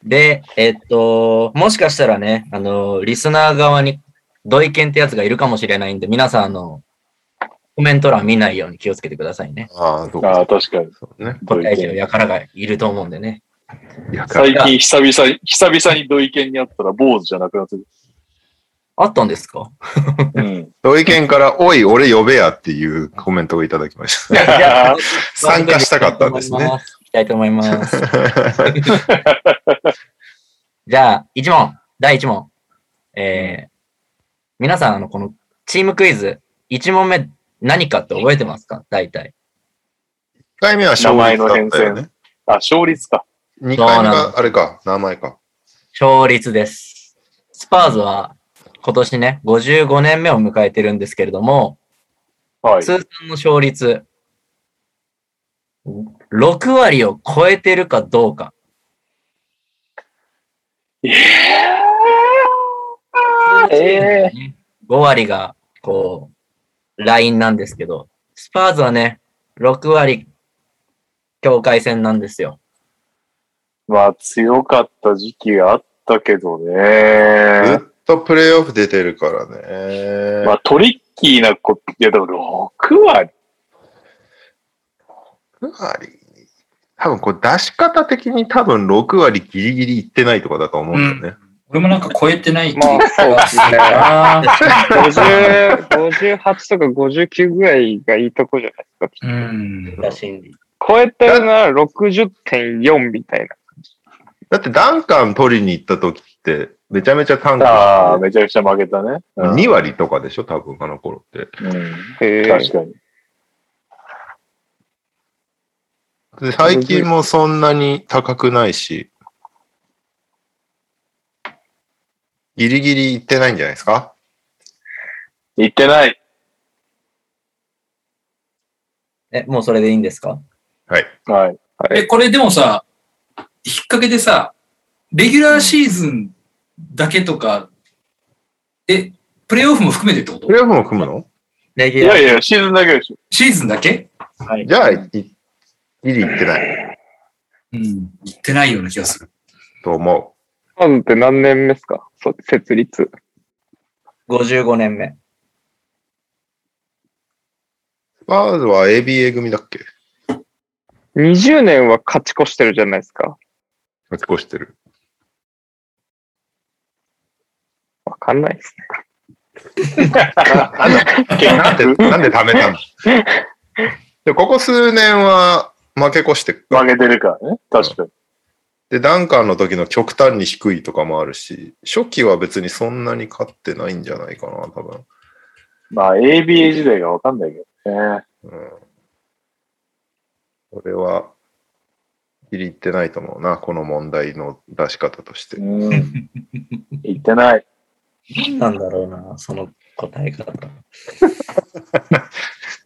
Speaker 4: で、えっと、もしかしたらね、あの、リスナー側に同意見ってやつがいるかもしれないんで、皆さん、あの、コメント欄見ないように気をつけてくださいね。
Speaker 3: ああ、どう
Speaker 2: ああ、
Speaker 3: か。
Speaker 2: 確かに。
Speaker 3: そうね。
Speaker 2: 同意
Speaker 4: 答えてる
Speaker 2: 見
Speaker 4: やからがいると思うんでね。
Speaker 3: いや、
Speaker 2: 最近久々に、久々に同意見にあったら坊主じゃなくなって る。
Speaker 4: あったんですか
Speaker 2: うん。
Speaker 3: 同意見から、おい、俺呼べやっていうコメントをいただきました。参加したかったんですね。
Speaker 4: 行きたいと思います。じゃあ、1問、第1問。えー皆さん、あの、このチームクイズ、1問目何かって覚えてますか大体。
Speaker 3: 1回目は勝率だったよね。
Speaker 2: あ、勝率か。
Speaker 3: 2回目
Speaker 4: そうな
Speaker 3: が
Speaker 4: の
Speaker 3: あれか、名前か。
Speaker 4: 勝率です。スパーズは今年ね、55年目を迎えてるんですけれども、
Speaker 2: はい。
Speaker 4: 通算の勝率、6割を超えてるかどうか。
Speaker 6: ええ
Speaker 4: 5割が、こう、ラインなんですけど、スパーズはね、6割、境界線なんですよ。
Speaker 2: まあ、強かった時期があったけど
Speaker 3: ずっ
Speaker 2: ね。
Speaker 3: とプレイオフ出てるからね。
Speaker 2: まあ、トリッキーなこいや、でも6割。
Speaker 3: 6割多分これ出し方的に多分6割ギリギリいってないとかだと思うんだよね。
Speaker 1: 俺もなんか超えてない気
Speaker 6: ま
Speaker 1: が
Speaker 6: あ、そうですね。
Speaker 1: な。
Speaker 6: 50 58とか59ぐらいがいいとこじゃないですかきっと。
Speaker 1: うん。
Speaker 4: らしいんで
Speaker 6: 超えてるなら60.4みたいな。
Speaker 3: だってダンカン取りに行った時ってめちゃめちゃ単
Speaker 2: ああ、
Speaker 3: 価
Speaker 2: めちゃくちゃ負けたね。うん
Speaker 3: 2割とかでしょ多分あの頃って。
Speaker 2: うん
Speaker 6: へえ
Speaker 2: 確かに。
Speaker 3: で最近もそんなに高くないし、ギリギリいってないんじゃないですか
Speaker 2: いってない。
Speaker 4: え、もうそれでいいんですか
Speaker 3: はい。
Speaker 2: はい。
Speaker 1: え、これでもさ、引っ掛けでさ、レギュラーシーズンだけとか、え、プレイオフも含めてってこ
Speaker 3: プ
Speaker 1: と
Speaker 3: レイオフも組むの
Speaker 4: レギ
Speaker 2: い
Speaker 4: ュラ
Speaker 2: や
Speaker 4: ー
Speaker 2: いや、シーズンだけでしょ。
Speaker 1: シーズンだけ
Speaker 3: じゃあ、いギリいってない
Speaker 1: うん。言ってないような気がする。
Speaker 3: と思
Speaker 6: まずって何年目ですかそう設立。
Speaker 4: 55年目。
Speaker 3: う。バーズは ABA 組だっけ
Speaker 6: 20年は勝ち越してるじゃないですか。
Speaker 3: 勝ち越してる。
Speaker 6: わかんないですね。
Speaker 3: なんで、なんで貯めたのでここ数年は負け越してる
Speaker 2: 負けてるからね。確かに。
Speaker 3: で、ダンカーの時の極端に低いとかもあるし、初期は別にそんなに勝ってないんじゃないかな、多分。
Speaker 2: まあ、ABA 時代がわかんないけどね。
Speaker 3: うん。これは、ギリいってないと思うな、この問題の出し方として。
Speaker 2: うん。いってない。
Speaker 4: なんだろうな、その答え方。 い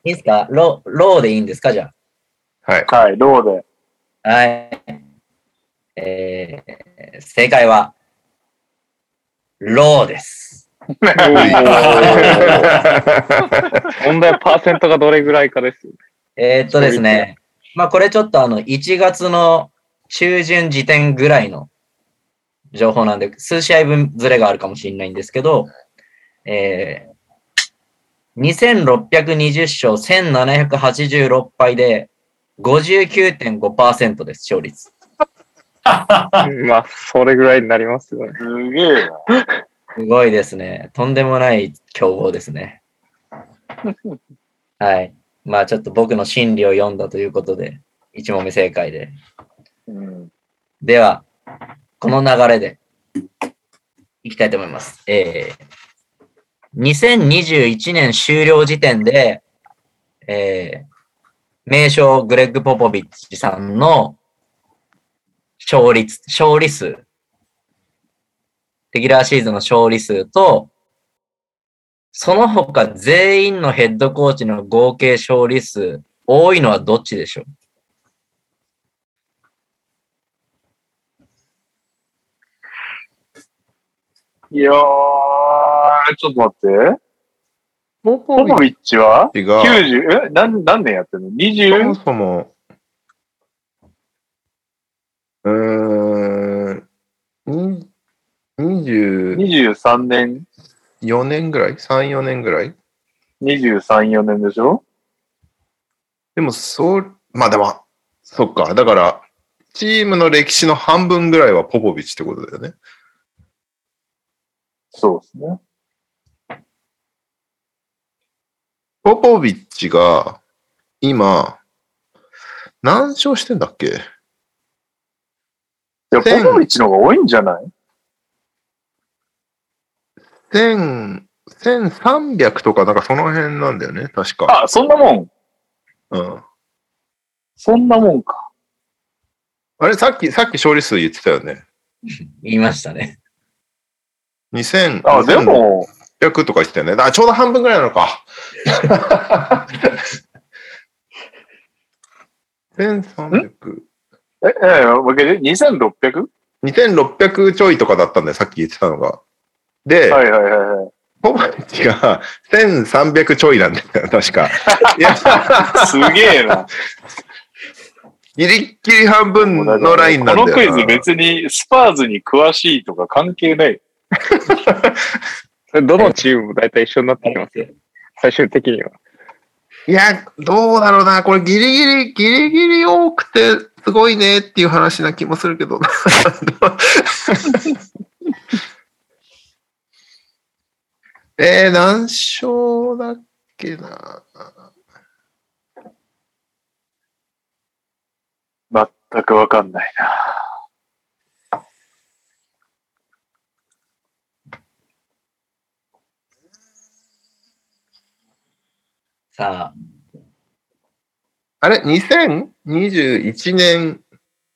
Speaker 4: いですかロローでいいんですかじゃ
Speaker 3: はい。
Speaker 2: はい、ローで。
Speaker 4: あ。はい。えー、正解は、ローです。
Speaker 6: 問題はパーセントがどれぐらいかですよね。
Speaker 4: えー、っとですね、まあこれちょっとあの、1月の中旬時点ぐらいの情報なんで、数試合分ずれがあるかもしれないんですけど、えー、2620勝1786敗で59.5%です、勝率。
Speaker 6: まあ、それぐらいになりますよね。
Speaker 2: すげえな。
Speaker 4: すごいですね。とんでもない強豪ですね。はい。まあちょっと僕の心理を読んだということで、1問目正解で。
Speaker 2: うん。
Speaker 4: では、この流れでいきたいと思います。えー、2021年終了時点で、えー、名将グレッグ・ポポビッチさんの勝率、勝利数、レギュラーシーズンの勝利数と、その他全員のヘッドコーチの合計勝利数、多いのはどっちでしょう
Speaker 2: いやー、ちょっと待って。
Speaker 3: ポ
Speaker 2: ポポビッチは
Speaker 3: ッチが、
Speaker 2: 90、え何、何年やってるの ?20?
Speaker 3: そもそも、うーん、に24
Speaker 2: 23年、
Speaker 3: 年ぐらい ?3、4年ぐらい
Speaker 2: 23、4年でしょ
Speaker 3: でも、そう、まあでも、そっか。だから、チームの歴史の半分ぐらいはポポビッチってことだよね。
Speaker 2: そうですね。
Speaker 3: ポポビッチが、今、何勝してんだっけ
Speaker 2: いや、
Speaker 3: 1000
Speaker 2: ポポビッチの方が多いんじ
Speaker 3: ?1000、 1300とか、なんかその辺なんだよね、確か。
Speaker 2: あ、そんなもん。
Speaker 3: うん。
Speaker 2: そんなもんか。
Speaker 3: あれ、さっき、さっき勝利数言ってたよね。
Speaker 4: 言いましたね。
Speaker 3: 2000、
Speaker 2: あ、でも、
Speaker 3: 600とか言ってたよね。だからちょうど半分ぐらいなのか。1300。
Speaker 2: え、え、わけで 2600?
Speaker 3: 2600ちょいとかだったんだよ、さっき言ってたのが。で、
Speaker 2: はいはいはいはい。
Speaker 3: ポマッチが1300ちょいなんだよ、確か。いや、
Speaker 2: すげえ な。
Speaker 3: ギリッギリ半分のラインなんだよ
Speaker 2: この
Speaker 3: な。
Speaker 2: クイズ別にスパーズに詳しいとか関係ない。
Speaker 6: それどのチームも大体一緒になってきますよ。最終的には。
Speaker 3: いや、どうだろうな。これギリギリ、ギリギリ多くて、すごいねっていう話な気もするけど。 えー、何勝だっけな。
Speaker 2: 全くわかんないな。
Speaker 4: さあ、
Speaker 3: あれ ?2021 年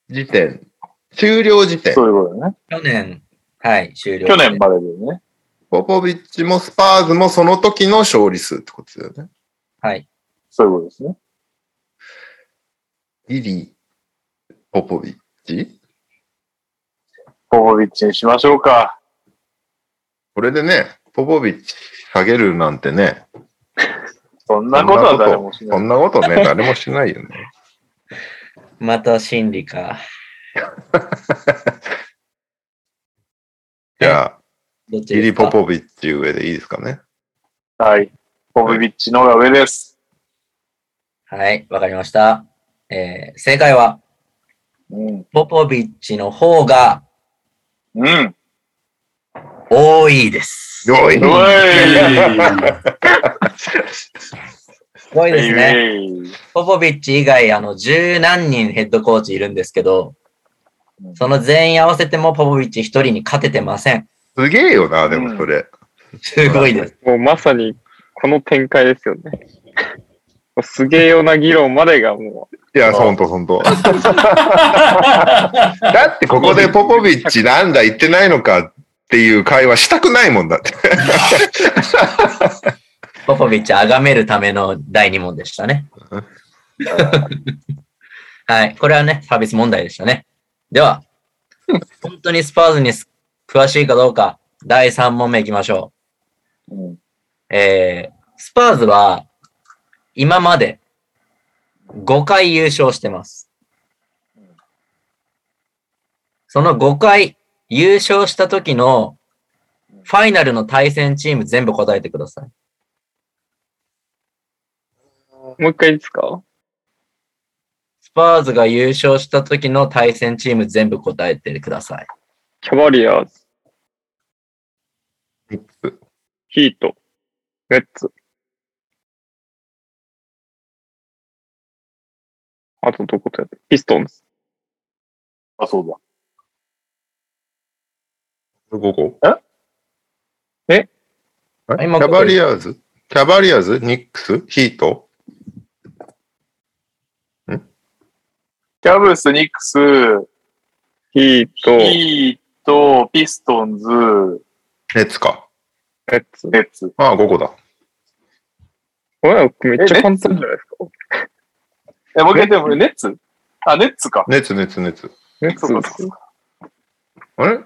Speaker 3: 時点。終了時点。
Speaker 2: そういうことだね。
Speaker 4: 去年、はい、終了。
Speaker 2: 去年までだよね。
Speaker 3: ポポビッチもスパーズもその時の勝利数ってことだよね。
Speaker 4: はい。
Speaker 2: そういうことですね。
Speaker 3: ギリ、ポポビッチ
Speaker 2: ポポビッチにしましょうか。
Speaker 3: これでね、ポポビッチ下げるなんてね、
Speaker 2: そんなことは誰もしな
Speaker 3: そ
Speaker 2: い。
Speaker 3: んなことね、誰もしないよね。
Speaker 4: また心理か。
Speaker 3: じゃあ、
Speaker 4: どっ
Speaker 3: ギ
Speaker 4: ちで
Speaker 3: リ・
Speaker 4: すか
Speaker 3: ポポビッチ上でいいですかね。
Speaker 2: はい。ポポビッチの方が上です。
Speaker 4: はい、わかりました。えー、正解は、
Speaker 2: うん。
Speaker 4: ポポビッチの方が
Speaker 2: うん。
Speaker 4: 多いです。
Speaker 3: よ
Speaker 2: おい
Speaker 3: い。
Speaker 4: すごいですね。
Speaker 2: えい
Speaker 4: ポポビッチ以外、あの、十何人ヘッドコーチいるんですけど
Speaker 2: う、ん
Speaker 4: その全員合わせてもポポビッチ一人に勝ててません。
Speaker 3: すげえよな、でもそれ。
Speaker 4: すごいです。
Speaker 6: もうまさにこの展開ですよね。もうすげえような議論までがも
Speaker 3: いや、ほんとほんと。だってここでポポビッチなんだ言ってないのかっていう会話したくないもんだって。
Speaker 4: ポポビッチ崇めるための第二問でしたね。はい。これはね、サービス問題でしたね。では、本当にスパーズにす詳しいかどうか、第3問目いきましょ
Speaker 2: うん
Speaker 4: う。えー、スパーズは、今まで5回優勝してます。その5回優勝した時のファイナルの対戦チーム全部答えてください。
Speaker 6: う、もう一回いいですか
Speaker 4: スパーズが優勝した時の対戦チーム全部答えてください。
Speaker 6: キャバリアーズ、ヒート、ネッツ。あとどことやったピストンズ。
Speaker 2: あ、そうだ。
Speaker 3: ここ。
Speaker 6: え
Speaker 3: えキ
Speaker 4: 今
Speaker 3: ャバリアーズキャバリアーズニックスヒート
Speaker 2: キャブス、ニックス、
Speaker 6: ヒート、ネ
Speaker 2: ヒート、ピストンズ、
Speaker 3: ネッツか。
Speaker 6: ッツ。
Speaker 2: レッツ。
Speaker 3: ああ、5個だ。
Speaker 6: これめっちゃ簡単じゃないですか。
Speaker 2: え、もう一回言っても、ネッツあ、ネッツか。
Speaker 3: ネッツ、ネッツ、ネッツ。
Speaker 6: ネ
Speaker 2: そう
Speaker 6: ッ
Speaker 2: かそう
Speaker 6: ツ。
Speaker 2: か。
Speaker 3: あれ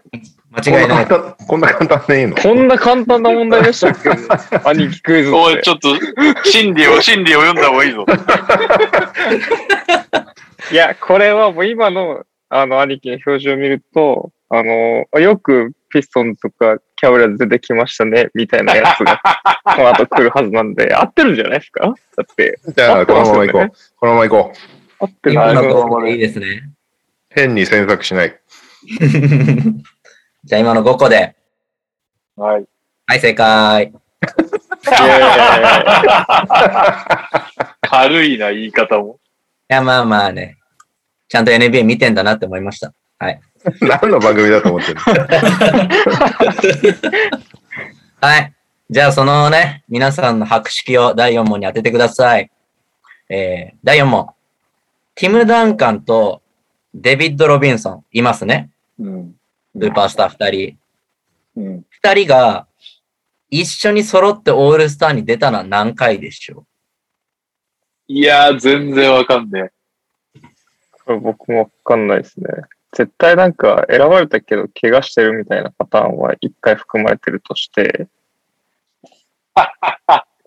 Speaker 4: 間違いない。
Speaker 3: こんな簡単こんな簡単でいいの
Speaker 6: こんな簡単な問題でしたっけ 兄貴クイズって。
Speaker 2: おい、ちょっと、心理を、 心理を読んだ方がいいぞ。
Speaker 6: いや、これはもう今の、あの、兄貴の表情を見ると、あの、よくピストンズとかキャブラズ出てきましたね、みたいなやつ が、この後来るはずなんで、合ってるんじゃないですかだって、
Speaker 3: じゃあ、このまま行こ
Speaker 6: 合ってますよ
Speaker 3: う。このまま行こう。
Speaker 6: 合ってる
Speaker 4: 今
Speaker 6: は
Speaker 4: の
Speaker 6: ず
Speaker 4: 5個でいいですね。
Speaker 3: 変に詮索しない。
Speaker 4: じゃあ今の5個で。
Speaker 2: はい。
Speaker 4: はい、正解。
Speaker 6: いやいやいや
Speaker 2: 軽いな、言い方も。
Speaker 4: いや、まあまあね。ちゃんと NBA 見てんだなって思いました。
Speaker 3: 何の番組だと思ってるの
Speaker 4: はい。じゃあそのね、皆さんの白式を第4問に当ててください。えー、第4問。ティム・ダンカンとデビッド・ロビンソン、いますね。
Speaker 2: うん。
Speaker 4: スーパースター2
Speaker 2: う
Speaker 4: 人。
Speaker 2: ん。
Speaker 4: 二人が一緒に揃ってオールスターに出たのは何回でしょ
Speaker 2: いやー、全然わかんね
Speaker 6: これ僕もわかんないですね。絶対なんか選ばれたけど怪我してるみたいなパターンは一回含まれてると して。含ま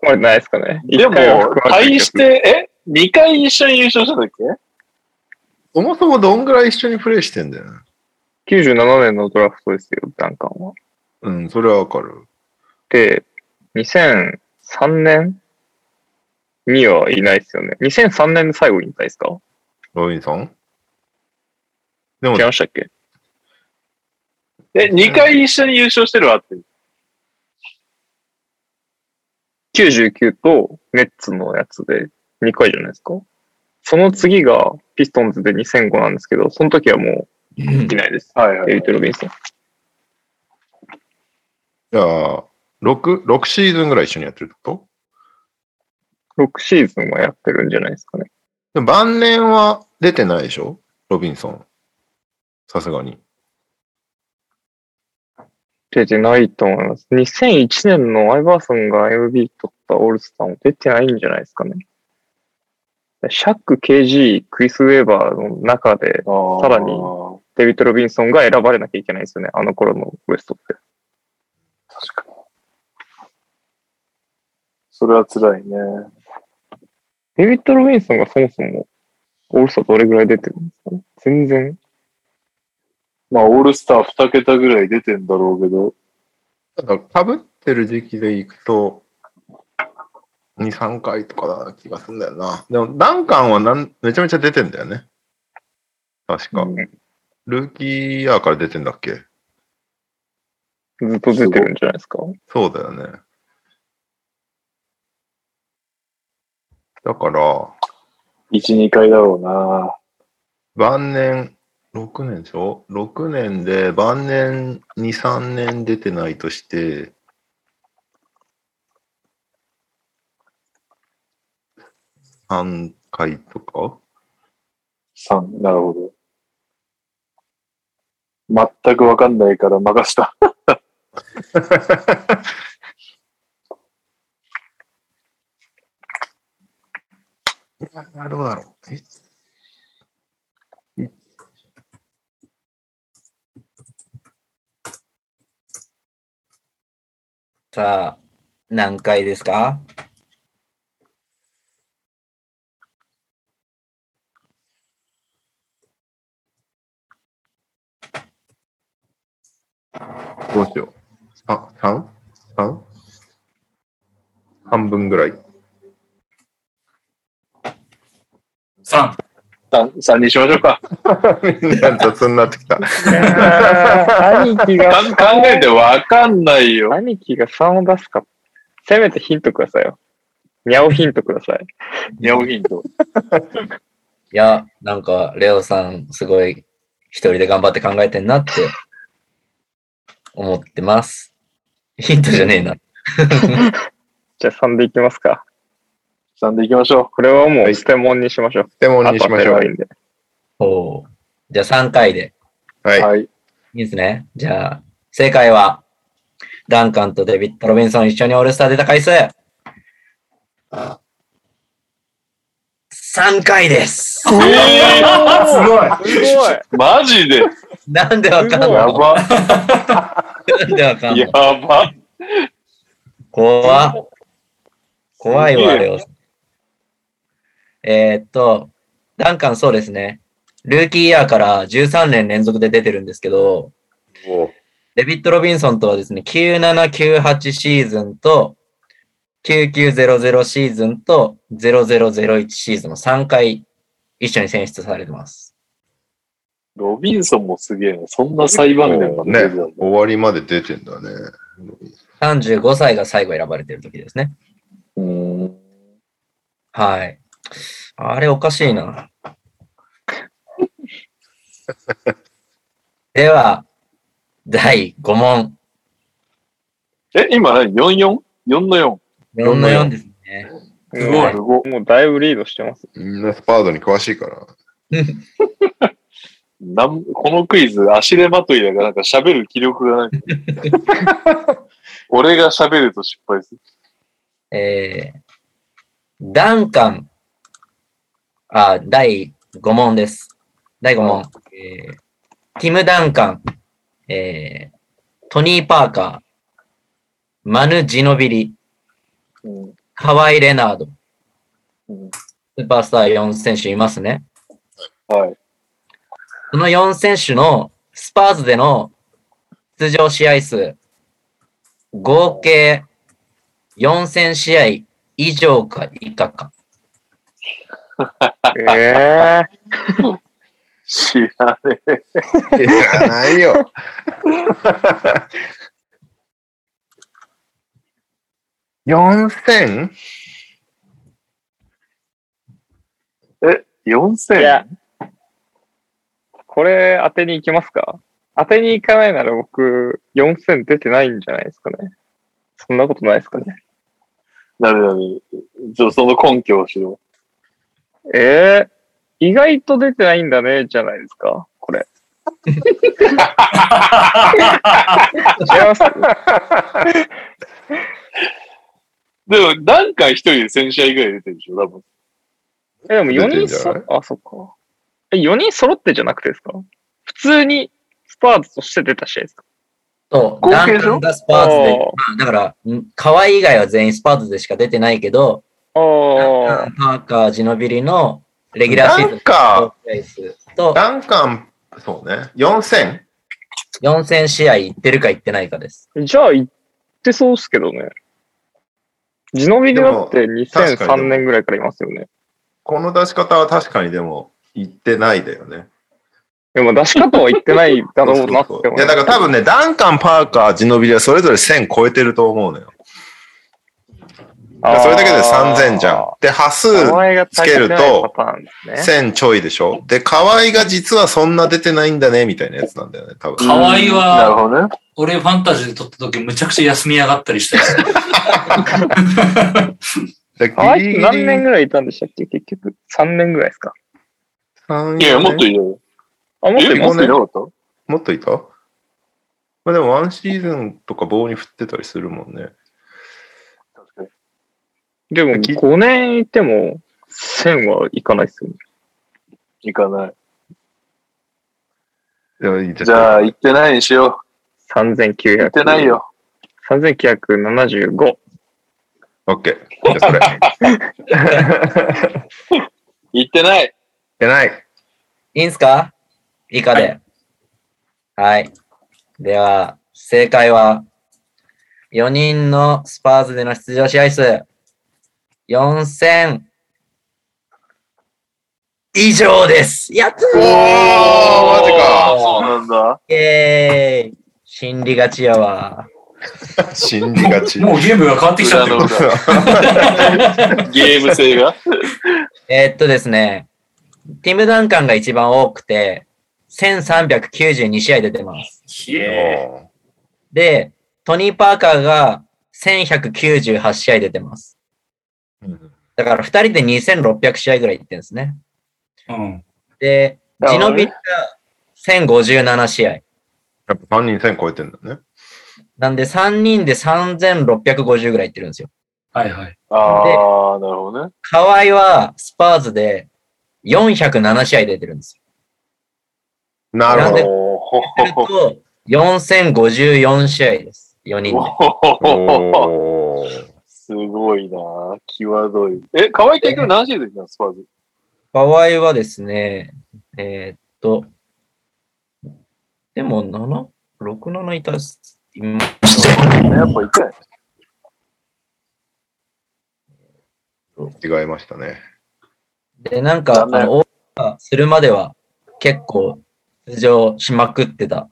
Speaker 6: れてないですかね。
Speaker 2: え。でも
Speaker 6: 一回は含まれて
Speaker 2: 対
Speaker 6: る、けど
Speaker 2: して、え ?2 回一緒に優勝したんだっけ
Speaker 3: そもそもどんぐらい一緒にプレイしてんだよね。
Speaker 6: 97年のドラフトですよ、ダンカンは。
Speaker 3: うん、それはわかる。
Speaker 6: で、2003年にはいないですよね。2003年で最後に引退ですか
Speaker 3: ロビンソンでも
Speaker 6: 違い、ましたっけ
Speaker 2: え、2回一緒に優勝してるわって。
Speaker 6: ?99 とネッツのやつで2回じゃないですかその次がピストンズで2005なんですけど、その時はも
Speaker 4: う
Speaker 6: ういないです。
Speaker 2: はいは
Speaker 6: デビ
Speaker 2: い
Speaker 6: ッ。ド・ロビンソン。
Speaker 3: じゃあ、6、6シーズンぐらい一緒にやってるってこ
Speaker 6: 6シーズンはやってるんじゃないですかね。
Speaker 3: とでも晩年は出てないでしょロビンソン。さすがに。
Speaker 6: 出てないと思います。2001年のアイバーソンが MB 取ったオールスターも出てないんじゃないですかね。シャック、KG、クリス・ウェーバーの中で
Speaker 2: さ
Speaker 6: さらにデビッド・ロビンソンが選ばれなきゃいけないんですよね。あの頃のウエストって。
Speaker 2: 確かに。それは辛いね。
Speaker 6: デビッド・ロビンソンがそもそもオールスターどれぐらい出てるんですかね全然。
Speaker 2: まあ、オールスター2桁ぐらい出てんだろうけど、
Speaker 3: ただ、かぶってる時期でいくと、2、3回とかだ気がするんだよな。でも、ダンカンはなんめちゃめちゃ出てんだよね。確か。ルーキーイヤーから出てんだっけ
Speaker 6: ずっと出てるんじゃないですか
Speaker 3: そうだよね。だから、
Speaker 2: 1、2回だろうな。
Speaker 3: 晩年、6年でしょ ?6 年で晩年2、3年出てないとして、3回とか
Speaker 2: 3、なるほど。全くわかんないから任した。
Speaker 3: いやどうだろう。え
Speaker 4: さあ、何回ですか
Speaker 3: どうしよう。あ、3? 3? 半分ぐらい。
Speaker 1: 3。
Speaker 2: 3、3にしましょうか。
Speaker 3: みんな雑になってきた。
Speaker 6: 兄貴が
Speaker 2: かん考えてわかんないよ。
Speaker 6: 兄貴が3を出すか。せめてヒントくださいよ。にゃおヒントください。
Speaker 2: ニャオヒント。
Speaker 4: いや、なんか、レオさん、すごい、一人で頑張って考えてんなって、思ってます。ヒントじゃねえな。
Speaker 6: じゃあ3でいきますか。
Speaker 2: 3でいきましょ
Speaker 6: これはもう捨て物にしましょう。
Speaker 3: 手物にしましょ
Speaker 6: あとは
Speaker 3: う
Speaker 6: 手。で
Speaker 4: ほう。じゃあ3回で。
Speaker 3: は
Speaker 2: う。
Speaker 3: い。
Speaker 2: はい。
Speaker 4: いいですね。じゃあ、正解は、ダンカンとデビッド・ロビンソン一緒にオールスター出た回数。3回
Speaker 2: え
Speaker 4: です。
Speaker 3: す
Speaker 6: すごい
Speaker 2: ー、マジで
Speaker 4: なんでわかんの
Speaker 2: やば。
Speaker 4: なんでわかん
Speaker 2: や
Speaker 4: の
Speaker 2: ば。
Speaker 4: 怖っ怖い
Speaker 2: すげ
Speaker 4: わ、
Speaker 2: え
Speaker 4: レオさん。えーっと、ダンカンそうですね。ルーキーイヤーから13年連続で出てるんですけど、
Speaker 3: ごい。
Speaker 4: デビッド・ロビンソンとはですね、9798シーズンと、9900シーズンと、0001シーズンの3回一緒に選出されてます。
Speaker 2: ロビンソンもすげえな。そんな裁判年が
Speaker 3: ね
Speaker 2: 出てたんだ、
Speaker 3: 終わりまで出てんだね。
Speaker 4: 35歳が最後選ばれてる時ですね。
Speaker 2: うーん。
Speaker 4: はい。あれおかしいな。では、第5問。
Speaker 2: え、今何 ?44? 4の4。
Speaker 4: 4の4ですね。
Speaker 1: すごい
Speaker 2: すごい。
Speaker 6: もうだいぶリードしてます。
Speaker 3: みんなスパードに詳しいから。
Speaker 2: なんこのクイズ、足手まといだから、なんか喋る気力がない。俺が喋ると失敗する。
Speaker 4: えー、ダンカン。あ、第5問です。第5問。えー、ティム・ダンカン。えー、トニー・パーカー。マヌ・ジノビリ。
Speaker 2: うん
Speaker 4: カワイ・レナード。
Speaker 2: うん
Speaker 4: スーパースター4選手いますね。
Speaker 2: はい。
Speaker 4: その4選手のスパーズでの出場試合数、合計4000試合以上か以下か。
Speaker 6: ええ
Speaker 2: 知らねえ。
Speaker 3: いや、ないよ。4000?
Speaker 6: いや
Speaker 2: 4000?
Speaker 6: これ当てに行きますか当てに行かないなら僕4000出てないんじゃないですかね。そんなことないですかね。
Speaker 2: なるなる。ちょっとその根拠をしろ。
Speaker 6: ええ意外と出てないんだね、じゃないですか、これ。違います
Speaker 2: でも、何回一人で1000試合ぐらい出てるでしょ、多分。
Speaker 6: えでも4
Speaker 3: 出てんじ
Speaker 6: 人
Speaker 3: ゃ
Speaker 6: そ
Speaker 3: ない、
Speaker 6: あ、そっか。え、4人揃ってじゃなくてですか普通にスパーズとして出た試合ですか
Speaker 4: と、
Speaker 2: 合
Speaker 4: ダ
Speaker 2: 計
Speaker 4: ン
Speaker 2: でしょ
Speaker 4: カンがスパーズ
Speaker 6: あー
Speaker 4: で、まあ、だから、ん河合以外は全員スパーズでしか出てないけど、
Speaker 6: あ
Speaker 4: ダン。カ
Speaker 6: あ
Speaker 4: ン、パーカー、ジノビリのレギュラ
Speaker 3: ダ
Speaker 4: ーシーズン
Speaker 3: ンカ
Speaker 4: の試合数と
Speaker 3: ー、ダンカン、そうね。4000?
Speaker 4: 4000試合行ってるか行ってないかです。
Speaker 6: じゃあ、行ってそうっすけどね。ジノビリだって
Speaker 3: 確か
Speaker 6: 2003
Speaker 3: に
Speaker 6: 年ぐらいからいますよね。
Speaker 3: この出し方は確かにでも、言ってないだよね。
Speaker 6: でも出し方は言ってないだろう
Speaker 3: そ
Speaker 6: なって
Speaker 3: う
Speaker 6: 思
Speaker 3: そうそういや、だから多分ね、ダンカン、パーカー、ジノビリはそれぞれ1000超えてると思うのよ。だからそれだけで3000じゃん。で、端数
Speaker 6: 名前が足りてない
Speaker 3: つけると
Speaker 6: パターンですね。
Speaker 3: 1000ちょいでしょで、河合が実はそんな出てないんだね、みたいなやつなんだよね、多分。
Speaker 1: 河合
Speaker 2: なる
Speaker 1: は、
Speaker 2: ほどね。
Speaker 1: 俺ファンタジーで撮った時むちゃくちゃ休み上がったりしたやつ。
Speaker 3: で
Speaker 6: あいつ何年ぐらいいたんでしたっけ結局、3年ぐらいですか。
Speaker 3: 三
Speaker 2: いや、もっといいよ。
Speaker 6: あ、もっとい
Speaker 2: え、
Speaker 6: ま
Speaker 2: もっ
Speaker 6: す
Speaker 2: とい
Speaker 6: ね
Speaker 2: な。かった
Speaker 3: もっといたまあでもワンシーズンとか棒に振ってたりするもんね。
Speaker 2: 確かに
Speaker 6: でも、5年いても、1000はいかないっすよね。
Speaker 2: 行かない。
Speaker 3: いやいい
Speaker 2: じゃあ、行ってないにしよう。
Speaker 6: 3900。
Speaker 2: 行ってない。よ。
Speaker 6: 3975。
Speaker 3: オッケー。じゃあそれ。
Speaker 2: 行ってない。
Speaker 3: えない。
Speaker 4: いいんすか以下で。はい。では、正解は、4人のスパーズでの出場試合数、4000以上です。やった
Speaker 3: おーマジ
Speaker 2: あ、
Speaker 3: か。
Speaker 2: そうなんだ。
Speaker 4: ーイェーイ心理勝ちやわ。
Speaker 3: 信じがち。
Speaker 1: もうゲームが変わってきちゃっ
Speaker 2: 裏
Speaker 1: たよ
Speaker 2: の 裏。ゲーム性が。
Speaker 4: えーっとですね、ティム・ダンカンが一番多くて、1392試合出てます。
Speaker 1: ひ
Speaker 3: お
Speaker 1: え
Speaker 3: ー
Speaker 4: で、トニー・パーカーが1198試合出てます。
Speaker 3: うん
Speaker 4: だから2人で2600試合ぐらい行ってるんですね。
Speaker 1: うん。
Speaker 4: で、
Speaker 2: だか
Speaker 4: ジ
Speaker 2: らね
Speaker 4: ノビリが1057試合。
Speaker 3: やっぱ3人1000超えてんだね。
Speaker 4: なんで3人で3650ぐらい行ってるんですよ。
Speaker 1: はいはい。
Speaker 2: ああ、なるほどね。
Speaker 4: 河合はスパーズで407試合出てるんです
Speaker 3: なるほど。
Speaker 2: ほ
Speaker 4: よ。すると、4054試合です。4人で。
Speaker 2: ほ
Speaker 3: おー
Speaker 2: すごいなぁ際どい。え、河合結局何シーズンいたのスパーズ。
Speaker 4: 河合はですね、えーっと、でも7、6、7いたっす、いま
Speaker 2: やっぱいたよね
Speaker 3: 違いましたね。
Speaker 4: で、なんか、あ
Speaker 2: 残念
Speaker 4: の、オーバーするまでは結構出場しまくってた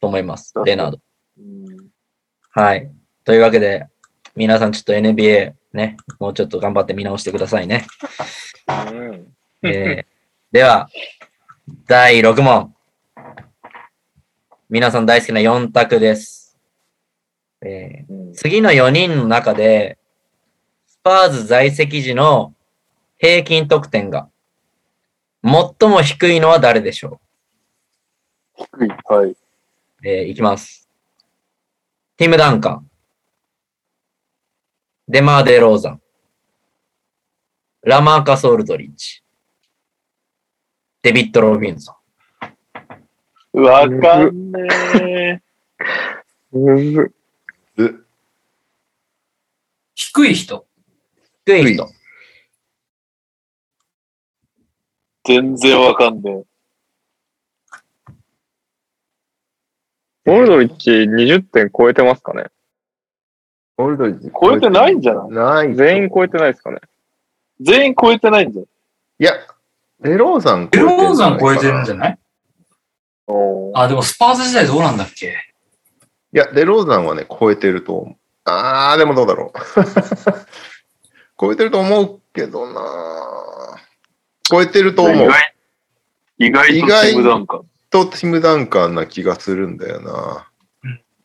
Speaker 4: と思います
Speaker 2: そう、そう
Speaker 4: レナード。
Speaker 2: うん
Speaker 4: はい。というわけで、皆さんちょっと NBA ね、もうちょっと頑張って見直してくださいね。
Speaker 2: うん。
Speaker 4: えーでは、第6問。皆さん大好きな4択です。え
Speaker 2: うん
Speaker 4: ー次の4人の中で、スパーズ在籍時の平均得点が最も低いのは誰でしょ
Speaker 2: 低い。はい。
Speaker 4: うえーいきます。ティム・ダンカン。デマー・デ・ローザン。ラマーカス・オルドリッチ。デビッド・ロビンソン。
Speaker 2: わかんね
Speaker 6: むずっ
Speaker 1: 低い人。
Speaker 4: 低い人。
Speaker 2: え。全然わかんねえ。
Speaker 6: オルドリッチ20点超えてますかね
Speaker 3: オールドリッジ
Speaker 2: 超えてないんじゃない
Speaker 3: ない。
Speaker 6: 全員超えてないですかね
Speaker 2: 全員超えてないんだよ。
Speaker 3: いや、レローザン超え
Speaker 1: エ
Speaker 3: てる。
Speaker 1: ローザン超えてるんじ
Speaker 3: ゃん。い
Speaker 1: ゃない
Speaker 2: おー
Speaker 1: あ、でもスパーズ時代どうなんだっけ
Speaker 3: や、レローザンはね、超えてると思う。あー、でもどうだろう。 超えてると思うけどな超えてると思う。
Speaker 2: 意外
Speaker 3: 意
Speaker 2: 意
Speaker 3: 外
Speaker 2: 外とチームダンカン。
Speaker 3: とティム・ダンカンな気がするんだよな。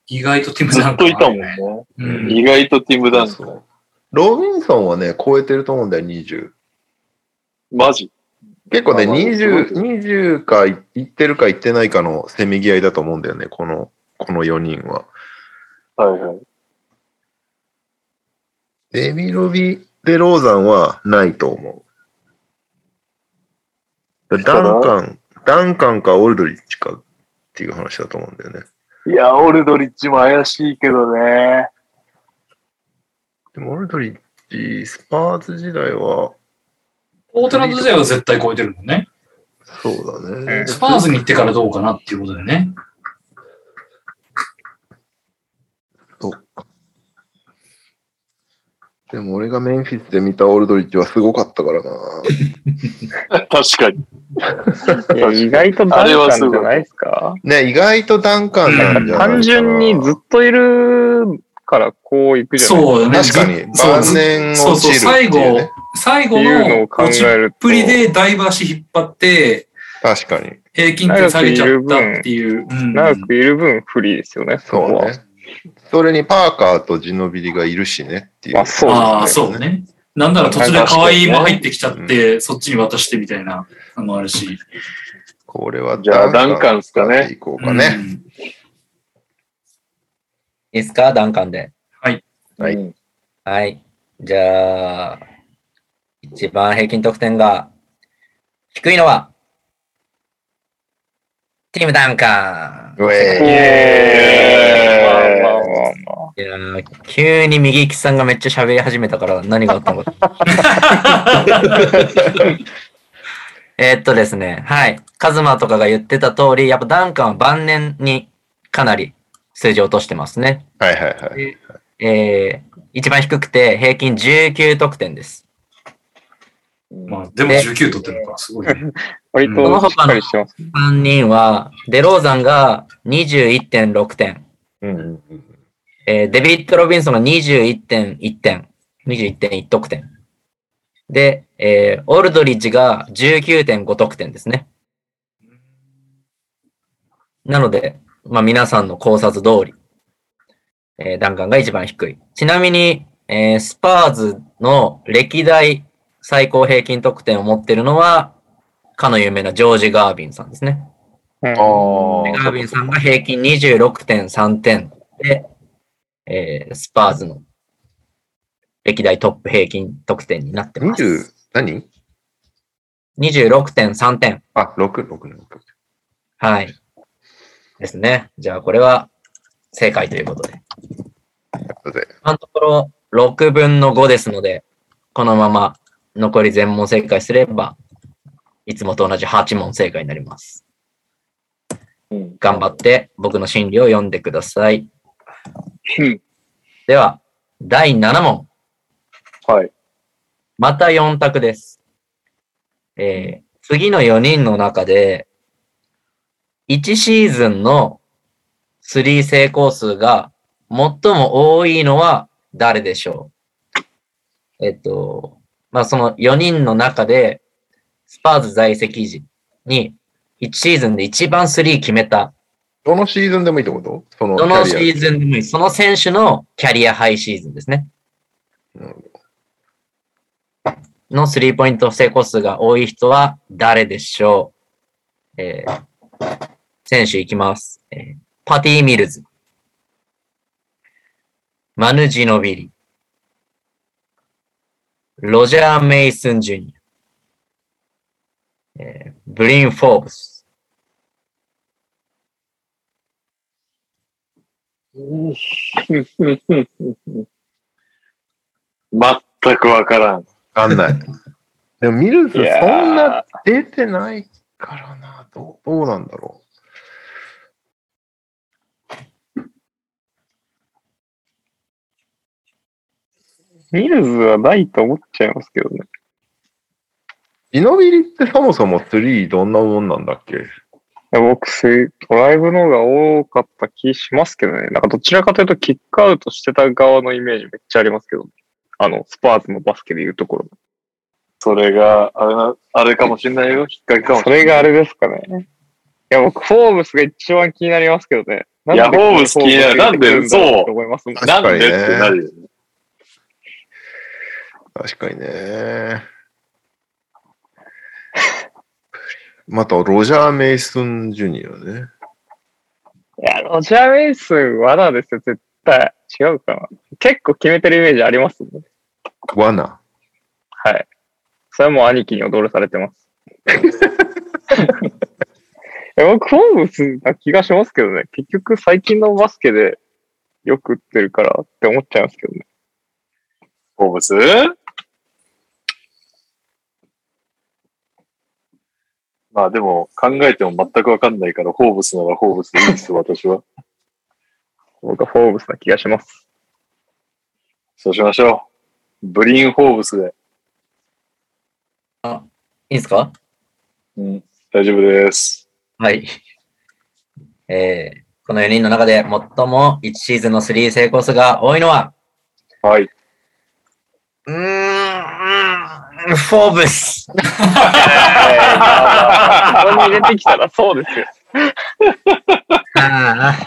Speaker 1: 意外とティム
Speaker 2: ず
Speaker 1: ダン
Speaker 2: っ
Speaker 1: カ
Speaker 2: と
Speaker 1: ン
Speaker 2: いたもんね。
Speaker 1: うん。
Speaker 2: 意外とティムダンカ
Speaker 3: そ
Speaker 2: ン。
Speaker 3: うロビンソンはね、超えてると思うんだよ、20。
Speaker 2: マジ。
Speaker 3: 結構ね、
Speaker 2: まあまあ
Speaker 3: 20、
Speaker 2: そう
Speaker 3: 20かいいってるかいってないかのせめぎ合いだと思うんだよね、この、この4人は。
Speaker 2: はいはい。
Speaker 3: デミロビ・デローザンはないと思う。ダンカン、ダンカンかオルドリッチかっていう話だと思うんだよね。
Speaker 2: いや、オルドリッチも怪しいけどね。
Speaker 3: でもオルドリッチ、スパーズ時代は、
Speaker 1: ポートランド時代は絶対超えてるもんね。
Speaker 3: そうだね。
Speaker 1: スパーズに行ってからどうかなっていうことでね。
Speaker 3: でも俺がメンフィスで見たオルドリッチはすごかったからな。
Speaker 2: 確かに。
Speaker 6: いや意外とダンカンじゃないですか
Speaker 3: ね、意外とダンカンなんじゃないかな
Speaker 6: 単純にずっといるからこういくじゃない
Speaker 1: そうね。
Speaker 3: 確かに、
Speaker 1: ずそう
Speaker 3: 晩年
Speaker 1: そう
Speaker 3: 落ち
Speaker 1: そう、
Speaker 3: るってい
Speaker 1: 最
Speaker 3: う、ね。
Speaker 1: 後、最
Speaker 6: っ
Speaker 1: 後
Speaker 6: ていうのを
Speaker 1: の
Speaker 6: 考
Speaker 1: 落ちっ
Speaker 6: えると
Speaker 1: ぷりでダイバーシ引っ張って、
Speaker 3: 確かに。
Speaker 1: 平均点下げちゃったっていう。うん
Speaker 6: 長くいる分不利ですよね、そ
Speaker 3: そう
Speaker 6: こは。
Speaker 3: ね。それにパーカーとジノビリがいるしねっていう。
Speaker 6: まあそうですね
Speaker 1: ああ、そうね。なんなら途中で可愛いも入ってきちゃって、そっちに渡してみたいな、あの、あるし。
Speaker 3: これは
Speaker 2: じゃあダンカンっすかね
Speaker 3: ダンカン使っていこうかね。
Speaker 1: うん
Speaker 4: いいですかダンカンで。
Speaker 3: はい
Speaker 2: うん
Speaker 4: はい。じゃあ、一番平均得点が低いのは、ティム・ダンカン。
Speaker 3: うえ
Speaker 2: えー
Speaker 6: まあまあまあまあ。
Speaker 4: いやー急に右行きさんがめっちゃ喋り始めたから何があっ たのか。えーっとですね、はい。カズマとかが言ってた通り、やっぱダンカンは晩年にかなり数字を落としてますね。
Speaker 3: ーはいはいはい。
Speaker 4: えー、一番低くて平均19得点です。
Speaker 1: まあ、でも19取ってるのか、すごいね。
Speaker 6: 割としっかりしてます。
Speaker 4: 3人は、デローザンが21.6点、
Speaker 3: うんうんうん
Speaker 4: えーデビッド・ロビンソンが21.1点、21.1得点。で、えーオルドリッジが19.5得点ですね。なので、まあ皆さんの考察通り、えー、ダンカンが一番低い。ちなみに、えースパーズの歴代最高平均得点を持ってるのは、かの有名なジョージ・ガービンさんですね。
Speaker 3: あ
Speaker 4: で
Speaker 3: ー
Speaker 4: ガービンさんが平均26.3点で、えースパーズの歴代トップ平均得点になってま
Speaker 3: 20
Speaker 4: す。
Speaker 3: 何
Speaker 4: 26.3点。
Speaker 3: あ、6、6の6。
Speaker 4: はい。ですね。じゃあこれは正解ということで。
Speaker 3: だぜ
Speaker 4: 今のところ6分の5ですので、このまま残り全問正解すれば、いつもと同じ8問正解になります。
Speaker 2: うん
Speaker 4: 頑張って僕の心理を読んでください。では、第7問。
Speaker 2: はい。
Speaker 4: また4択です。えー次の4人の中で、1シーズンの3成功数が最も多いのは誰でしょうえっと、まあ、その4人の中で、スパーズ在籍時に1シーズンで一番3決めた
Speaker 3: どのシーズンでもいいってことその
Speaker 4: どのシ
Speaker 3: キャリア
Speaker 4: ーズンでもいい。その選手のキャリアハイシーズンですね
Speaker 3: なる。
Speaker 4: のスリーポイント成功数が多い人は誰でしょうえー、選手いきます。えーパティ・ミルズ。マヌ・ジノビリ。ロジャー・メイスン・ジュニア。えーブリン・フォーブス。
Speaker 2: 全くわからん。
Speaker 3: わかんない。でも、ミルズ、そ
Speaker 6: いやー
Speaker 3: んな出てないからな。どうどうなんだろ
Speaker 6: ミルズはないと思っちゃいますけどね。
Speaker 3: う。イノビリってそもそも3どんなもんなんだっけ
Speaker 6: 僕、せドライブの方が多かった気しますけどね。なんかどちらかというとキックアウトしてた側のイメージめっちゃありますけど、ね、あの、スパーズのバスケでいうところ。
Speaker 2: それが、あれな、あれかもしんないよ。引っ掛けかもし
Speaker 6: そ
Speaker 2: んない。
Speaker 6: れがあれですかね。いや、僕、フォーブスが一番気になりますけどね。
Speaker 2: いや
Speaker 6: なんで
Speaker 2: フォーブス気になる
Speaker 6: フォーブス出てくんだ
Speaker 2: なん
Speaker 6: ろ
Speaker 2: でそう
Speaker 6: って思いますもん
Speaker 3: 確か
Speaker 2: なん
Speaker 3: に
Speaker 2: で
Speaker 3: ね
Speaker 2: ってなるよね。
Speaker 3: 確かに ね。また、ロジャー・メイスン・ジュニアね。
Speaker 6: いや、ロジャー・メイスン、罠ですよ、絶対。違うかな。結構決めてるイメージありますもんね。
Speaker 3: 罠。
Speaker 6: はい。それはもう兄貴に踊らされてます。 いや僕、フォーブスな気がしますけどね。結局、最近のバスケでよく打ってるからって思っちゃいますけどね。
Speaker 2: 好物まあでも考えても全くわかんないから、好物なら好物でいい です、私は。
Speaker 6: 僕はフォーブスな気がします。
Speaker 2: そうしましょう。ブリーン好物で。
Speaker 4: いいですか
Speaker 2: うん、大丈夫です。
Speaker 4: はい。えーこの4人の中で最も1シーズンの3成功数が多いのは、
Speaker 2: はい。
Speaker 4: うーん、フォーブス。
Speaker 6: ここに入れてきたらそうですよ。
Speaker 4: あ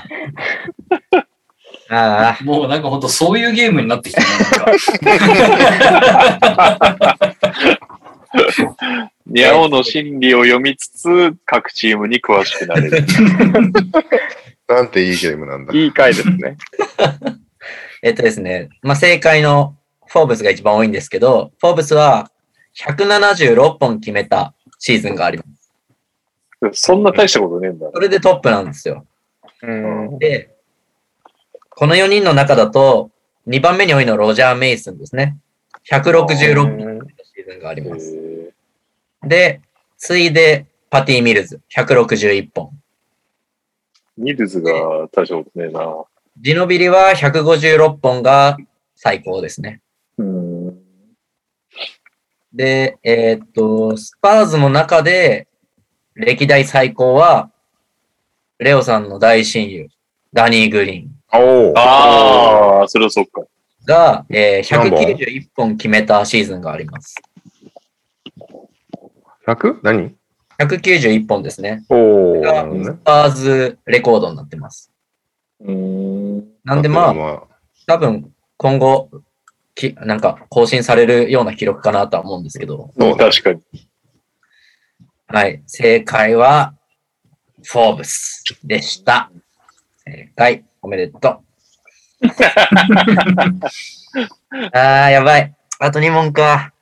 Speaker 4: あ。ああ。
Speaker 1: もうなんかほんとそういうゲームになってきてる
Speaker 2: ニャオの心理を読みつつ、各チームに詳しくなれ る。
Speaker 3: なんていいゲームなんだ。
Speaker 6: いい回ですね。
Speaker 4: えっとですね、まあ、正解のフォーブスが一番多いんですけど、フォーブスは176本決めたシーズンがあります。
Speaker 2: そんな大したことねえんだ。
Speaker 4: それでトップなんですよ。
Speaker 6: うん。
Speaker 4: で、この4人の中だと、2番目に多いのはロジャー・メイスンですね。166本のシーズンがあります。
Speaker 2: え
Speaker 4: で、次いで、パティ・ミルズ、161本。
Speaker 2: ーニルズが大したことねえな。
Speaker 4: ジノビリは156本が最高ですね。
Speaker 2: うん。
Speaker 4: で、えーっと、スパーズの中で、歴代最高は、レオさんの大親友、ダニー・グリーン
Speaker 3: おお。
Speaker 2: ああ、それはそっか。
Speaker 4: が、えー
Speaker 3: 何本
Speaker 4: 191本決めたシーズンがあります。
Speaker 3: 100? 何
Speaker 4: 191本ですね。
Speaker 3: おお。
Speaker 4: が
Speaker 3: なるほど
Speaker 4: ス
Speaker 3: ね
Speaker 4: パーズレコードになってます。
Speaker 2: うん。
Speaker 4: なんでまあ、
Speaker 3: あ、
Speaker 4: 多分今後き、なんか更新されるような記録かなとは思うんですけど、
Speaker 3: そうだ
Speaker 2: 確かに。
Speaker 4: はい、正解は、フォーブスでした。正解、おめでとう。あー、やばい。あと2問か。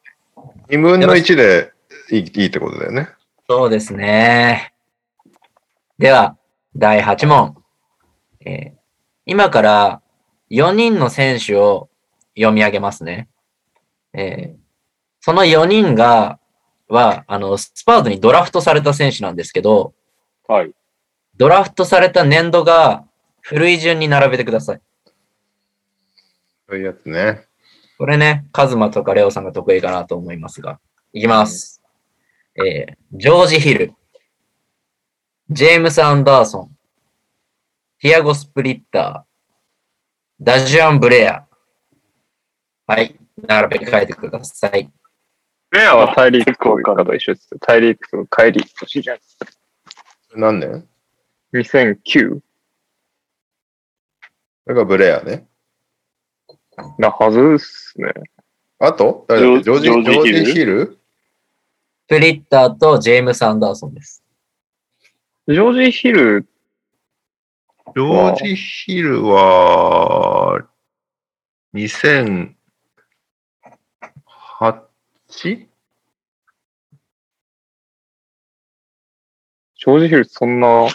Speaker 3: 2分の1でいいいいってことだよね。
Speaker 4: そうですね。では、第8問。えー今から4人の選手を読み上げますね。えーその4人が、は、あの、スパーズにドラフトされた選手なんですけど、
Speaker 2: はい。
Speaker 4: ドラフトされた年度が古い順に並べてください。
Speaker 3: そういうやつね。
Speaker 4: これね、カズマとかレオさんが得意かなと思いますが。いきます。えー、ジョージ・ヒル。ジェームス・アンダーソン。ティアゴ・スプリッター。ダジュアン・ブレア。はい。並べ替えてください。
Speaker 2: レア
Speaker 6: まあ、タイリークとかと一緒です。タイリークと帰り。
Speaker 3: 何年
Speaker 6: 2009。
Speaker 3: れがブレアね。
Speaker 6: なはずですね。
Speaker 3: あと、誰だっけジ
Speaker 2: ジ
Speaker 3: ョ
Speaker 2: ョ
Speaker 3: ージ、ジョ
Speaker 2: ジョージ
Speaker 3: ージヒル
Speaker 4: フリッターとジェームス・アンダーソンです。
Speaker 6: ジョージ・ヒル、
Speaker 3: ジョージヒルは、2008?
Speaker 6: ジョージ・ヒルそんな、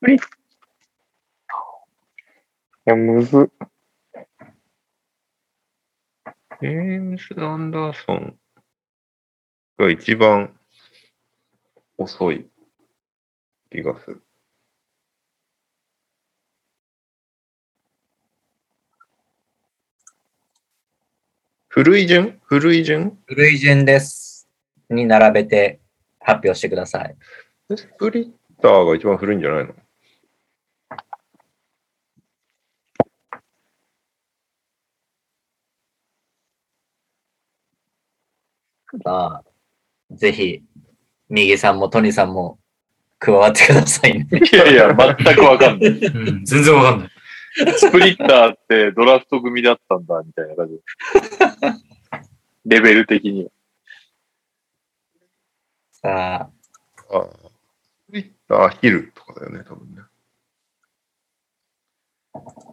Speaker 6: フリいや、むず、
Speaker 3: ジェームス・アンダーソンが一番遅い気がする。古い順古い順
Speaker 4: 古い順です。に並べて発表してください。
Speaker 3: スプリッターが一番古いんじゃないの
Speaker 4: まあ、ぜひ、右さんもトニさんも加わってくださいね。
Speaker 2: いやいや、全くわかんない。
Speaker 1: うん、全然わかんない。
Speaker 2: スプリッターってドラフト組だったんだ、みたいな感じ。レベル的に。
Speaker 4: さあ、
Speaker 3: あスプリッター、ヒルとかだよね、多分ね。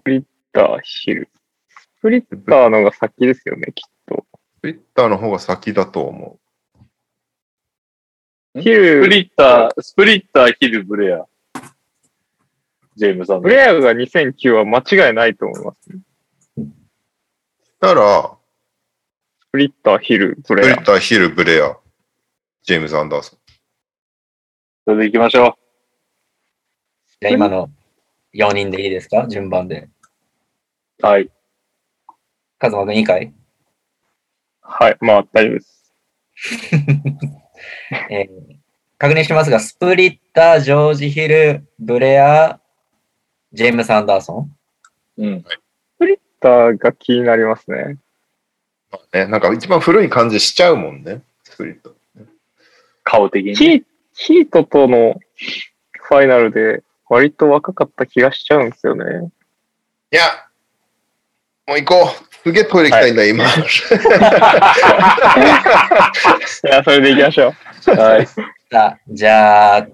Speaker 6: フリッター、ヒル。フリッターのが先ですよね、きっと。
Speaker 3: スプリッターの方が先だと思
Speaker 6: ヒ
Speaker 2: スプ
Speaker 6: ル、
Speaker 2: リッター、スプリッター、ヒル、ブレア。ジェームさん
Speaker 6: ブレアが2009は間違いないと思います。
Speaker 3: う。したら、
Speaker 6: フリッター、ヒル、ブ
Speaker 3: スプ
Speaker 6: レ
Speaker 3: リ
Speaker 6: ア
Speaker 3: ッ。ター、ヒル、ブレア、ジェームズ・アンダーソン。
Speaker 2: それで行きましょ
Speaker 4: じゃあ今の4人でいいですか順番で。
Speaker 2: う。はい。
Speaker 4: カズマくんいいかい
Speaker 6: はい、まあ大丈夫です。
Speaker 4: えー確認しますが、スプリッター、ジョージ・ヒル、ブレア、ジェームス・アンダーソン。
Speaker 2: うん。
Speaker 6: フリッターが気になりますね。
Speaker 3: まあね、なんか一番古い感じしちゃうもんね、スプリッター。
Speaker 2: 顔的に。
Speaker 6: ヒヒートとのファイナルで割と若かった気がしちゃうんですよ ね。
Speaker 3: いや、もう行こう。すげえトイレ行きたいんだ、今。
Speaker 6: いや、それでいきまし ょう。
Speaker 2: はい。
Speaker 4: さあ、じゃあ、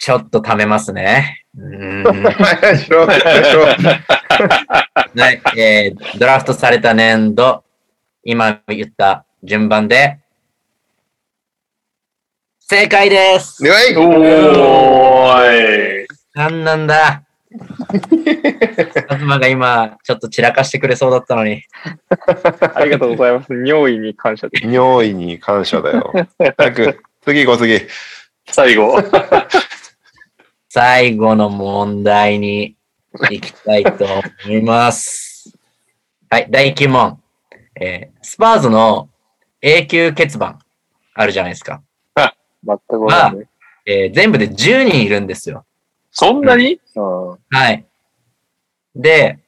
Speaker 4: ちょっと貯めますね。う ーん
Speaker 3: はい、しろ、しろ。
Speaker 4: はい、えードラフトされた年度、今言った順番で、正解です
Speaker 3: ではい
Speaker 2: おーい。
Speaker 4: なんなんだカズマが今、ちょっと散らかしてくれそうだったのに。
Speaker 6: ありがとうござい ます。尿意に感謝です。
Speaker 3: 尿意に感謝だよ。早く、次行こう、次。
Speaker 2: 最後。
Speaker 4: 最後の問題に行きたいと思います。はい、第9問。えースパーズの永久欠番あるじゃないですか。
Speaker 2: 全くわかんない。
Speaker 4: えー全部で10人いるんですよ。
Speaker 2: そんなにうん。
Speaker 4: はい。で、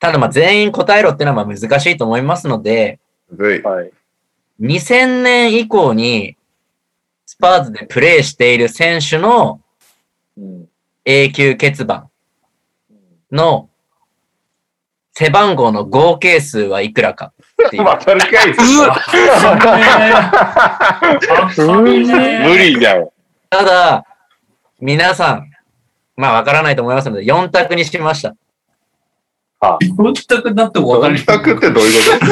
Speaker 4: ただまあ全員答えろってのはまあ難しいと思いますので、
Speaker 3: はい。
Speaker 2: はい。
Speaker 4: 2000年以降にスパーズでプレーしている選手の
Speaker 2: うん。
Speaker 4: 永久欠番の背番号の合計数はいくらかってい う。
Speaker 3: またるかい。
Speaker 2: 無理じゃん。
Speaker 4: ただ、皆さん、まあわからないと思いますので、4択にしました。
Speaker 1: 本択になってもわかんない。
Speaker 3: たくってどういうこ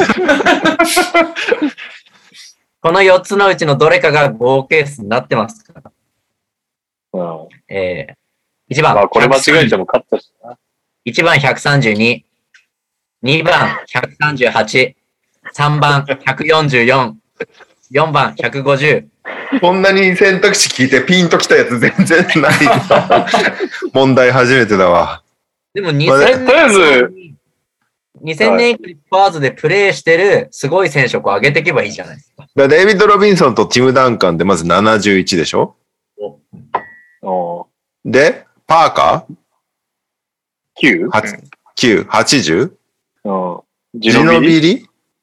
Speaker 4: この4つのうちのどれかが合計数になってますから。
Speaker 2: うん。
Speaker 4: えー、1番。
Speaker 2: まあ、これ間違えても勝ったしな。
Speaker 4: 1番132、2番138、3番144、4番150。
Speaker 3: とこんなに選択肢聞いてピンときたやつ全然 ないな。問題初めてだわ。
Speaker 4: でも
Speaker 3: まあ
Speaker 4: 2000
Speaker 2: とりあえず、
Speaker 4: 年、2000年以降にスパーズでプレーしてるすごい選手をこう上げていけばいいじゃないですか。
Speaker 3: だからデイビッド・ロビンソンとティム・ダンカンでまず71でしょ
Speaker 2: うん
Speaker 3: で、パーカ
Speaker 2: 9?
Speaker 3: ーはつ9、80?
Speaker 2: うん。ジ
Speaker 3: ジノ
Speaker 2: ノビリ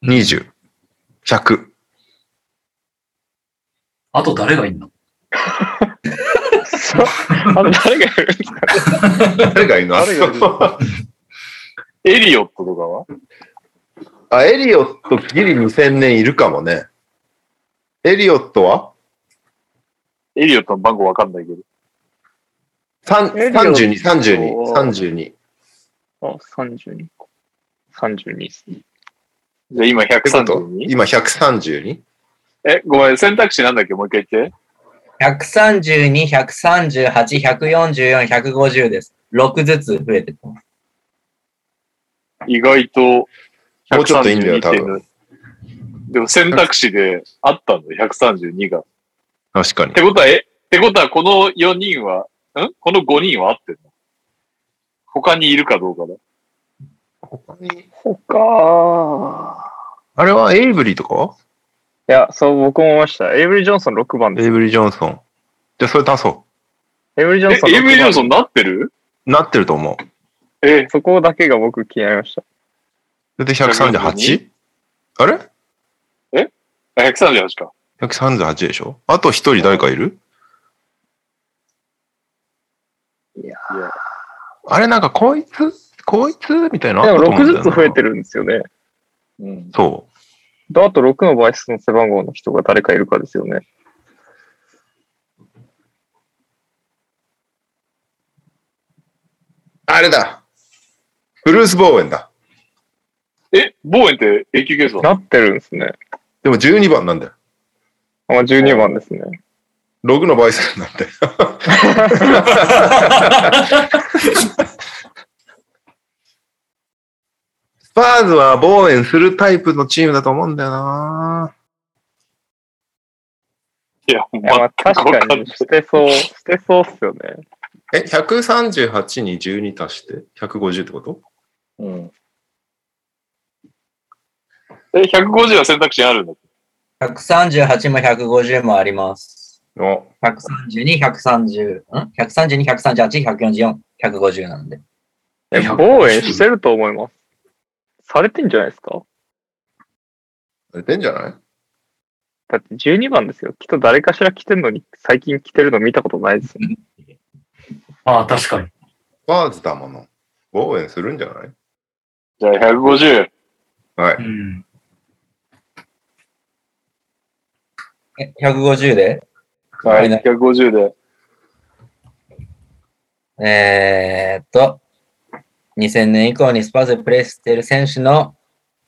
Speaker 3: ビリ ?20。100。
Speaker 1: あと誰がいんの
Speaker 6: そう。あと誰がやるんですか
Speaker 3: 誰がいるの
Speaker 2: 誰がいるエリオットとかは
Speaker 3: あ、エリオットギリ2000年いるかもね。エリオットは
Speaker 2: エリオットの番号わかんないけど。
Speaker 3: 三
Speaker 6: エリオット
Speaker 3: 32、32、32。
Speaker 6: あ、32個。32ですね。
Speaker 2: じゃあ今
Speaker 3: ってこと
Speaker 2: 132。
Speaker 3: 今 132?
Speaker 2: え、ごめん、選択肢なんだっけもう一回言って。
Speaker 4: 132、138、144、150です。6ずつ増えてってます。
Speaker 2: 意外と、
Speaker 3: もうちょっといいんだよ多分
Speaker 2: 132でも選択肢であったんだよ、132が。っ
Speaker 3: 確かに。
Speaker 2: てことは、え、ってことはこの4人は、んこの5人は合ってんの他にいるかどうかだ。
Speaker 6: そっか
Speaker 3: あれはエイブリーとかはい
Speaker 6: や、そう、僕も思いました。エイブリー・ジョンソン6番で
Speaker 3: エ
Speaker 6: す。
Speaker 3: イブリー・ジョンソン。じゃあそれ足そ
Speaker 6: エイブリー・ジョンソン
Speaker 2: え、エイブリー・ジョンソ
Speaker 6: ン
Speaker 2: ンなってる
Speaker 3: う。なってると思う。
Speaker 2: え、
Speaker 6: そこだけが僕気になりました。
Speaker 3: だって138? あれ
Speaker 2: 138か。
Speaker 3: ?138 でしょあと1人誰かいる
Speaker 6: いや
Speaker 2: ーいや
Speaker 3: あれなんかこいつこいつみたいなの
Speaker 6: で
Speaker 3: あ
Speaker 6: も
Speaker 3: ったと思うんだよ
Speaker 6: 6
Speaker 3: な
Speaker 6: ずつ増えてるんですよね。
Speaker 2: うん。
Speaker 3: そう。
Speaker 6: であと6の倍数の背番号の人が誰かいるかですよね。
Speaker 3: あれだブルース・ボーエンだ。
Speaker 2: え、ボーエンって永久計算
Speaker 6: なってるんですね。
Speaker 3: でも12番なんだよ。
Speaker 6: まあ、12番ですね。
Speaker 3: 6の倍数 なんだよ。スパーズはボーエンするタイプのチームだと思うんだよない
Speaker 2: や、
Speaker 6: いやまあ、
Speaker 2: 全く
Speaker 6: 確
Speaker 2: わか
Speaker 6: か
Speaker 2: んない
Speaker 6: に、捨てそう、捨てそうっすよね。
Speaker 3: え、138に12足して150ってこと
Speaker 2: うんえ、150は選択肢あるんだっけ
Speaker 4: 138も150もあります。
Speaker 3: お
Speaker 4: 132、130、ん ?132、138、144、150なんで。
Speaker 6: え、防衛してると思います。されてんじゃないですか
Speaker 3: 出てんじゃない
Speaker 6: だって12番ですよ。きっと誰かしら来てんのに、最近来てるの見たことないですよ。
Speaker 1: ああ、確かに。
Speaker 3: バーズだもの。ボーエンするんじゃない
Speaker 2: じゃあ150。
Speaker 3: は
Speaker 1: う
Speaker 3: い。
Speaker 1: ん。
Speaker 4: え、150で
Speaker 2: はい、
Speaker 4: はい
Speaker 2: 150で。
Speaker 4: えーっと、2000年以降にスパーズでプレーしている選手の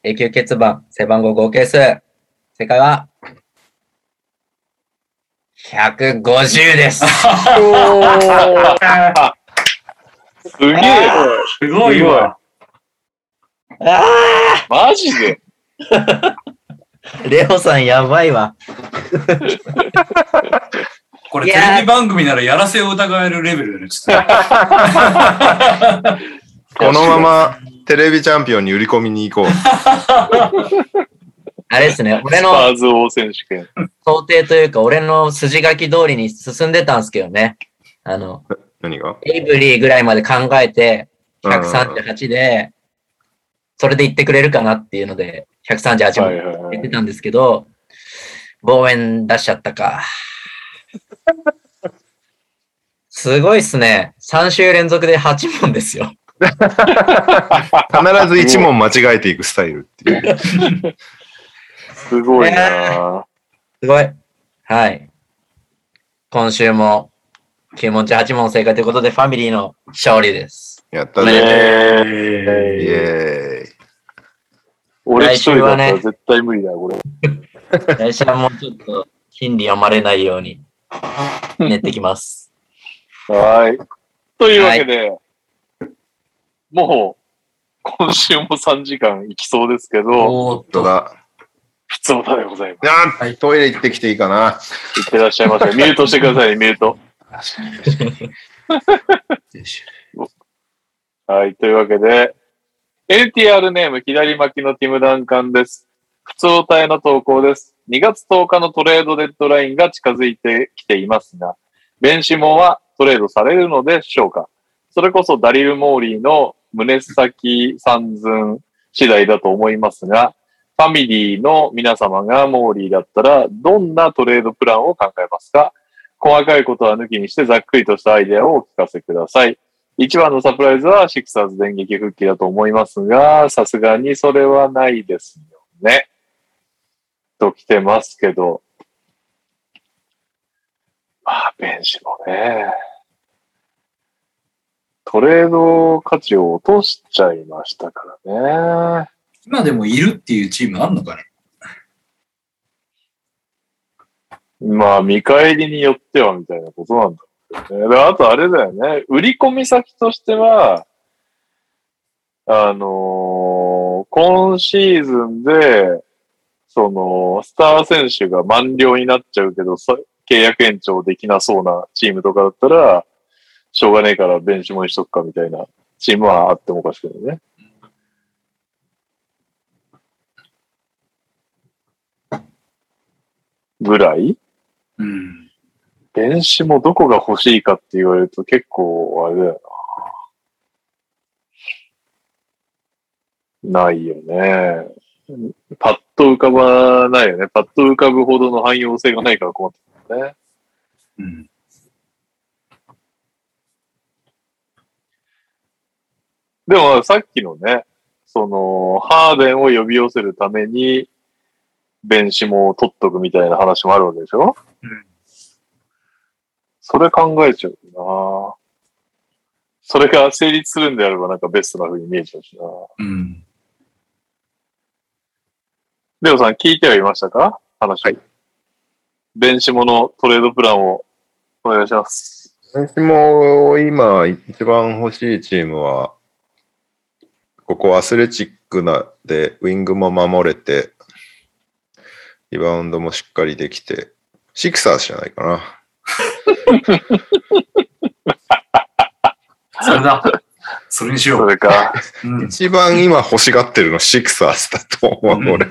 Speaker 4: 永久欠番、背番号合計数。正解は、150で
Speaker 2: す
Speaker 4: す。
Speaker 2: げえ。
Speaker 1: すごいわ。
Speaker 2: マジで。
Speaker 4: レオさんやばいわ。
Speaker 1: こ
Speaker 4: い
Speaker 1: れテ
Speaker 4: やー
Speaker 1: レビ番組ならやらせを疑えるレベルだね、ちょっと。
Speaker 3: このままテレビチャンピオンに売り込みに 行こう。
Speaker 4: あれですね、俺
Speaker 2: スパ
Speaker 4: の
Speaker 2: ーズ王選手権。
Speaker 4: 想定というか、俺の筋書き通りに進んでたんですけどね。あの、
Speaker 3: 何が
Speaker 4: エイブリーぐらいまで考えて、138で、それで言ってくれるかなっていうので、138も
Speaker 2: はいはいは
Speaker 4: 言って
Speaker 2: い。
Speaker 4: たんですけど、望遠出しちゃったか。 すごいっすね。3週連続で8問ですよ。
Speaker 3: 必ず一問間違えていくスタイルっていう。
Speaker 2: すごいな
Speaker 4: すごい。はい。今週も9問中8問正解ということで、ファミリーの勝利です。
Speaker 3: やった
Speaker 2: ね
Speaker 3: ね。イ
Speaker 2: え。
Speaker 3: エーイ。
Speaker 2: 俺一人だったら絶対無理だ、これ。
Speaker 4: 来週はもうちょっと、金利読まれないよう に、練ってきます。
Speaker 2: はい。というわけで、もう、今週も3時間いきそうですけど、
Speaker 1: おーっ
Speaker 3: 本当
Speaker 1: と。
Speaker 3: だ。
Speaker 2: 普通のでございま
Speaker 3: あートイレ行ってきていいかな。
Speaker 2: す。いってらっしゃいませ。ミュートしてくださいね、ミュート。はい、というわけで、LTR ネーム左巻きのティム・ダンカンです。普通体の投稿です。2月10日のトレードデッドラインが近づいてきていますが、ベンシモンはトレードされるのでしょうかそれこそダリル・モーリーの胸先三寸次第だと思いますが、ファミリーの皆様がモーリーだったら、どんなトレードプランを考えますか細かいことは抜きにしてざっくりとしたアイデアをお聞かせください。一番のサプライズはシクサーズ電撃復帰だと思いますが、さすがにそれはないですよね。と来てますけど。まあ、ベンチもね。トレード価値を落としちゃいましたからね。
Speaker 1: 今でもいるっていうチームあんのかね
Speaker 2: まあ、見返りによってはみたいなことなんだろうね。であとあれだよね。売り込み先としては、あのー今シーズンで、その、スター選手が満了になっちゃうけど、さ契約延長できなそうなチームとかだったら、しょうがねえからベンチもにしとくかみたいなチームはあってもおかしくないね。ぐらい
Speaker 1: うん。
Speaker 2: 電子もどこが欲しいかって言われると結構あれだよな。ないよね。パッと浮かばないよね。パッと浮かぶほどの汎用性がないから困ってるよね。
Speaker 1: うん。
Speaker 2: でもさっきのね、その、ハーデンを呼び寄せるために、弁子も取っとくみたいな話もあるわけでしょ
Speaker 1: うん。
Speaker 2: それ考えちゃうなそれが成立するんであればなんかベストな風に見えちゃうしな
Speaker 1: うん。
Speaker 2: レオさん聞いてはいましたか話。はい。弁子ものトレードプランをお願いします。
Speaker 3: 私も今一番欲しいチームは、ここアスレチックなでウィングも守れて、リバウンドもしっかりできて、シクサーズじゃないかな。
Speaker 1: それだ。それにしよ。
Speaker 2: そうれ か。
Speaker 1: うん。
Speaker 3: 一番今欲しがってるのシクサーズだと思う、
Speaker 1: うん
Speaker 3: 俺。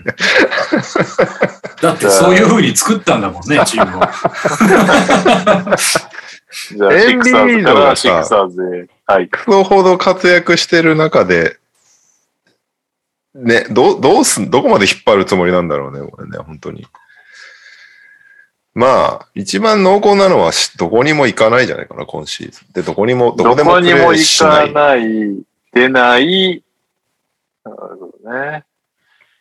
Speaker 1: だってそういう風に作ったんだもんね、チ ームを。
Speaker 2: じゃあ、
Speaker 3: エ
Speaker 2: シ
Speaker 3: ン
Speaker 2: ク
Speaker 3: ビ
Speaker 2: サー
Speaker 3: ー
Speaker 2: ズ
Speaker 3: ド
Speaker 2: か
Speaker 3: が
Speaker 2: ら
Speaker 3: さ
Speaker 2: シクサーズへ。はい。
Speaker 3: クソほど活躍してる中で、ね、どう、どうすん、どこまで引っ張るつもりなんだろうね、これね、本当に。まあ、一番濃厚なのはし、どこにも行かないじゃないかな、今シーズン。で、どこにも、どこ
Speaker 2: ど
Speaker 3: でも
Speaker 2: こ
Speaker 3: プ
Speaker 2: に
Speaker 3: レ
Speaker 2: も行
Speaker 3: ーしな
Speaker 2: か
Speaker 3: い。
Speaker 2: ない、出ない。なるほどね。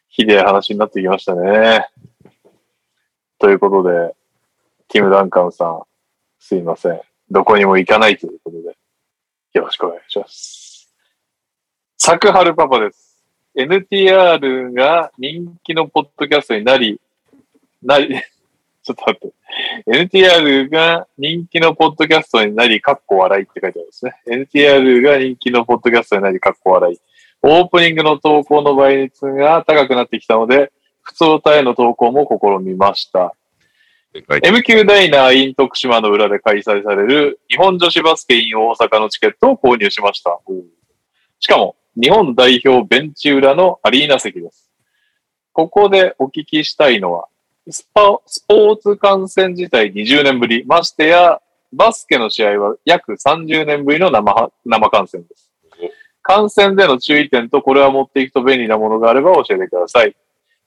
Speaker 2: ひでえ話になってきましたね。ということで、キム・ダンカンさん、すいません。どこにも行かないということで、よろしくお願いします。サクハルパパです。NTR が人気のポッドキャストになり、なり、 ちょっと待って。NTR が人気のポッドキャストになり、かっこ笑いって書いてあるんですね。NTR が人気のポッドキャストになり、かっこ笑い。オープニングの投稿の倍率が高くなってきたので、普通歌への投稿も試みました。
Speaker 3: はい
Speaker 2: MQ ダイナー in 徳島の裏で開催される日本女子バスケ in 大阪のチケットを購入しました。しかも、日本代表ベンチ裏のアリーナ席です。ここでお聞きしたいのは、スパスポーツ観戦自体20年ぶり、ましてや、バスケの試合は約30年ぶりの生は生観戦です。観戦での注意点とこれは持っていくと便利なものがあれば教えてください。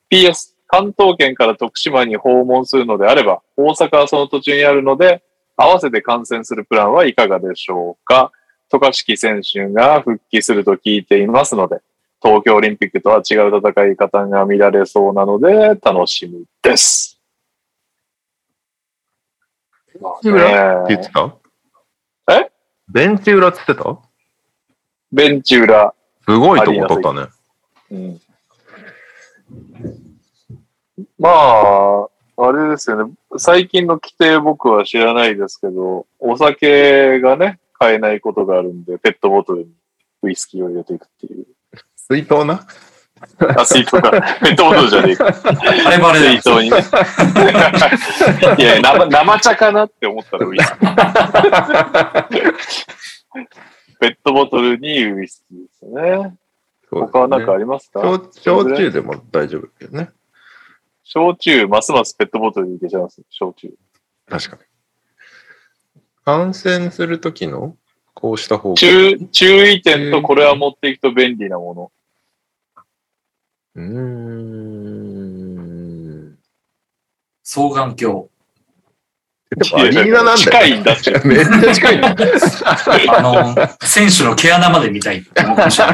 Speaker 2: PS、関東圏から徳島に訪問するのであれば、大阪はその途中にあるので、合わせて観戦するプランはいかがでしょうか渡嘉敷選手が復帰すると聞いていますので、東京オリンピックとは違う戦い方が見られそうなので、楽しみです。まあね
Speaker 3: チ裏って言ってた
Speaker 2: え
Speaker 3: ベンチ裏って言ってた
Speaker 2: ベンチ裏。
Speaker 3: すごいとこ取ったね。
Speaker 2: うん、まあ、あれですよね。最近の規定僕は知らないですけど、お酒がね、買えないことがあるんで、ペットボトルにウイスキーを入れていくっていう。
Speaker 3: 水筒な
Speaker 2: あ、水筒か。ペットボトルじゃねえか。
Speaker 1: あれバレだ
Speaker 2: 水
Speaker 1: よ
Speaker 2: 筒。 にね。いや生、生茶かなって思ったらウイ スキー。ペットボトルにウイスキーですね。
Speaker 3: そうですね
Speaker 2: 他は何かありますか
Speaker 3: 焼焼酎でも大丈夫だけどね。
Speaker 2: 焼酎、ますますペットボトルに入れちゃいます、焼酎。
Speaker 3: 確かに。感染するときの、こうした方が。
Speaker 2: 注注意点とこれは持っていくと便利なもの。
Speaker 3: うーん。
Speaker 1: 双眼鏡。
Speaker 3: アリーナなんだ
Speaker 2: 近
Speaker 3: よ。
Speaker 2: いんだって。
Speaker 3: めっちゃ近い。
Speaker 1: あの、選手の毛穴まで見た いって思うかもしれな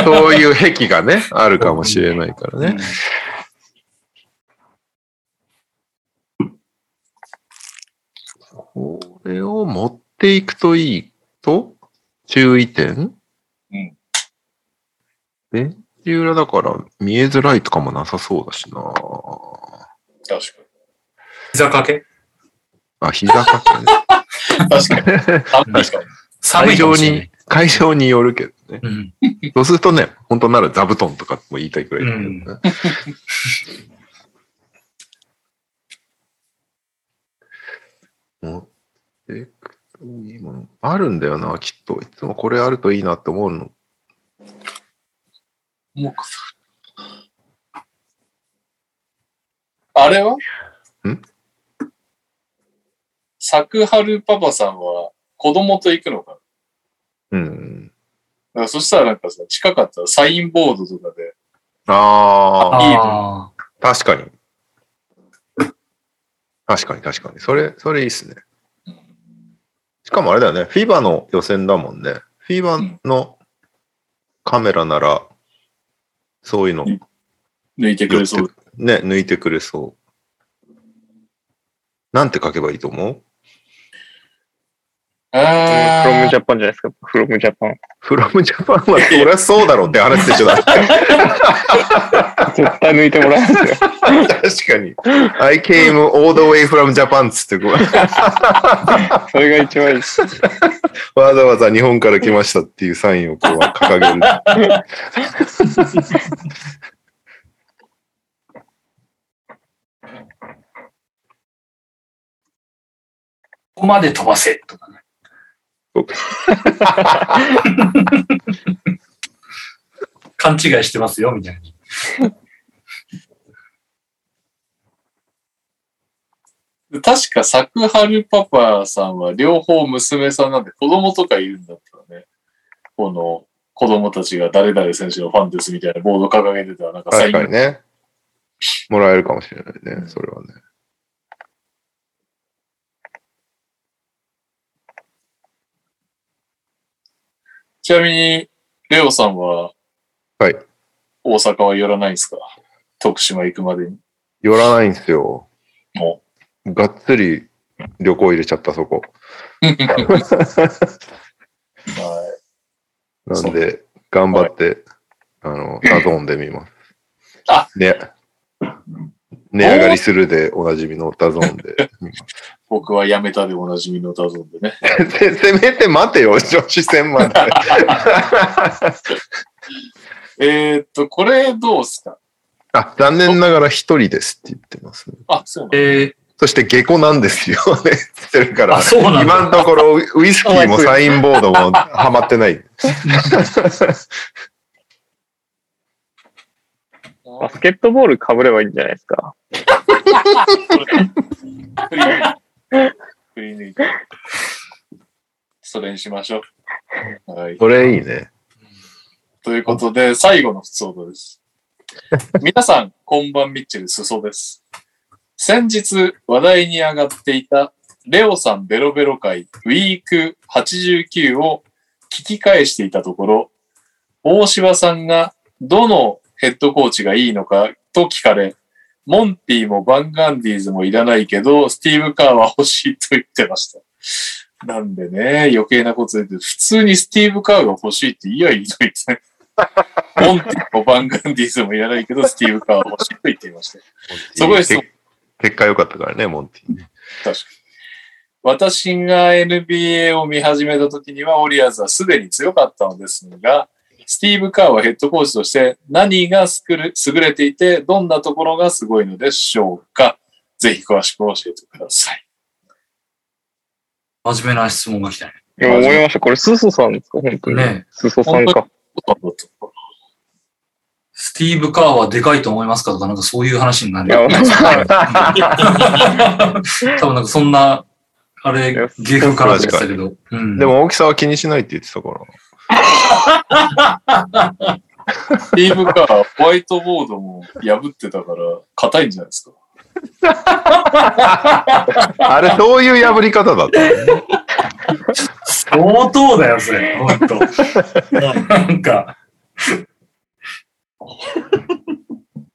Speaker 1: い。
Speaker 3: そういう癖がね、あるかもしれないからね。これを持っていくといいと、注意点
Speaker 2: うん。
Speaker 3: ベンチ裏だから見えづらいとかもなさそうだしな
Speaker 7: 確か
Speaker 1: 膝掛け
Speaker 3: あ、膝掛けね。
Speaker 7: に。確かに。寒
Speaker 3: 会
Speaker 1: 寒
Speaker 7: いかも。
Speaker 1: いか
Speaker 3: 場
Speaker 1: もしれない
Speaker 3: に。、会場によるけどね。
Speaker 1: うん。
Speaker 3: そうするとね、本当なら座布団とかも言いたいくらいだけどね。持ってくといいもの。あるんだよな、きっと。いつもこれあるといいなって思うの。
Speaker 7: あれは
Speaker 3: ん
Speaker 7: サクハルパパさんは子供と行くのかな
Speaker 3: うん。
Speaker 7: だからそしたらなんかさ、近かったらサインボードとかで、
Speaker 3: ああ、
Speaker 1: あ
Speaker 3: 確かに。確かに確かに。それ、それいいっすね。しかもあれだよね、フィーバーの予選だもんね。フィーバーのカメラなら、そういうの、ね、
Speaker 7: 抜いてく れそう。
Speaker 3: 抜いてくれそう。なんて書けばいいと思う
Speaker 7: あ
Speaker 6: フロム
Speaker 7: ー
Speaker 6: ジャパンじゃないですか。フロムジャパン。
Speaker 3: フロムジャパンは、そりゃそうだろうって話でしょ、だって。
Speaker 6: 絶対抜いてもらえます
Speaker 3: 確か
Speaker 6: よ。
Speaker 3: に。I came all the way from Japan っつって、こう
Speaker 6: それが一番いいです。
Speaker 3: わざわざ日本から来ましたっていうサインをこう掲げる。
Speaker 1: ここまで飛ばせとかね。 勘違いしてますよ、みたいな。
Speaker 7: 確かサクハルパパさんは両方娘さんなんで子供とかいるんだったらね、この子供たちが誰々選手のファンですみたいなボード掲げてたらなんか サイ
Speaker 3: 確か
Speaker 7: ン
Speaker 3: にね。もらえるかもしれないね、それはね。
Speaker 7: ちなみに、レオさんは、
Speaker 3: はい。
Speaker 7: 大阪は寄らないんですか徳島行くまでに。
Speaker 3: 寄らないんですよ。
Speaker 7: お
Speaker 3: がっつり旅行入れちゃった、そこ。
Speaker 7: は
Speaker 3: なんで、頑張って、あの、ダゾーンで見ます
Speaker 7: あ。
Speaker 3: ね。値上がりするでおなじみのダゾーンで 見ます。
Speaker 7: い僕はやめたでおなじみのダゾンでね。
Speaker 3: せせめて待てよ、女子戦まで。
Speaker 7: えーっと、これどうっすか
Speaker 3: あ、残念ながら一人ですって言ってますね。
Speaker 7: あ、そうなんだ
Speaker 1: え
Speaker 3: そして下戸なんですよ ね、ってるか
Speaker 1: ー、あ、
Speaker 3: ら。
Speaker 1: そうなん
Speaker 3: 今の
Speaker 1: だ。
Speaker 3: ところウイスキーもサインボードもハマって ない。
Speaker 6: バスケットボール被ればいいんじゃないですか。
Speaker 7: 振り抜いて。 振り抜いて。それにしましょう。はい。
Speaker 3: これいいね。
Speaker 7: ということで、最後の普通音です。皆さん、こんばんみっちりすそです。先日話題に上がっていた、レオさんベロベロ会ウィーク89を聞き返していたところ、大柴さんがどのヘッドコーチがいいのかと聞かれ、モンティもバンガンディーズもいらないけど、スティーブ・カーは欲しいと言ってました。なんでね、余計なこと言って、普通にスティーブ・カーが欲しいって言いやいいのにね。モンティもバンガンディーズもいらないけど、スティーブ・カーは欲しいと言っていました。そこです
Speaker 3: 結結果良かったからね、モンティね。
Speaker 7: 私が NBA を見始めた時には、オリアーズはすでに強かったのですが、スティーブ・カーはヘッドコーチとして何がすくる優れていて、どんなところがすごいのでしょうかぜひ詳しく教えてください。
Speaker 1: 真面目な質問が来たね。
Speaker 6: いや、思いました。これ、スーソさんですか本当に。
Speaker 1: ね
Speaker 6: スーソさんか。
Speaker 1: スティーブ・カーはでかいと思いますかとか、なんかそういう話になる。
Speaker 6: いや
Speaker 1: 多分なんかそんな、あれ、芸風からでしたけど。うん、
Speaker 3: で、も大きさは気にしないって言ってたから。
Speaker 7: スティーブ・カー、ホワイトボードも破ってたから、硬いんじゃないですか
Speaker 3: あれ、そういう破り方だったのね。
Speaker 1: 相当だよ、それ。ほん と。なんか、
Speaker 7: テ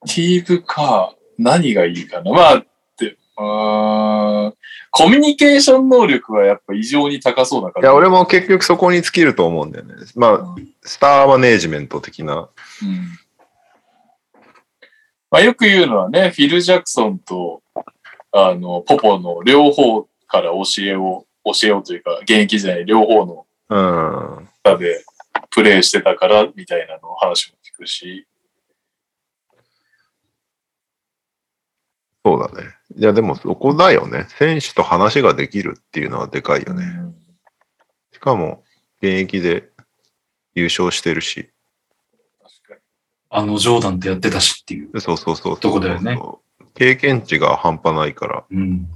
Speaker 7: ィーブか、何がいいかな。まあ、って、うーん、コミュニケーション能力はやっぱ異常に高そうだか
Speaker 3: い
Speaker 7: ら。
Speaker 3: や、俺も結局そこに尽きると思うんだよね。まあ、スターマネージメント的な。
Speaker 7: うんまあ、よく言うのはね、フィル・ジャクソンと、あの、ポポの両方から教えを、教えをというか、現役時代両方の
Speaker 3: うん。
Speaker 7: 中でプレーしてたから、みたいなの話も聞くし、
Speaker 3: そうだね。いや、でもそこだよね。選手と話ができるっていうのはでかいよね。しかも、現役で優勝してるし。
Speaker 7: 確か
Speaker 1: あのジョーダンってやってたしっていう。
Speaker 3: そうそうそうそう。
Speaker 1: とこだよね。
Speaker 3: 経験値が半端ないから、
Speaker 1: うん。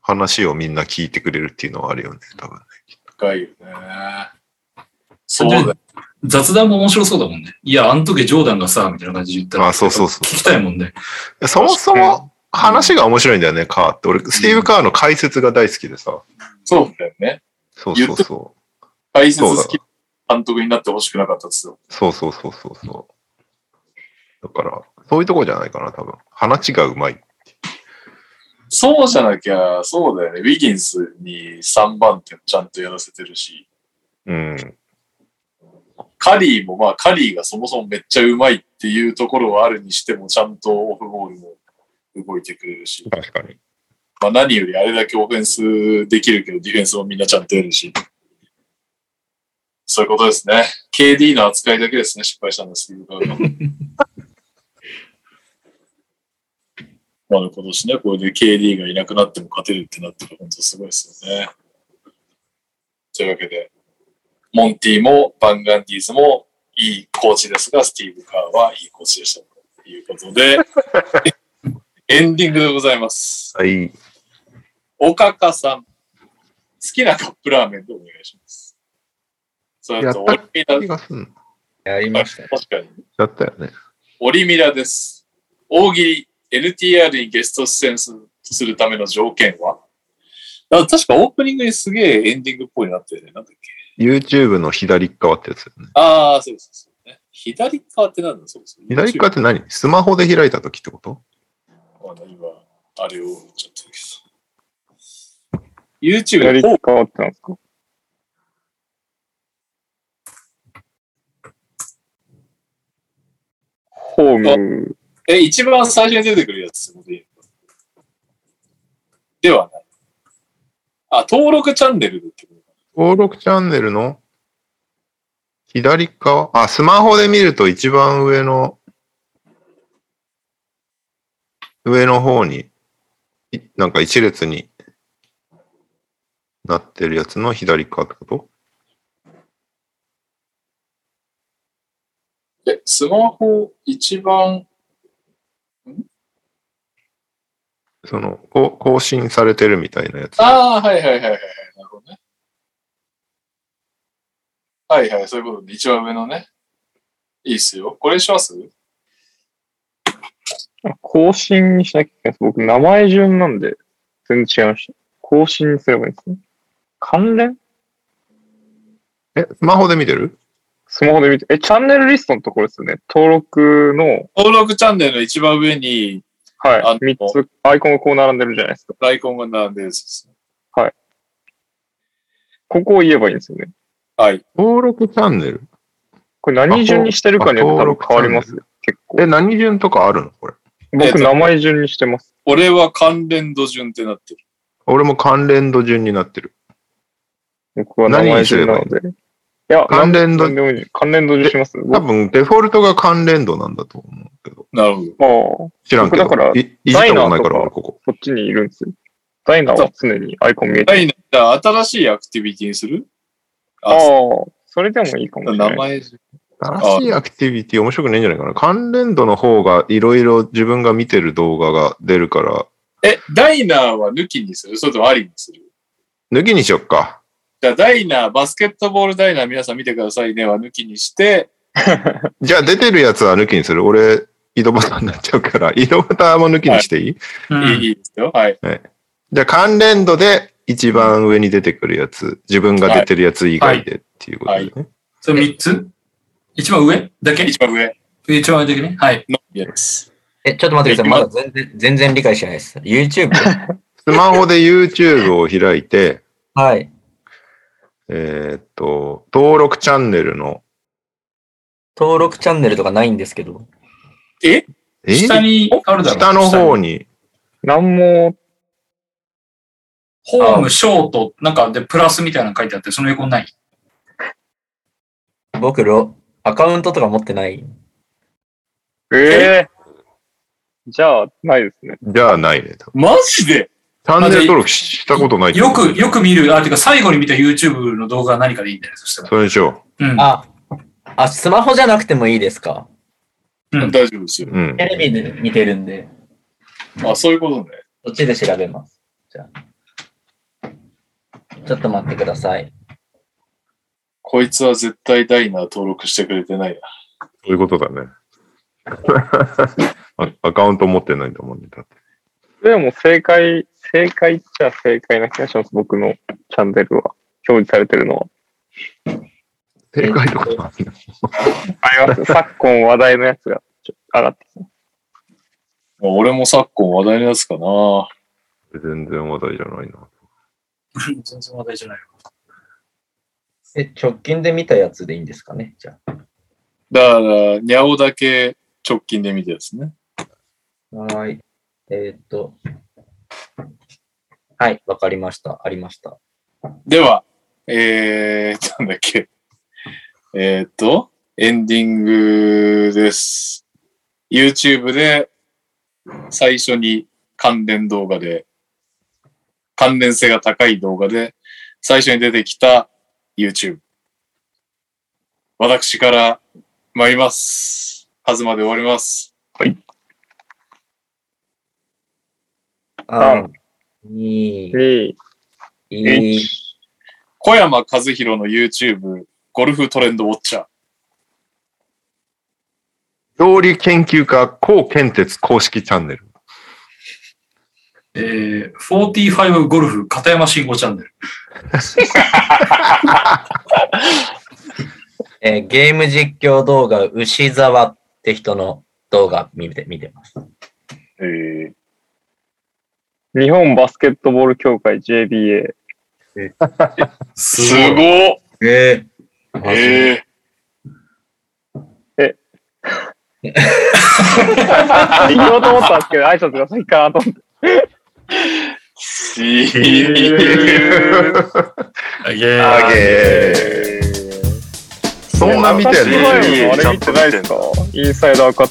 Speaker 3: 話をみんな聞いてくれるっていうのはあるよね、多分。
Speaker 7: に深いよね。そうだよ。
Speaker 1: 雑談も面白そうだもんね。いや、あの時ジョーダンがさ、みたいな感じで言ったら。
Speaker 3: あそうそうそう
Speaker 1: 聞きたいもんね。
Speaker 3: そもそも話が面白いんだよね、カーって。俺、スティーブ・カーの解説が大好きでさ。
Speaker 7: そうだよね。
Speaker 3: そうそうそう。
Speaker 7: 解説好き監督になってほしくなかったですよ。
Speaker 3: そうそうそうそうそう。だから、そういうとこじゃないかな、多分。話がうまい。
Speaker 7: そうじゃなきゃ、そうだよね。ウィギンスに3番手ちゃんとやらせてるし。
Speaker 3: うん。
Speaker 7: カリーもまあカリーがそもそもめっちゃうまいっていうところはあるにしてもちゃんとオフボールも動いてくれるし、
Speaker 3: 確かに。
Speaker 7: まあ何よりあれだけオフェンスできるけどディフェンスもみんなちゃんとやるし。そういうことですね。KD の扱いだけですね、失敗したんですけど。まあ今年ね、これで KD がいなくなっても勝てるってなってる本当すごいですよね。というわけで、モンティもバンガンディーズもいいコーチですが、スティーブ・カーはいいコーチでした。ということで、エンディングでございます。
Speaker 3: はい。
Speaker 7: おかかさん、好きなカップラーメンでお願いします。それと、オ
Speaker 3: やっ
Speaker 7: リ
Speaker 3: た
Speaker 7: ミラ
Speaker 3: 気、がすん。
Speaker 4: やりましたね。
Speaker 7: 確かに、
Speaker 3: だったよね。
Speaker 7: オリミラです。大喜利、NTR にゲスト出演するための条件はあ確かオープニングにすげえエンディングっぽいなってね。なんだっけ
Speaker 3: YouTube の左っ側ってやつだよね。
Speaker 7: ああ、そうですそうですね。左側ってなんだそうです。
Speaker 3: 左側って何スマホで開いた時ってこと
Speaker 7: あの今、あれを言っちゃってるけど。YouTube
Speaker 6: 左
Speaker 7: で
Speaker 6: 側ってなんですかホーム、
Speaker 7: え、一番最初に出てくるやつで。ではない。あ、登録チャンネルでってことか
Speaker 3: 登録チャンネルの左側あ、スマホで見ると一番上の、上の方に、いなんか一列になってるやつの左側ってこと
Speaker 7: え、スマホ一番、
Speaker 3: その、こう更新されてるみたいなやつ。
Speaker 7: ああ、はいはいはいはいはい。なるほどね。はいはい、そういうことで、一番上のね。いいっすよ。これにします
Speaker 6: 更新にしなきゃいけないです。僕、名前順なんで、全然違いました。更新にすればいいんですね。関連
Speaker 3: え、スマホで見てる
Speaker 6: スマホで見て、え、チャンネルリストのところですよね。登録の、
Speaker 7: 登録チャンネルの一番上に、あ
Speaker 6: は
Speaker 7: の
Speaker 6: い、3つ、アイコンがこう並んでるじゃないですか。
Speaker 7: アイコンが並んでるやつですね。
Speaker 6: ここを言えばいいんですよね。
Speaker 7: はい。
Speaker 3: 登録チャンネル
Speaker 6: これ何順にしてるかによって多分変わります。結
Speaker 3: え、
Speaker 6: 構。
Speaker 3: 何順とかあるのこれ。
Speaker 6: 僕、名前順にしてます。
Speaker 7: 俺は関連度順ってなってる。
Speaker 3: 俺も関連度順になってる。
Speaker 6: 僕は名前順なので。いや、
Speaker 3: 関連度
Speaker 6: なんでもいい関連度順します。
Speaker 3: 多分、デフォルトが関連度なんだと思うけど。
Speaker 7: なるほど。
Speaker 6: もう、
Speaker 3: 知らんけど。
Speaker 6: 僕だから
Speaker 3: いいじったことな
Speaker 6: ダイナー
Speaker 3: い
Speaker 6: と
Speaker 3: か、
Speaker 6: から
Speaker 3: 俺ここ。
Speaker 6: こっちにいるんですよ。ダイナーは常にアイコン見えてる。
Speaker 7: はい、じゃあ新しいアクティビティにする
Speaker 6: ああ
Speaker 7: あ、、
Speaker 6: それでもいいかもしれ
Speaker 7: 名
Speaker 6: ない。
Speaker 7: 前、
Speaker 3: 新しいアクティビティ面白くないんじゃないかな。関連度の方がいろいろ自分が見てる動画が出るから、
Speaker 7: え、ダイナーは抜きにするそれともありにする
Speaker 3: 抜きにしよっか。
Speaker 7: じゃあ、ダイナー、バスケットボールダイナー、皆さん見てくださいねは抜きにして、
Speaker 3: じゃあ出てるやつは抜きにする。俺、井戸端になっちゃうから、井戸端も抜きにしていい、
Speaker 1: うん
Speaker 7: いいいいですよ。はい。
Speaker 3: じゃあ関連度で一番上に出てくるやつ、自分が出てるやつ以外でっていうことでね。
Speaker 1: それ3つ一番上だけ
Speaker 7: 一番上
Speaker 1: 一番上だけね。はい。
Speaker 7: の家です。
Speaker 4: え、ちょっと待ってください。まだ全然、全然理解してないです。YouTube?
Speaker 3: スマホで YouTube を開いて、
Speaker 4: はい。
Speaker 3: えーっと、登録チャンネルの、
Speaker 4: 登録チャンネルとかないんですけど。
Speaker 3: え
Speaker 1: 下にあるだろう。
Speaker 3: 下の方
Speaker 1: に。
Speaker 3: に、
Speaker 6: なんも、
Speaker 1: ホーム、ショート、なんかでプラスみたいなの書いてあって、その横ない。
Speaker 4: 僕ロ、アカウントとか持ってない。
Speaker 6: ええじゃあ、ないですね。
Speaker 3: じゃあないね。多分
Speaker 7: マジで
Speaker 3: チャンネル登録したことないと
Speaker 1: よ
Speaker 3: 思う
Speaker 1: く、よく見る、あ、てか最後に見た YouTube の動画は何かでいいんだよね、そしたら。
Speaker 3: それでしょ
Speaker 1: うん。
Speaker 4: あ、あ、スマホじゃなくてもいいですか
Speaker 1: うん
Speaker 7: 大丈夫ですよ。
Speaker 3: う。うん。
Speaker 4: テレビで見てるんで、
Speaker 7: あ、そういうことね。
Speaker 4: そっちで調べます。じゃあ。ちょっと待ってください。
Speaker 7: こいつは絶対ダイナー登録してくれてないな。
Speaker 3: そういうことだね。 あアカウント持ってないと思うんだって。
Speaker 6: でも正解、正解っちゃ正解な気がします。僕のチャンネルは。表示されてるのは。
Speaker 3: 正解ってことなんだ。
Speaker 6: あります。昨今話題のやつがちょ上がってき
Speaker 7: まあ俺も昨今話題のやつかな。
Speaker 3: 全然話題じゃないな。
Speaker 1: 全然話題じゃないよ。
Speaker 4: え、直近で見たやつでいいんですかねじゃ
Speaker 7: だから、ニャオだけ直近で見たやつね。
Speaker 4: あ。はーい。えーっと。はい、わかりました。ありました。
Speaker 7: では、えー、 なんだっけ。えーっと、エンディングです。YouTube で最初に関連動画で、関連性が高い動画で最初に出てきた YouTube。私から参ります。はずまで終わります。
Speaker 4: 3、2、
Speaker 6: て。
Speaker 4: 1。
Speaker 7: 小山和弘の YouTube ゴルフトレンドウォッチャー。
Speaker 3: 料理研究家、高健鉄公式チャンネル。
Speaker 1: えー、45ゴルフ、片山慎吾チャンネル。
Speaker 4: えーゲーム実況動画、牛沢って人の動画見て見てます。
Speaker 7: えー、
Speaker 6: 日本バスケットボール協会 JBA。
Speaker 1: す
Speaker 7: すごっ
Speaker 4: え
Speaker 7: えー
Speaker 6: 行こうと思ったんですけど、挨拶が先かなと思って。
Speaker 7: See
Speaker 1: いや
Speaker 3: あげー。そんな見て
Speaker 6: 私
Speaker 3: ん
Speaker 6: の
Speaker 3: の
Speaker 6: 前のあれ見てないですかインサイド暁。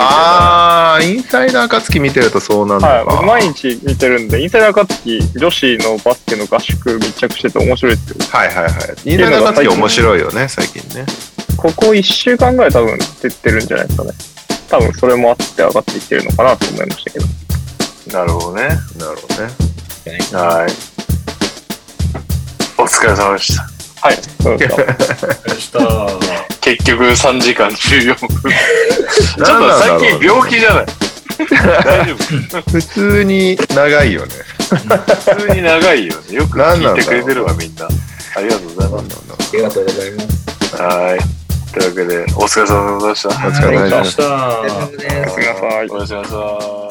Speaker 3: あー、インサイダー暁見てるとそうなん
Speaker 6: はい
Speaker 3: だ。
Speaker 6: 僕毎日見てるんで、インサイド暁、女子のバスケの合宿密着してて面白いですよ。
Speaker 3: はいはいはい。インサイダー暁面白いよね、最近ね。
Speaker 6: ここ1週間ぐらい多分出てるんじゃないですかね。多分それもあって上がっていってるのかなと思いましたけど。
Speaker 2: なるほどね。
Speaker 3: なるほどね。
Speaker 2: はい。お疲れ様でした。
Speaker 6: はい。そうですか。
Speaker 1: でした。
Speaker 2: 結局3時間14分。ちょっと
Speaker 3: 何なんだろ
Speaker 2: 最
Speaker 3: うね
Speaker 2: 近病気じゃない 大丈夫
Speaker 3: 普通に長いよね。
Speaker 2: 普通に長いよね。よく
Speaker 3: 何な
Speaker 2: 聞い
Speaker 3: んだろう
Speaker 2: てくれてるわ、みんな。ありがとうござい
Speaker 3: な
Speaker 2: ま
Speaker 3: んだろうな
Speaker 4: ありがとうございます。
Speaker 2: す。はい。というわけで、お疲れ様でございました。
Speaker 3: お疲れ様でした
Speaker 1: でした。
Speaker 4: お疲れ様です
Speaker 6: おやすみなさい。
Speaker 2: おやすみなさい。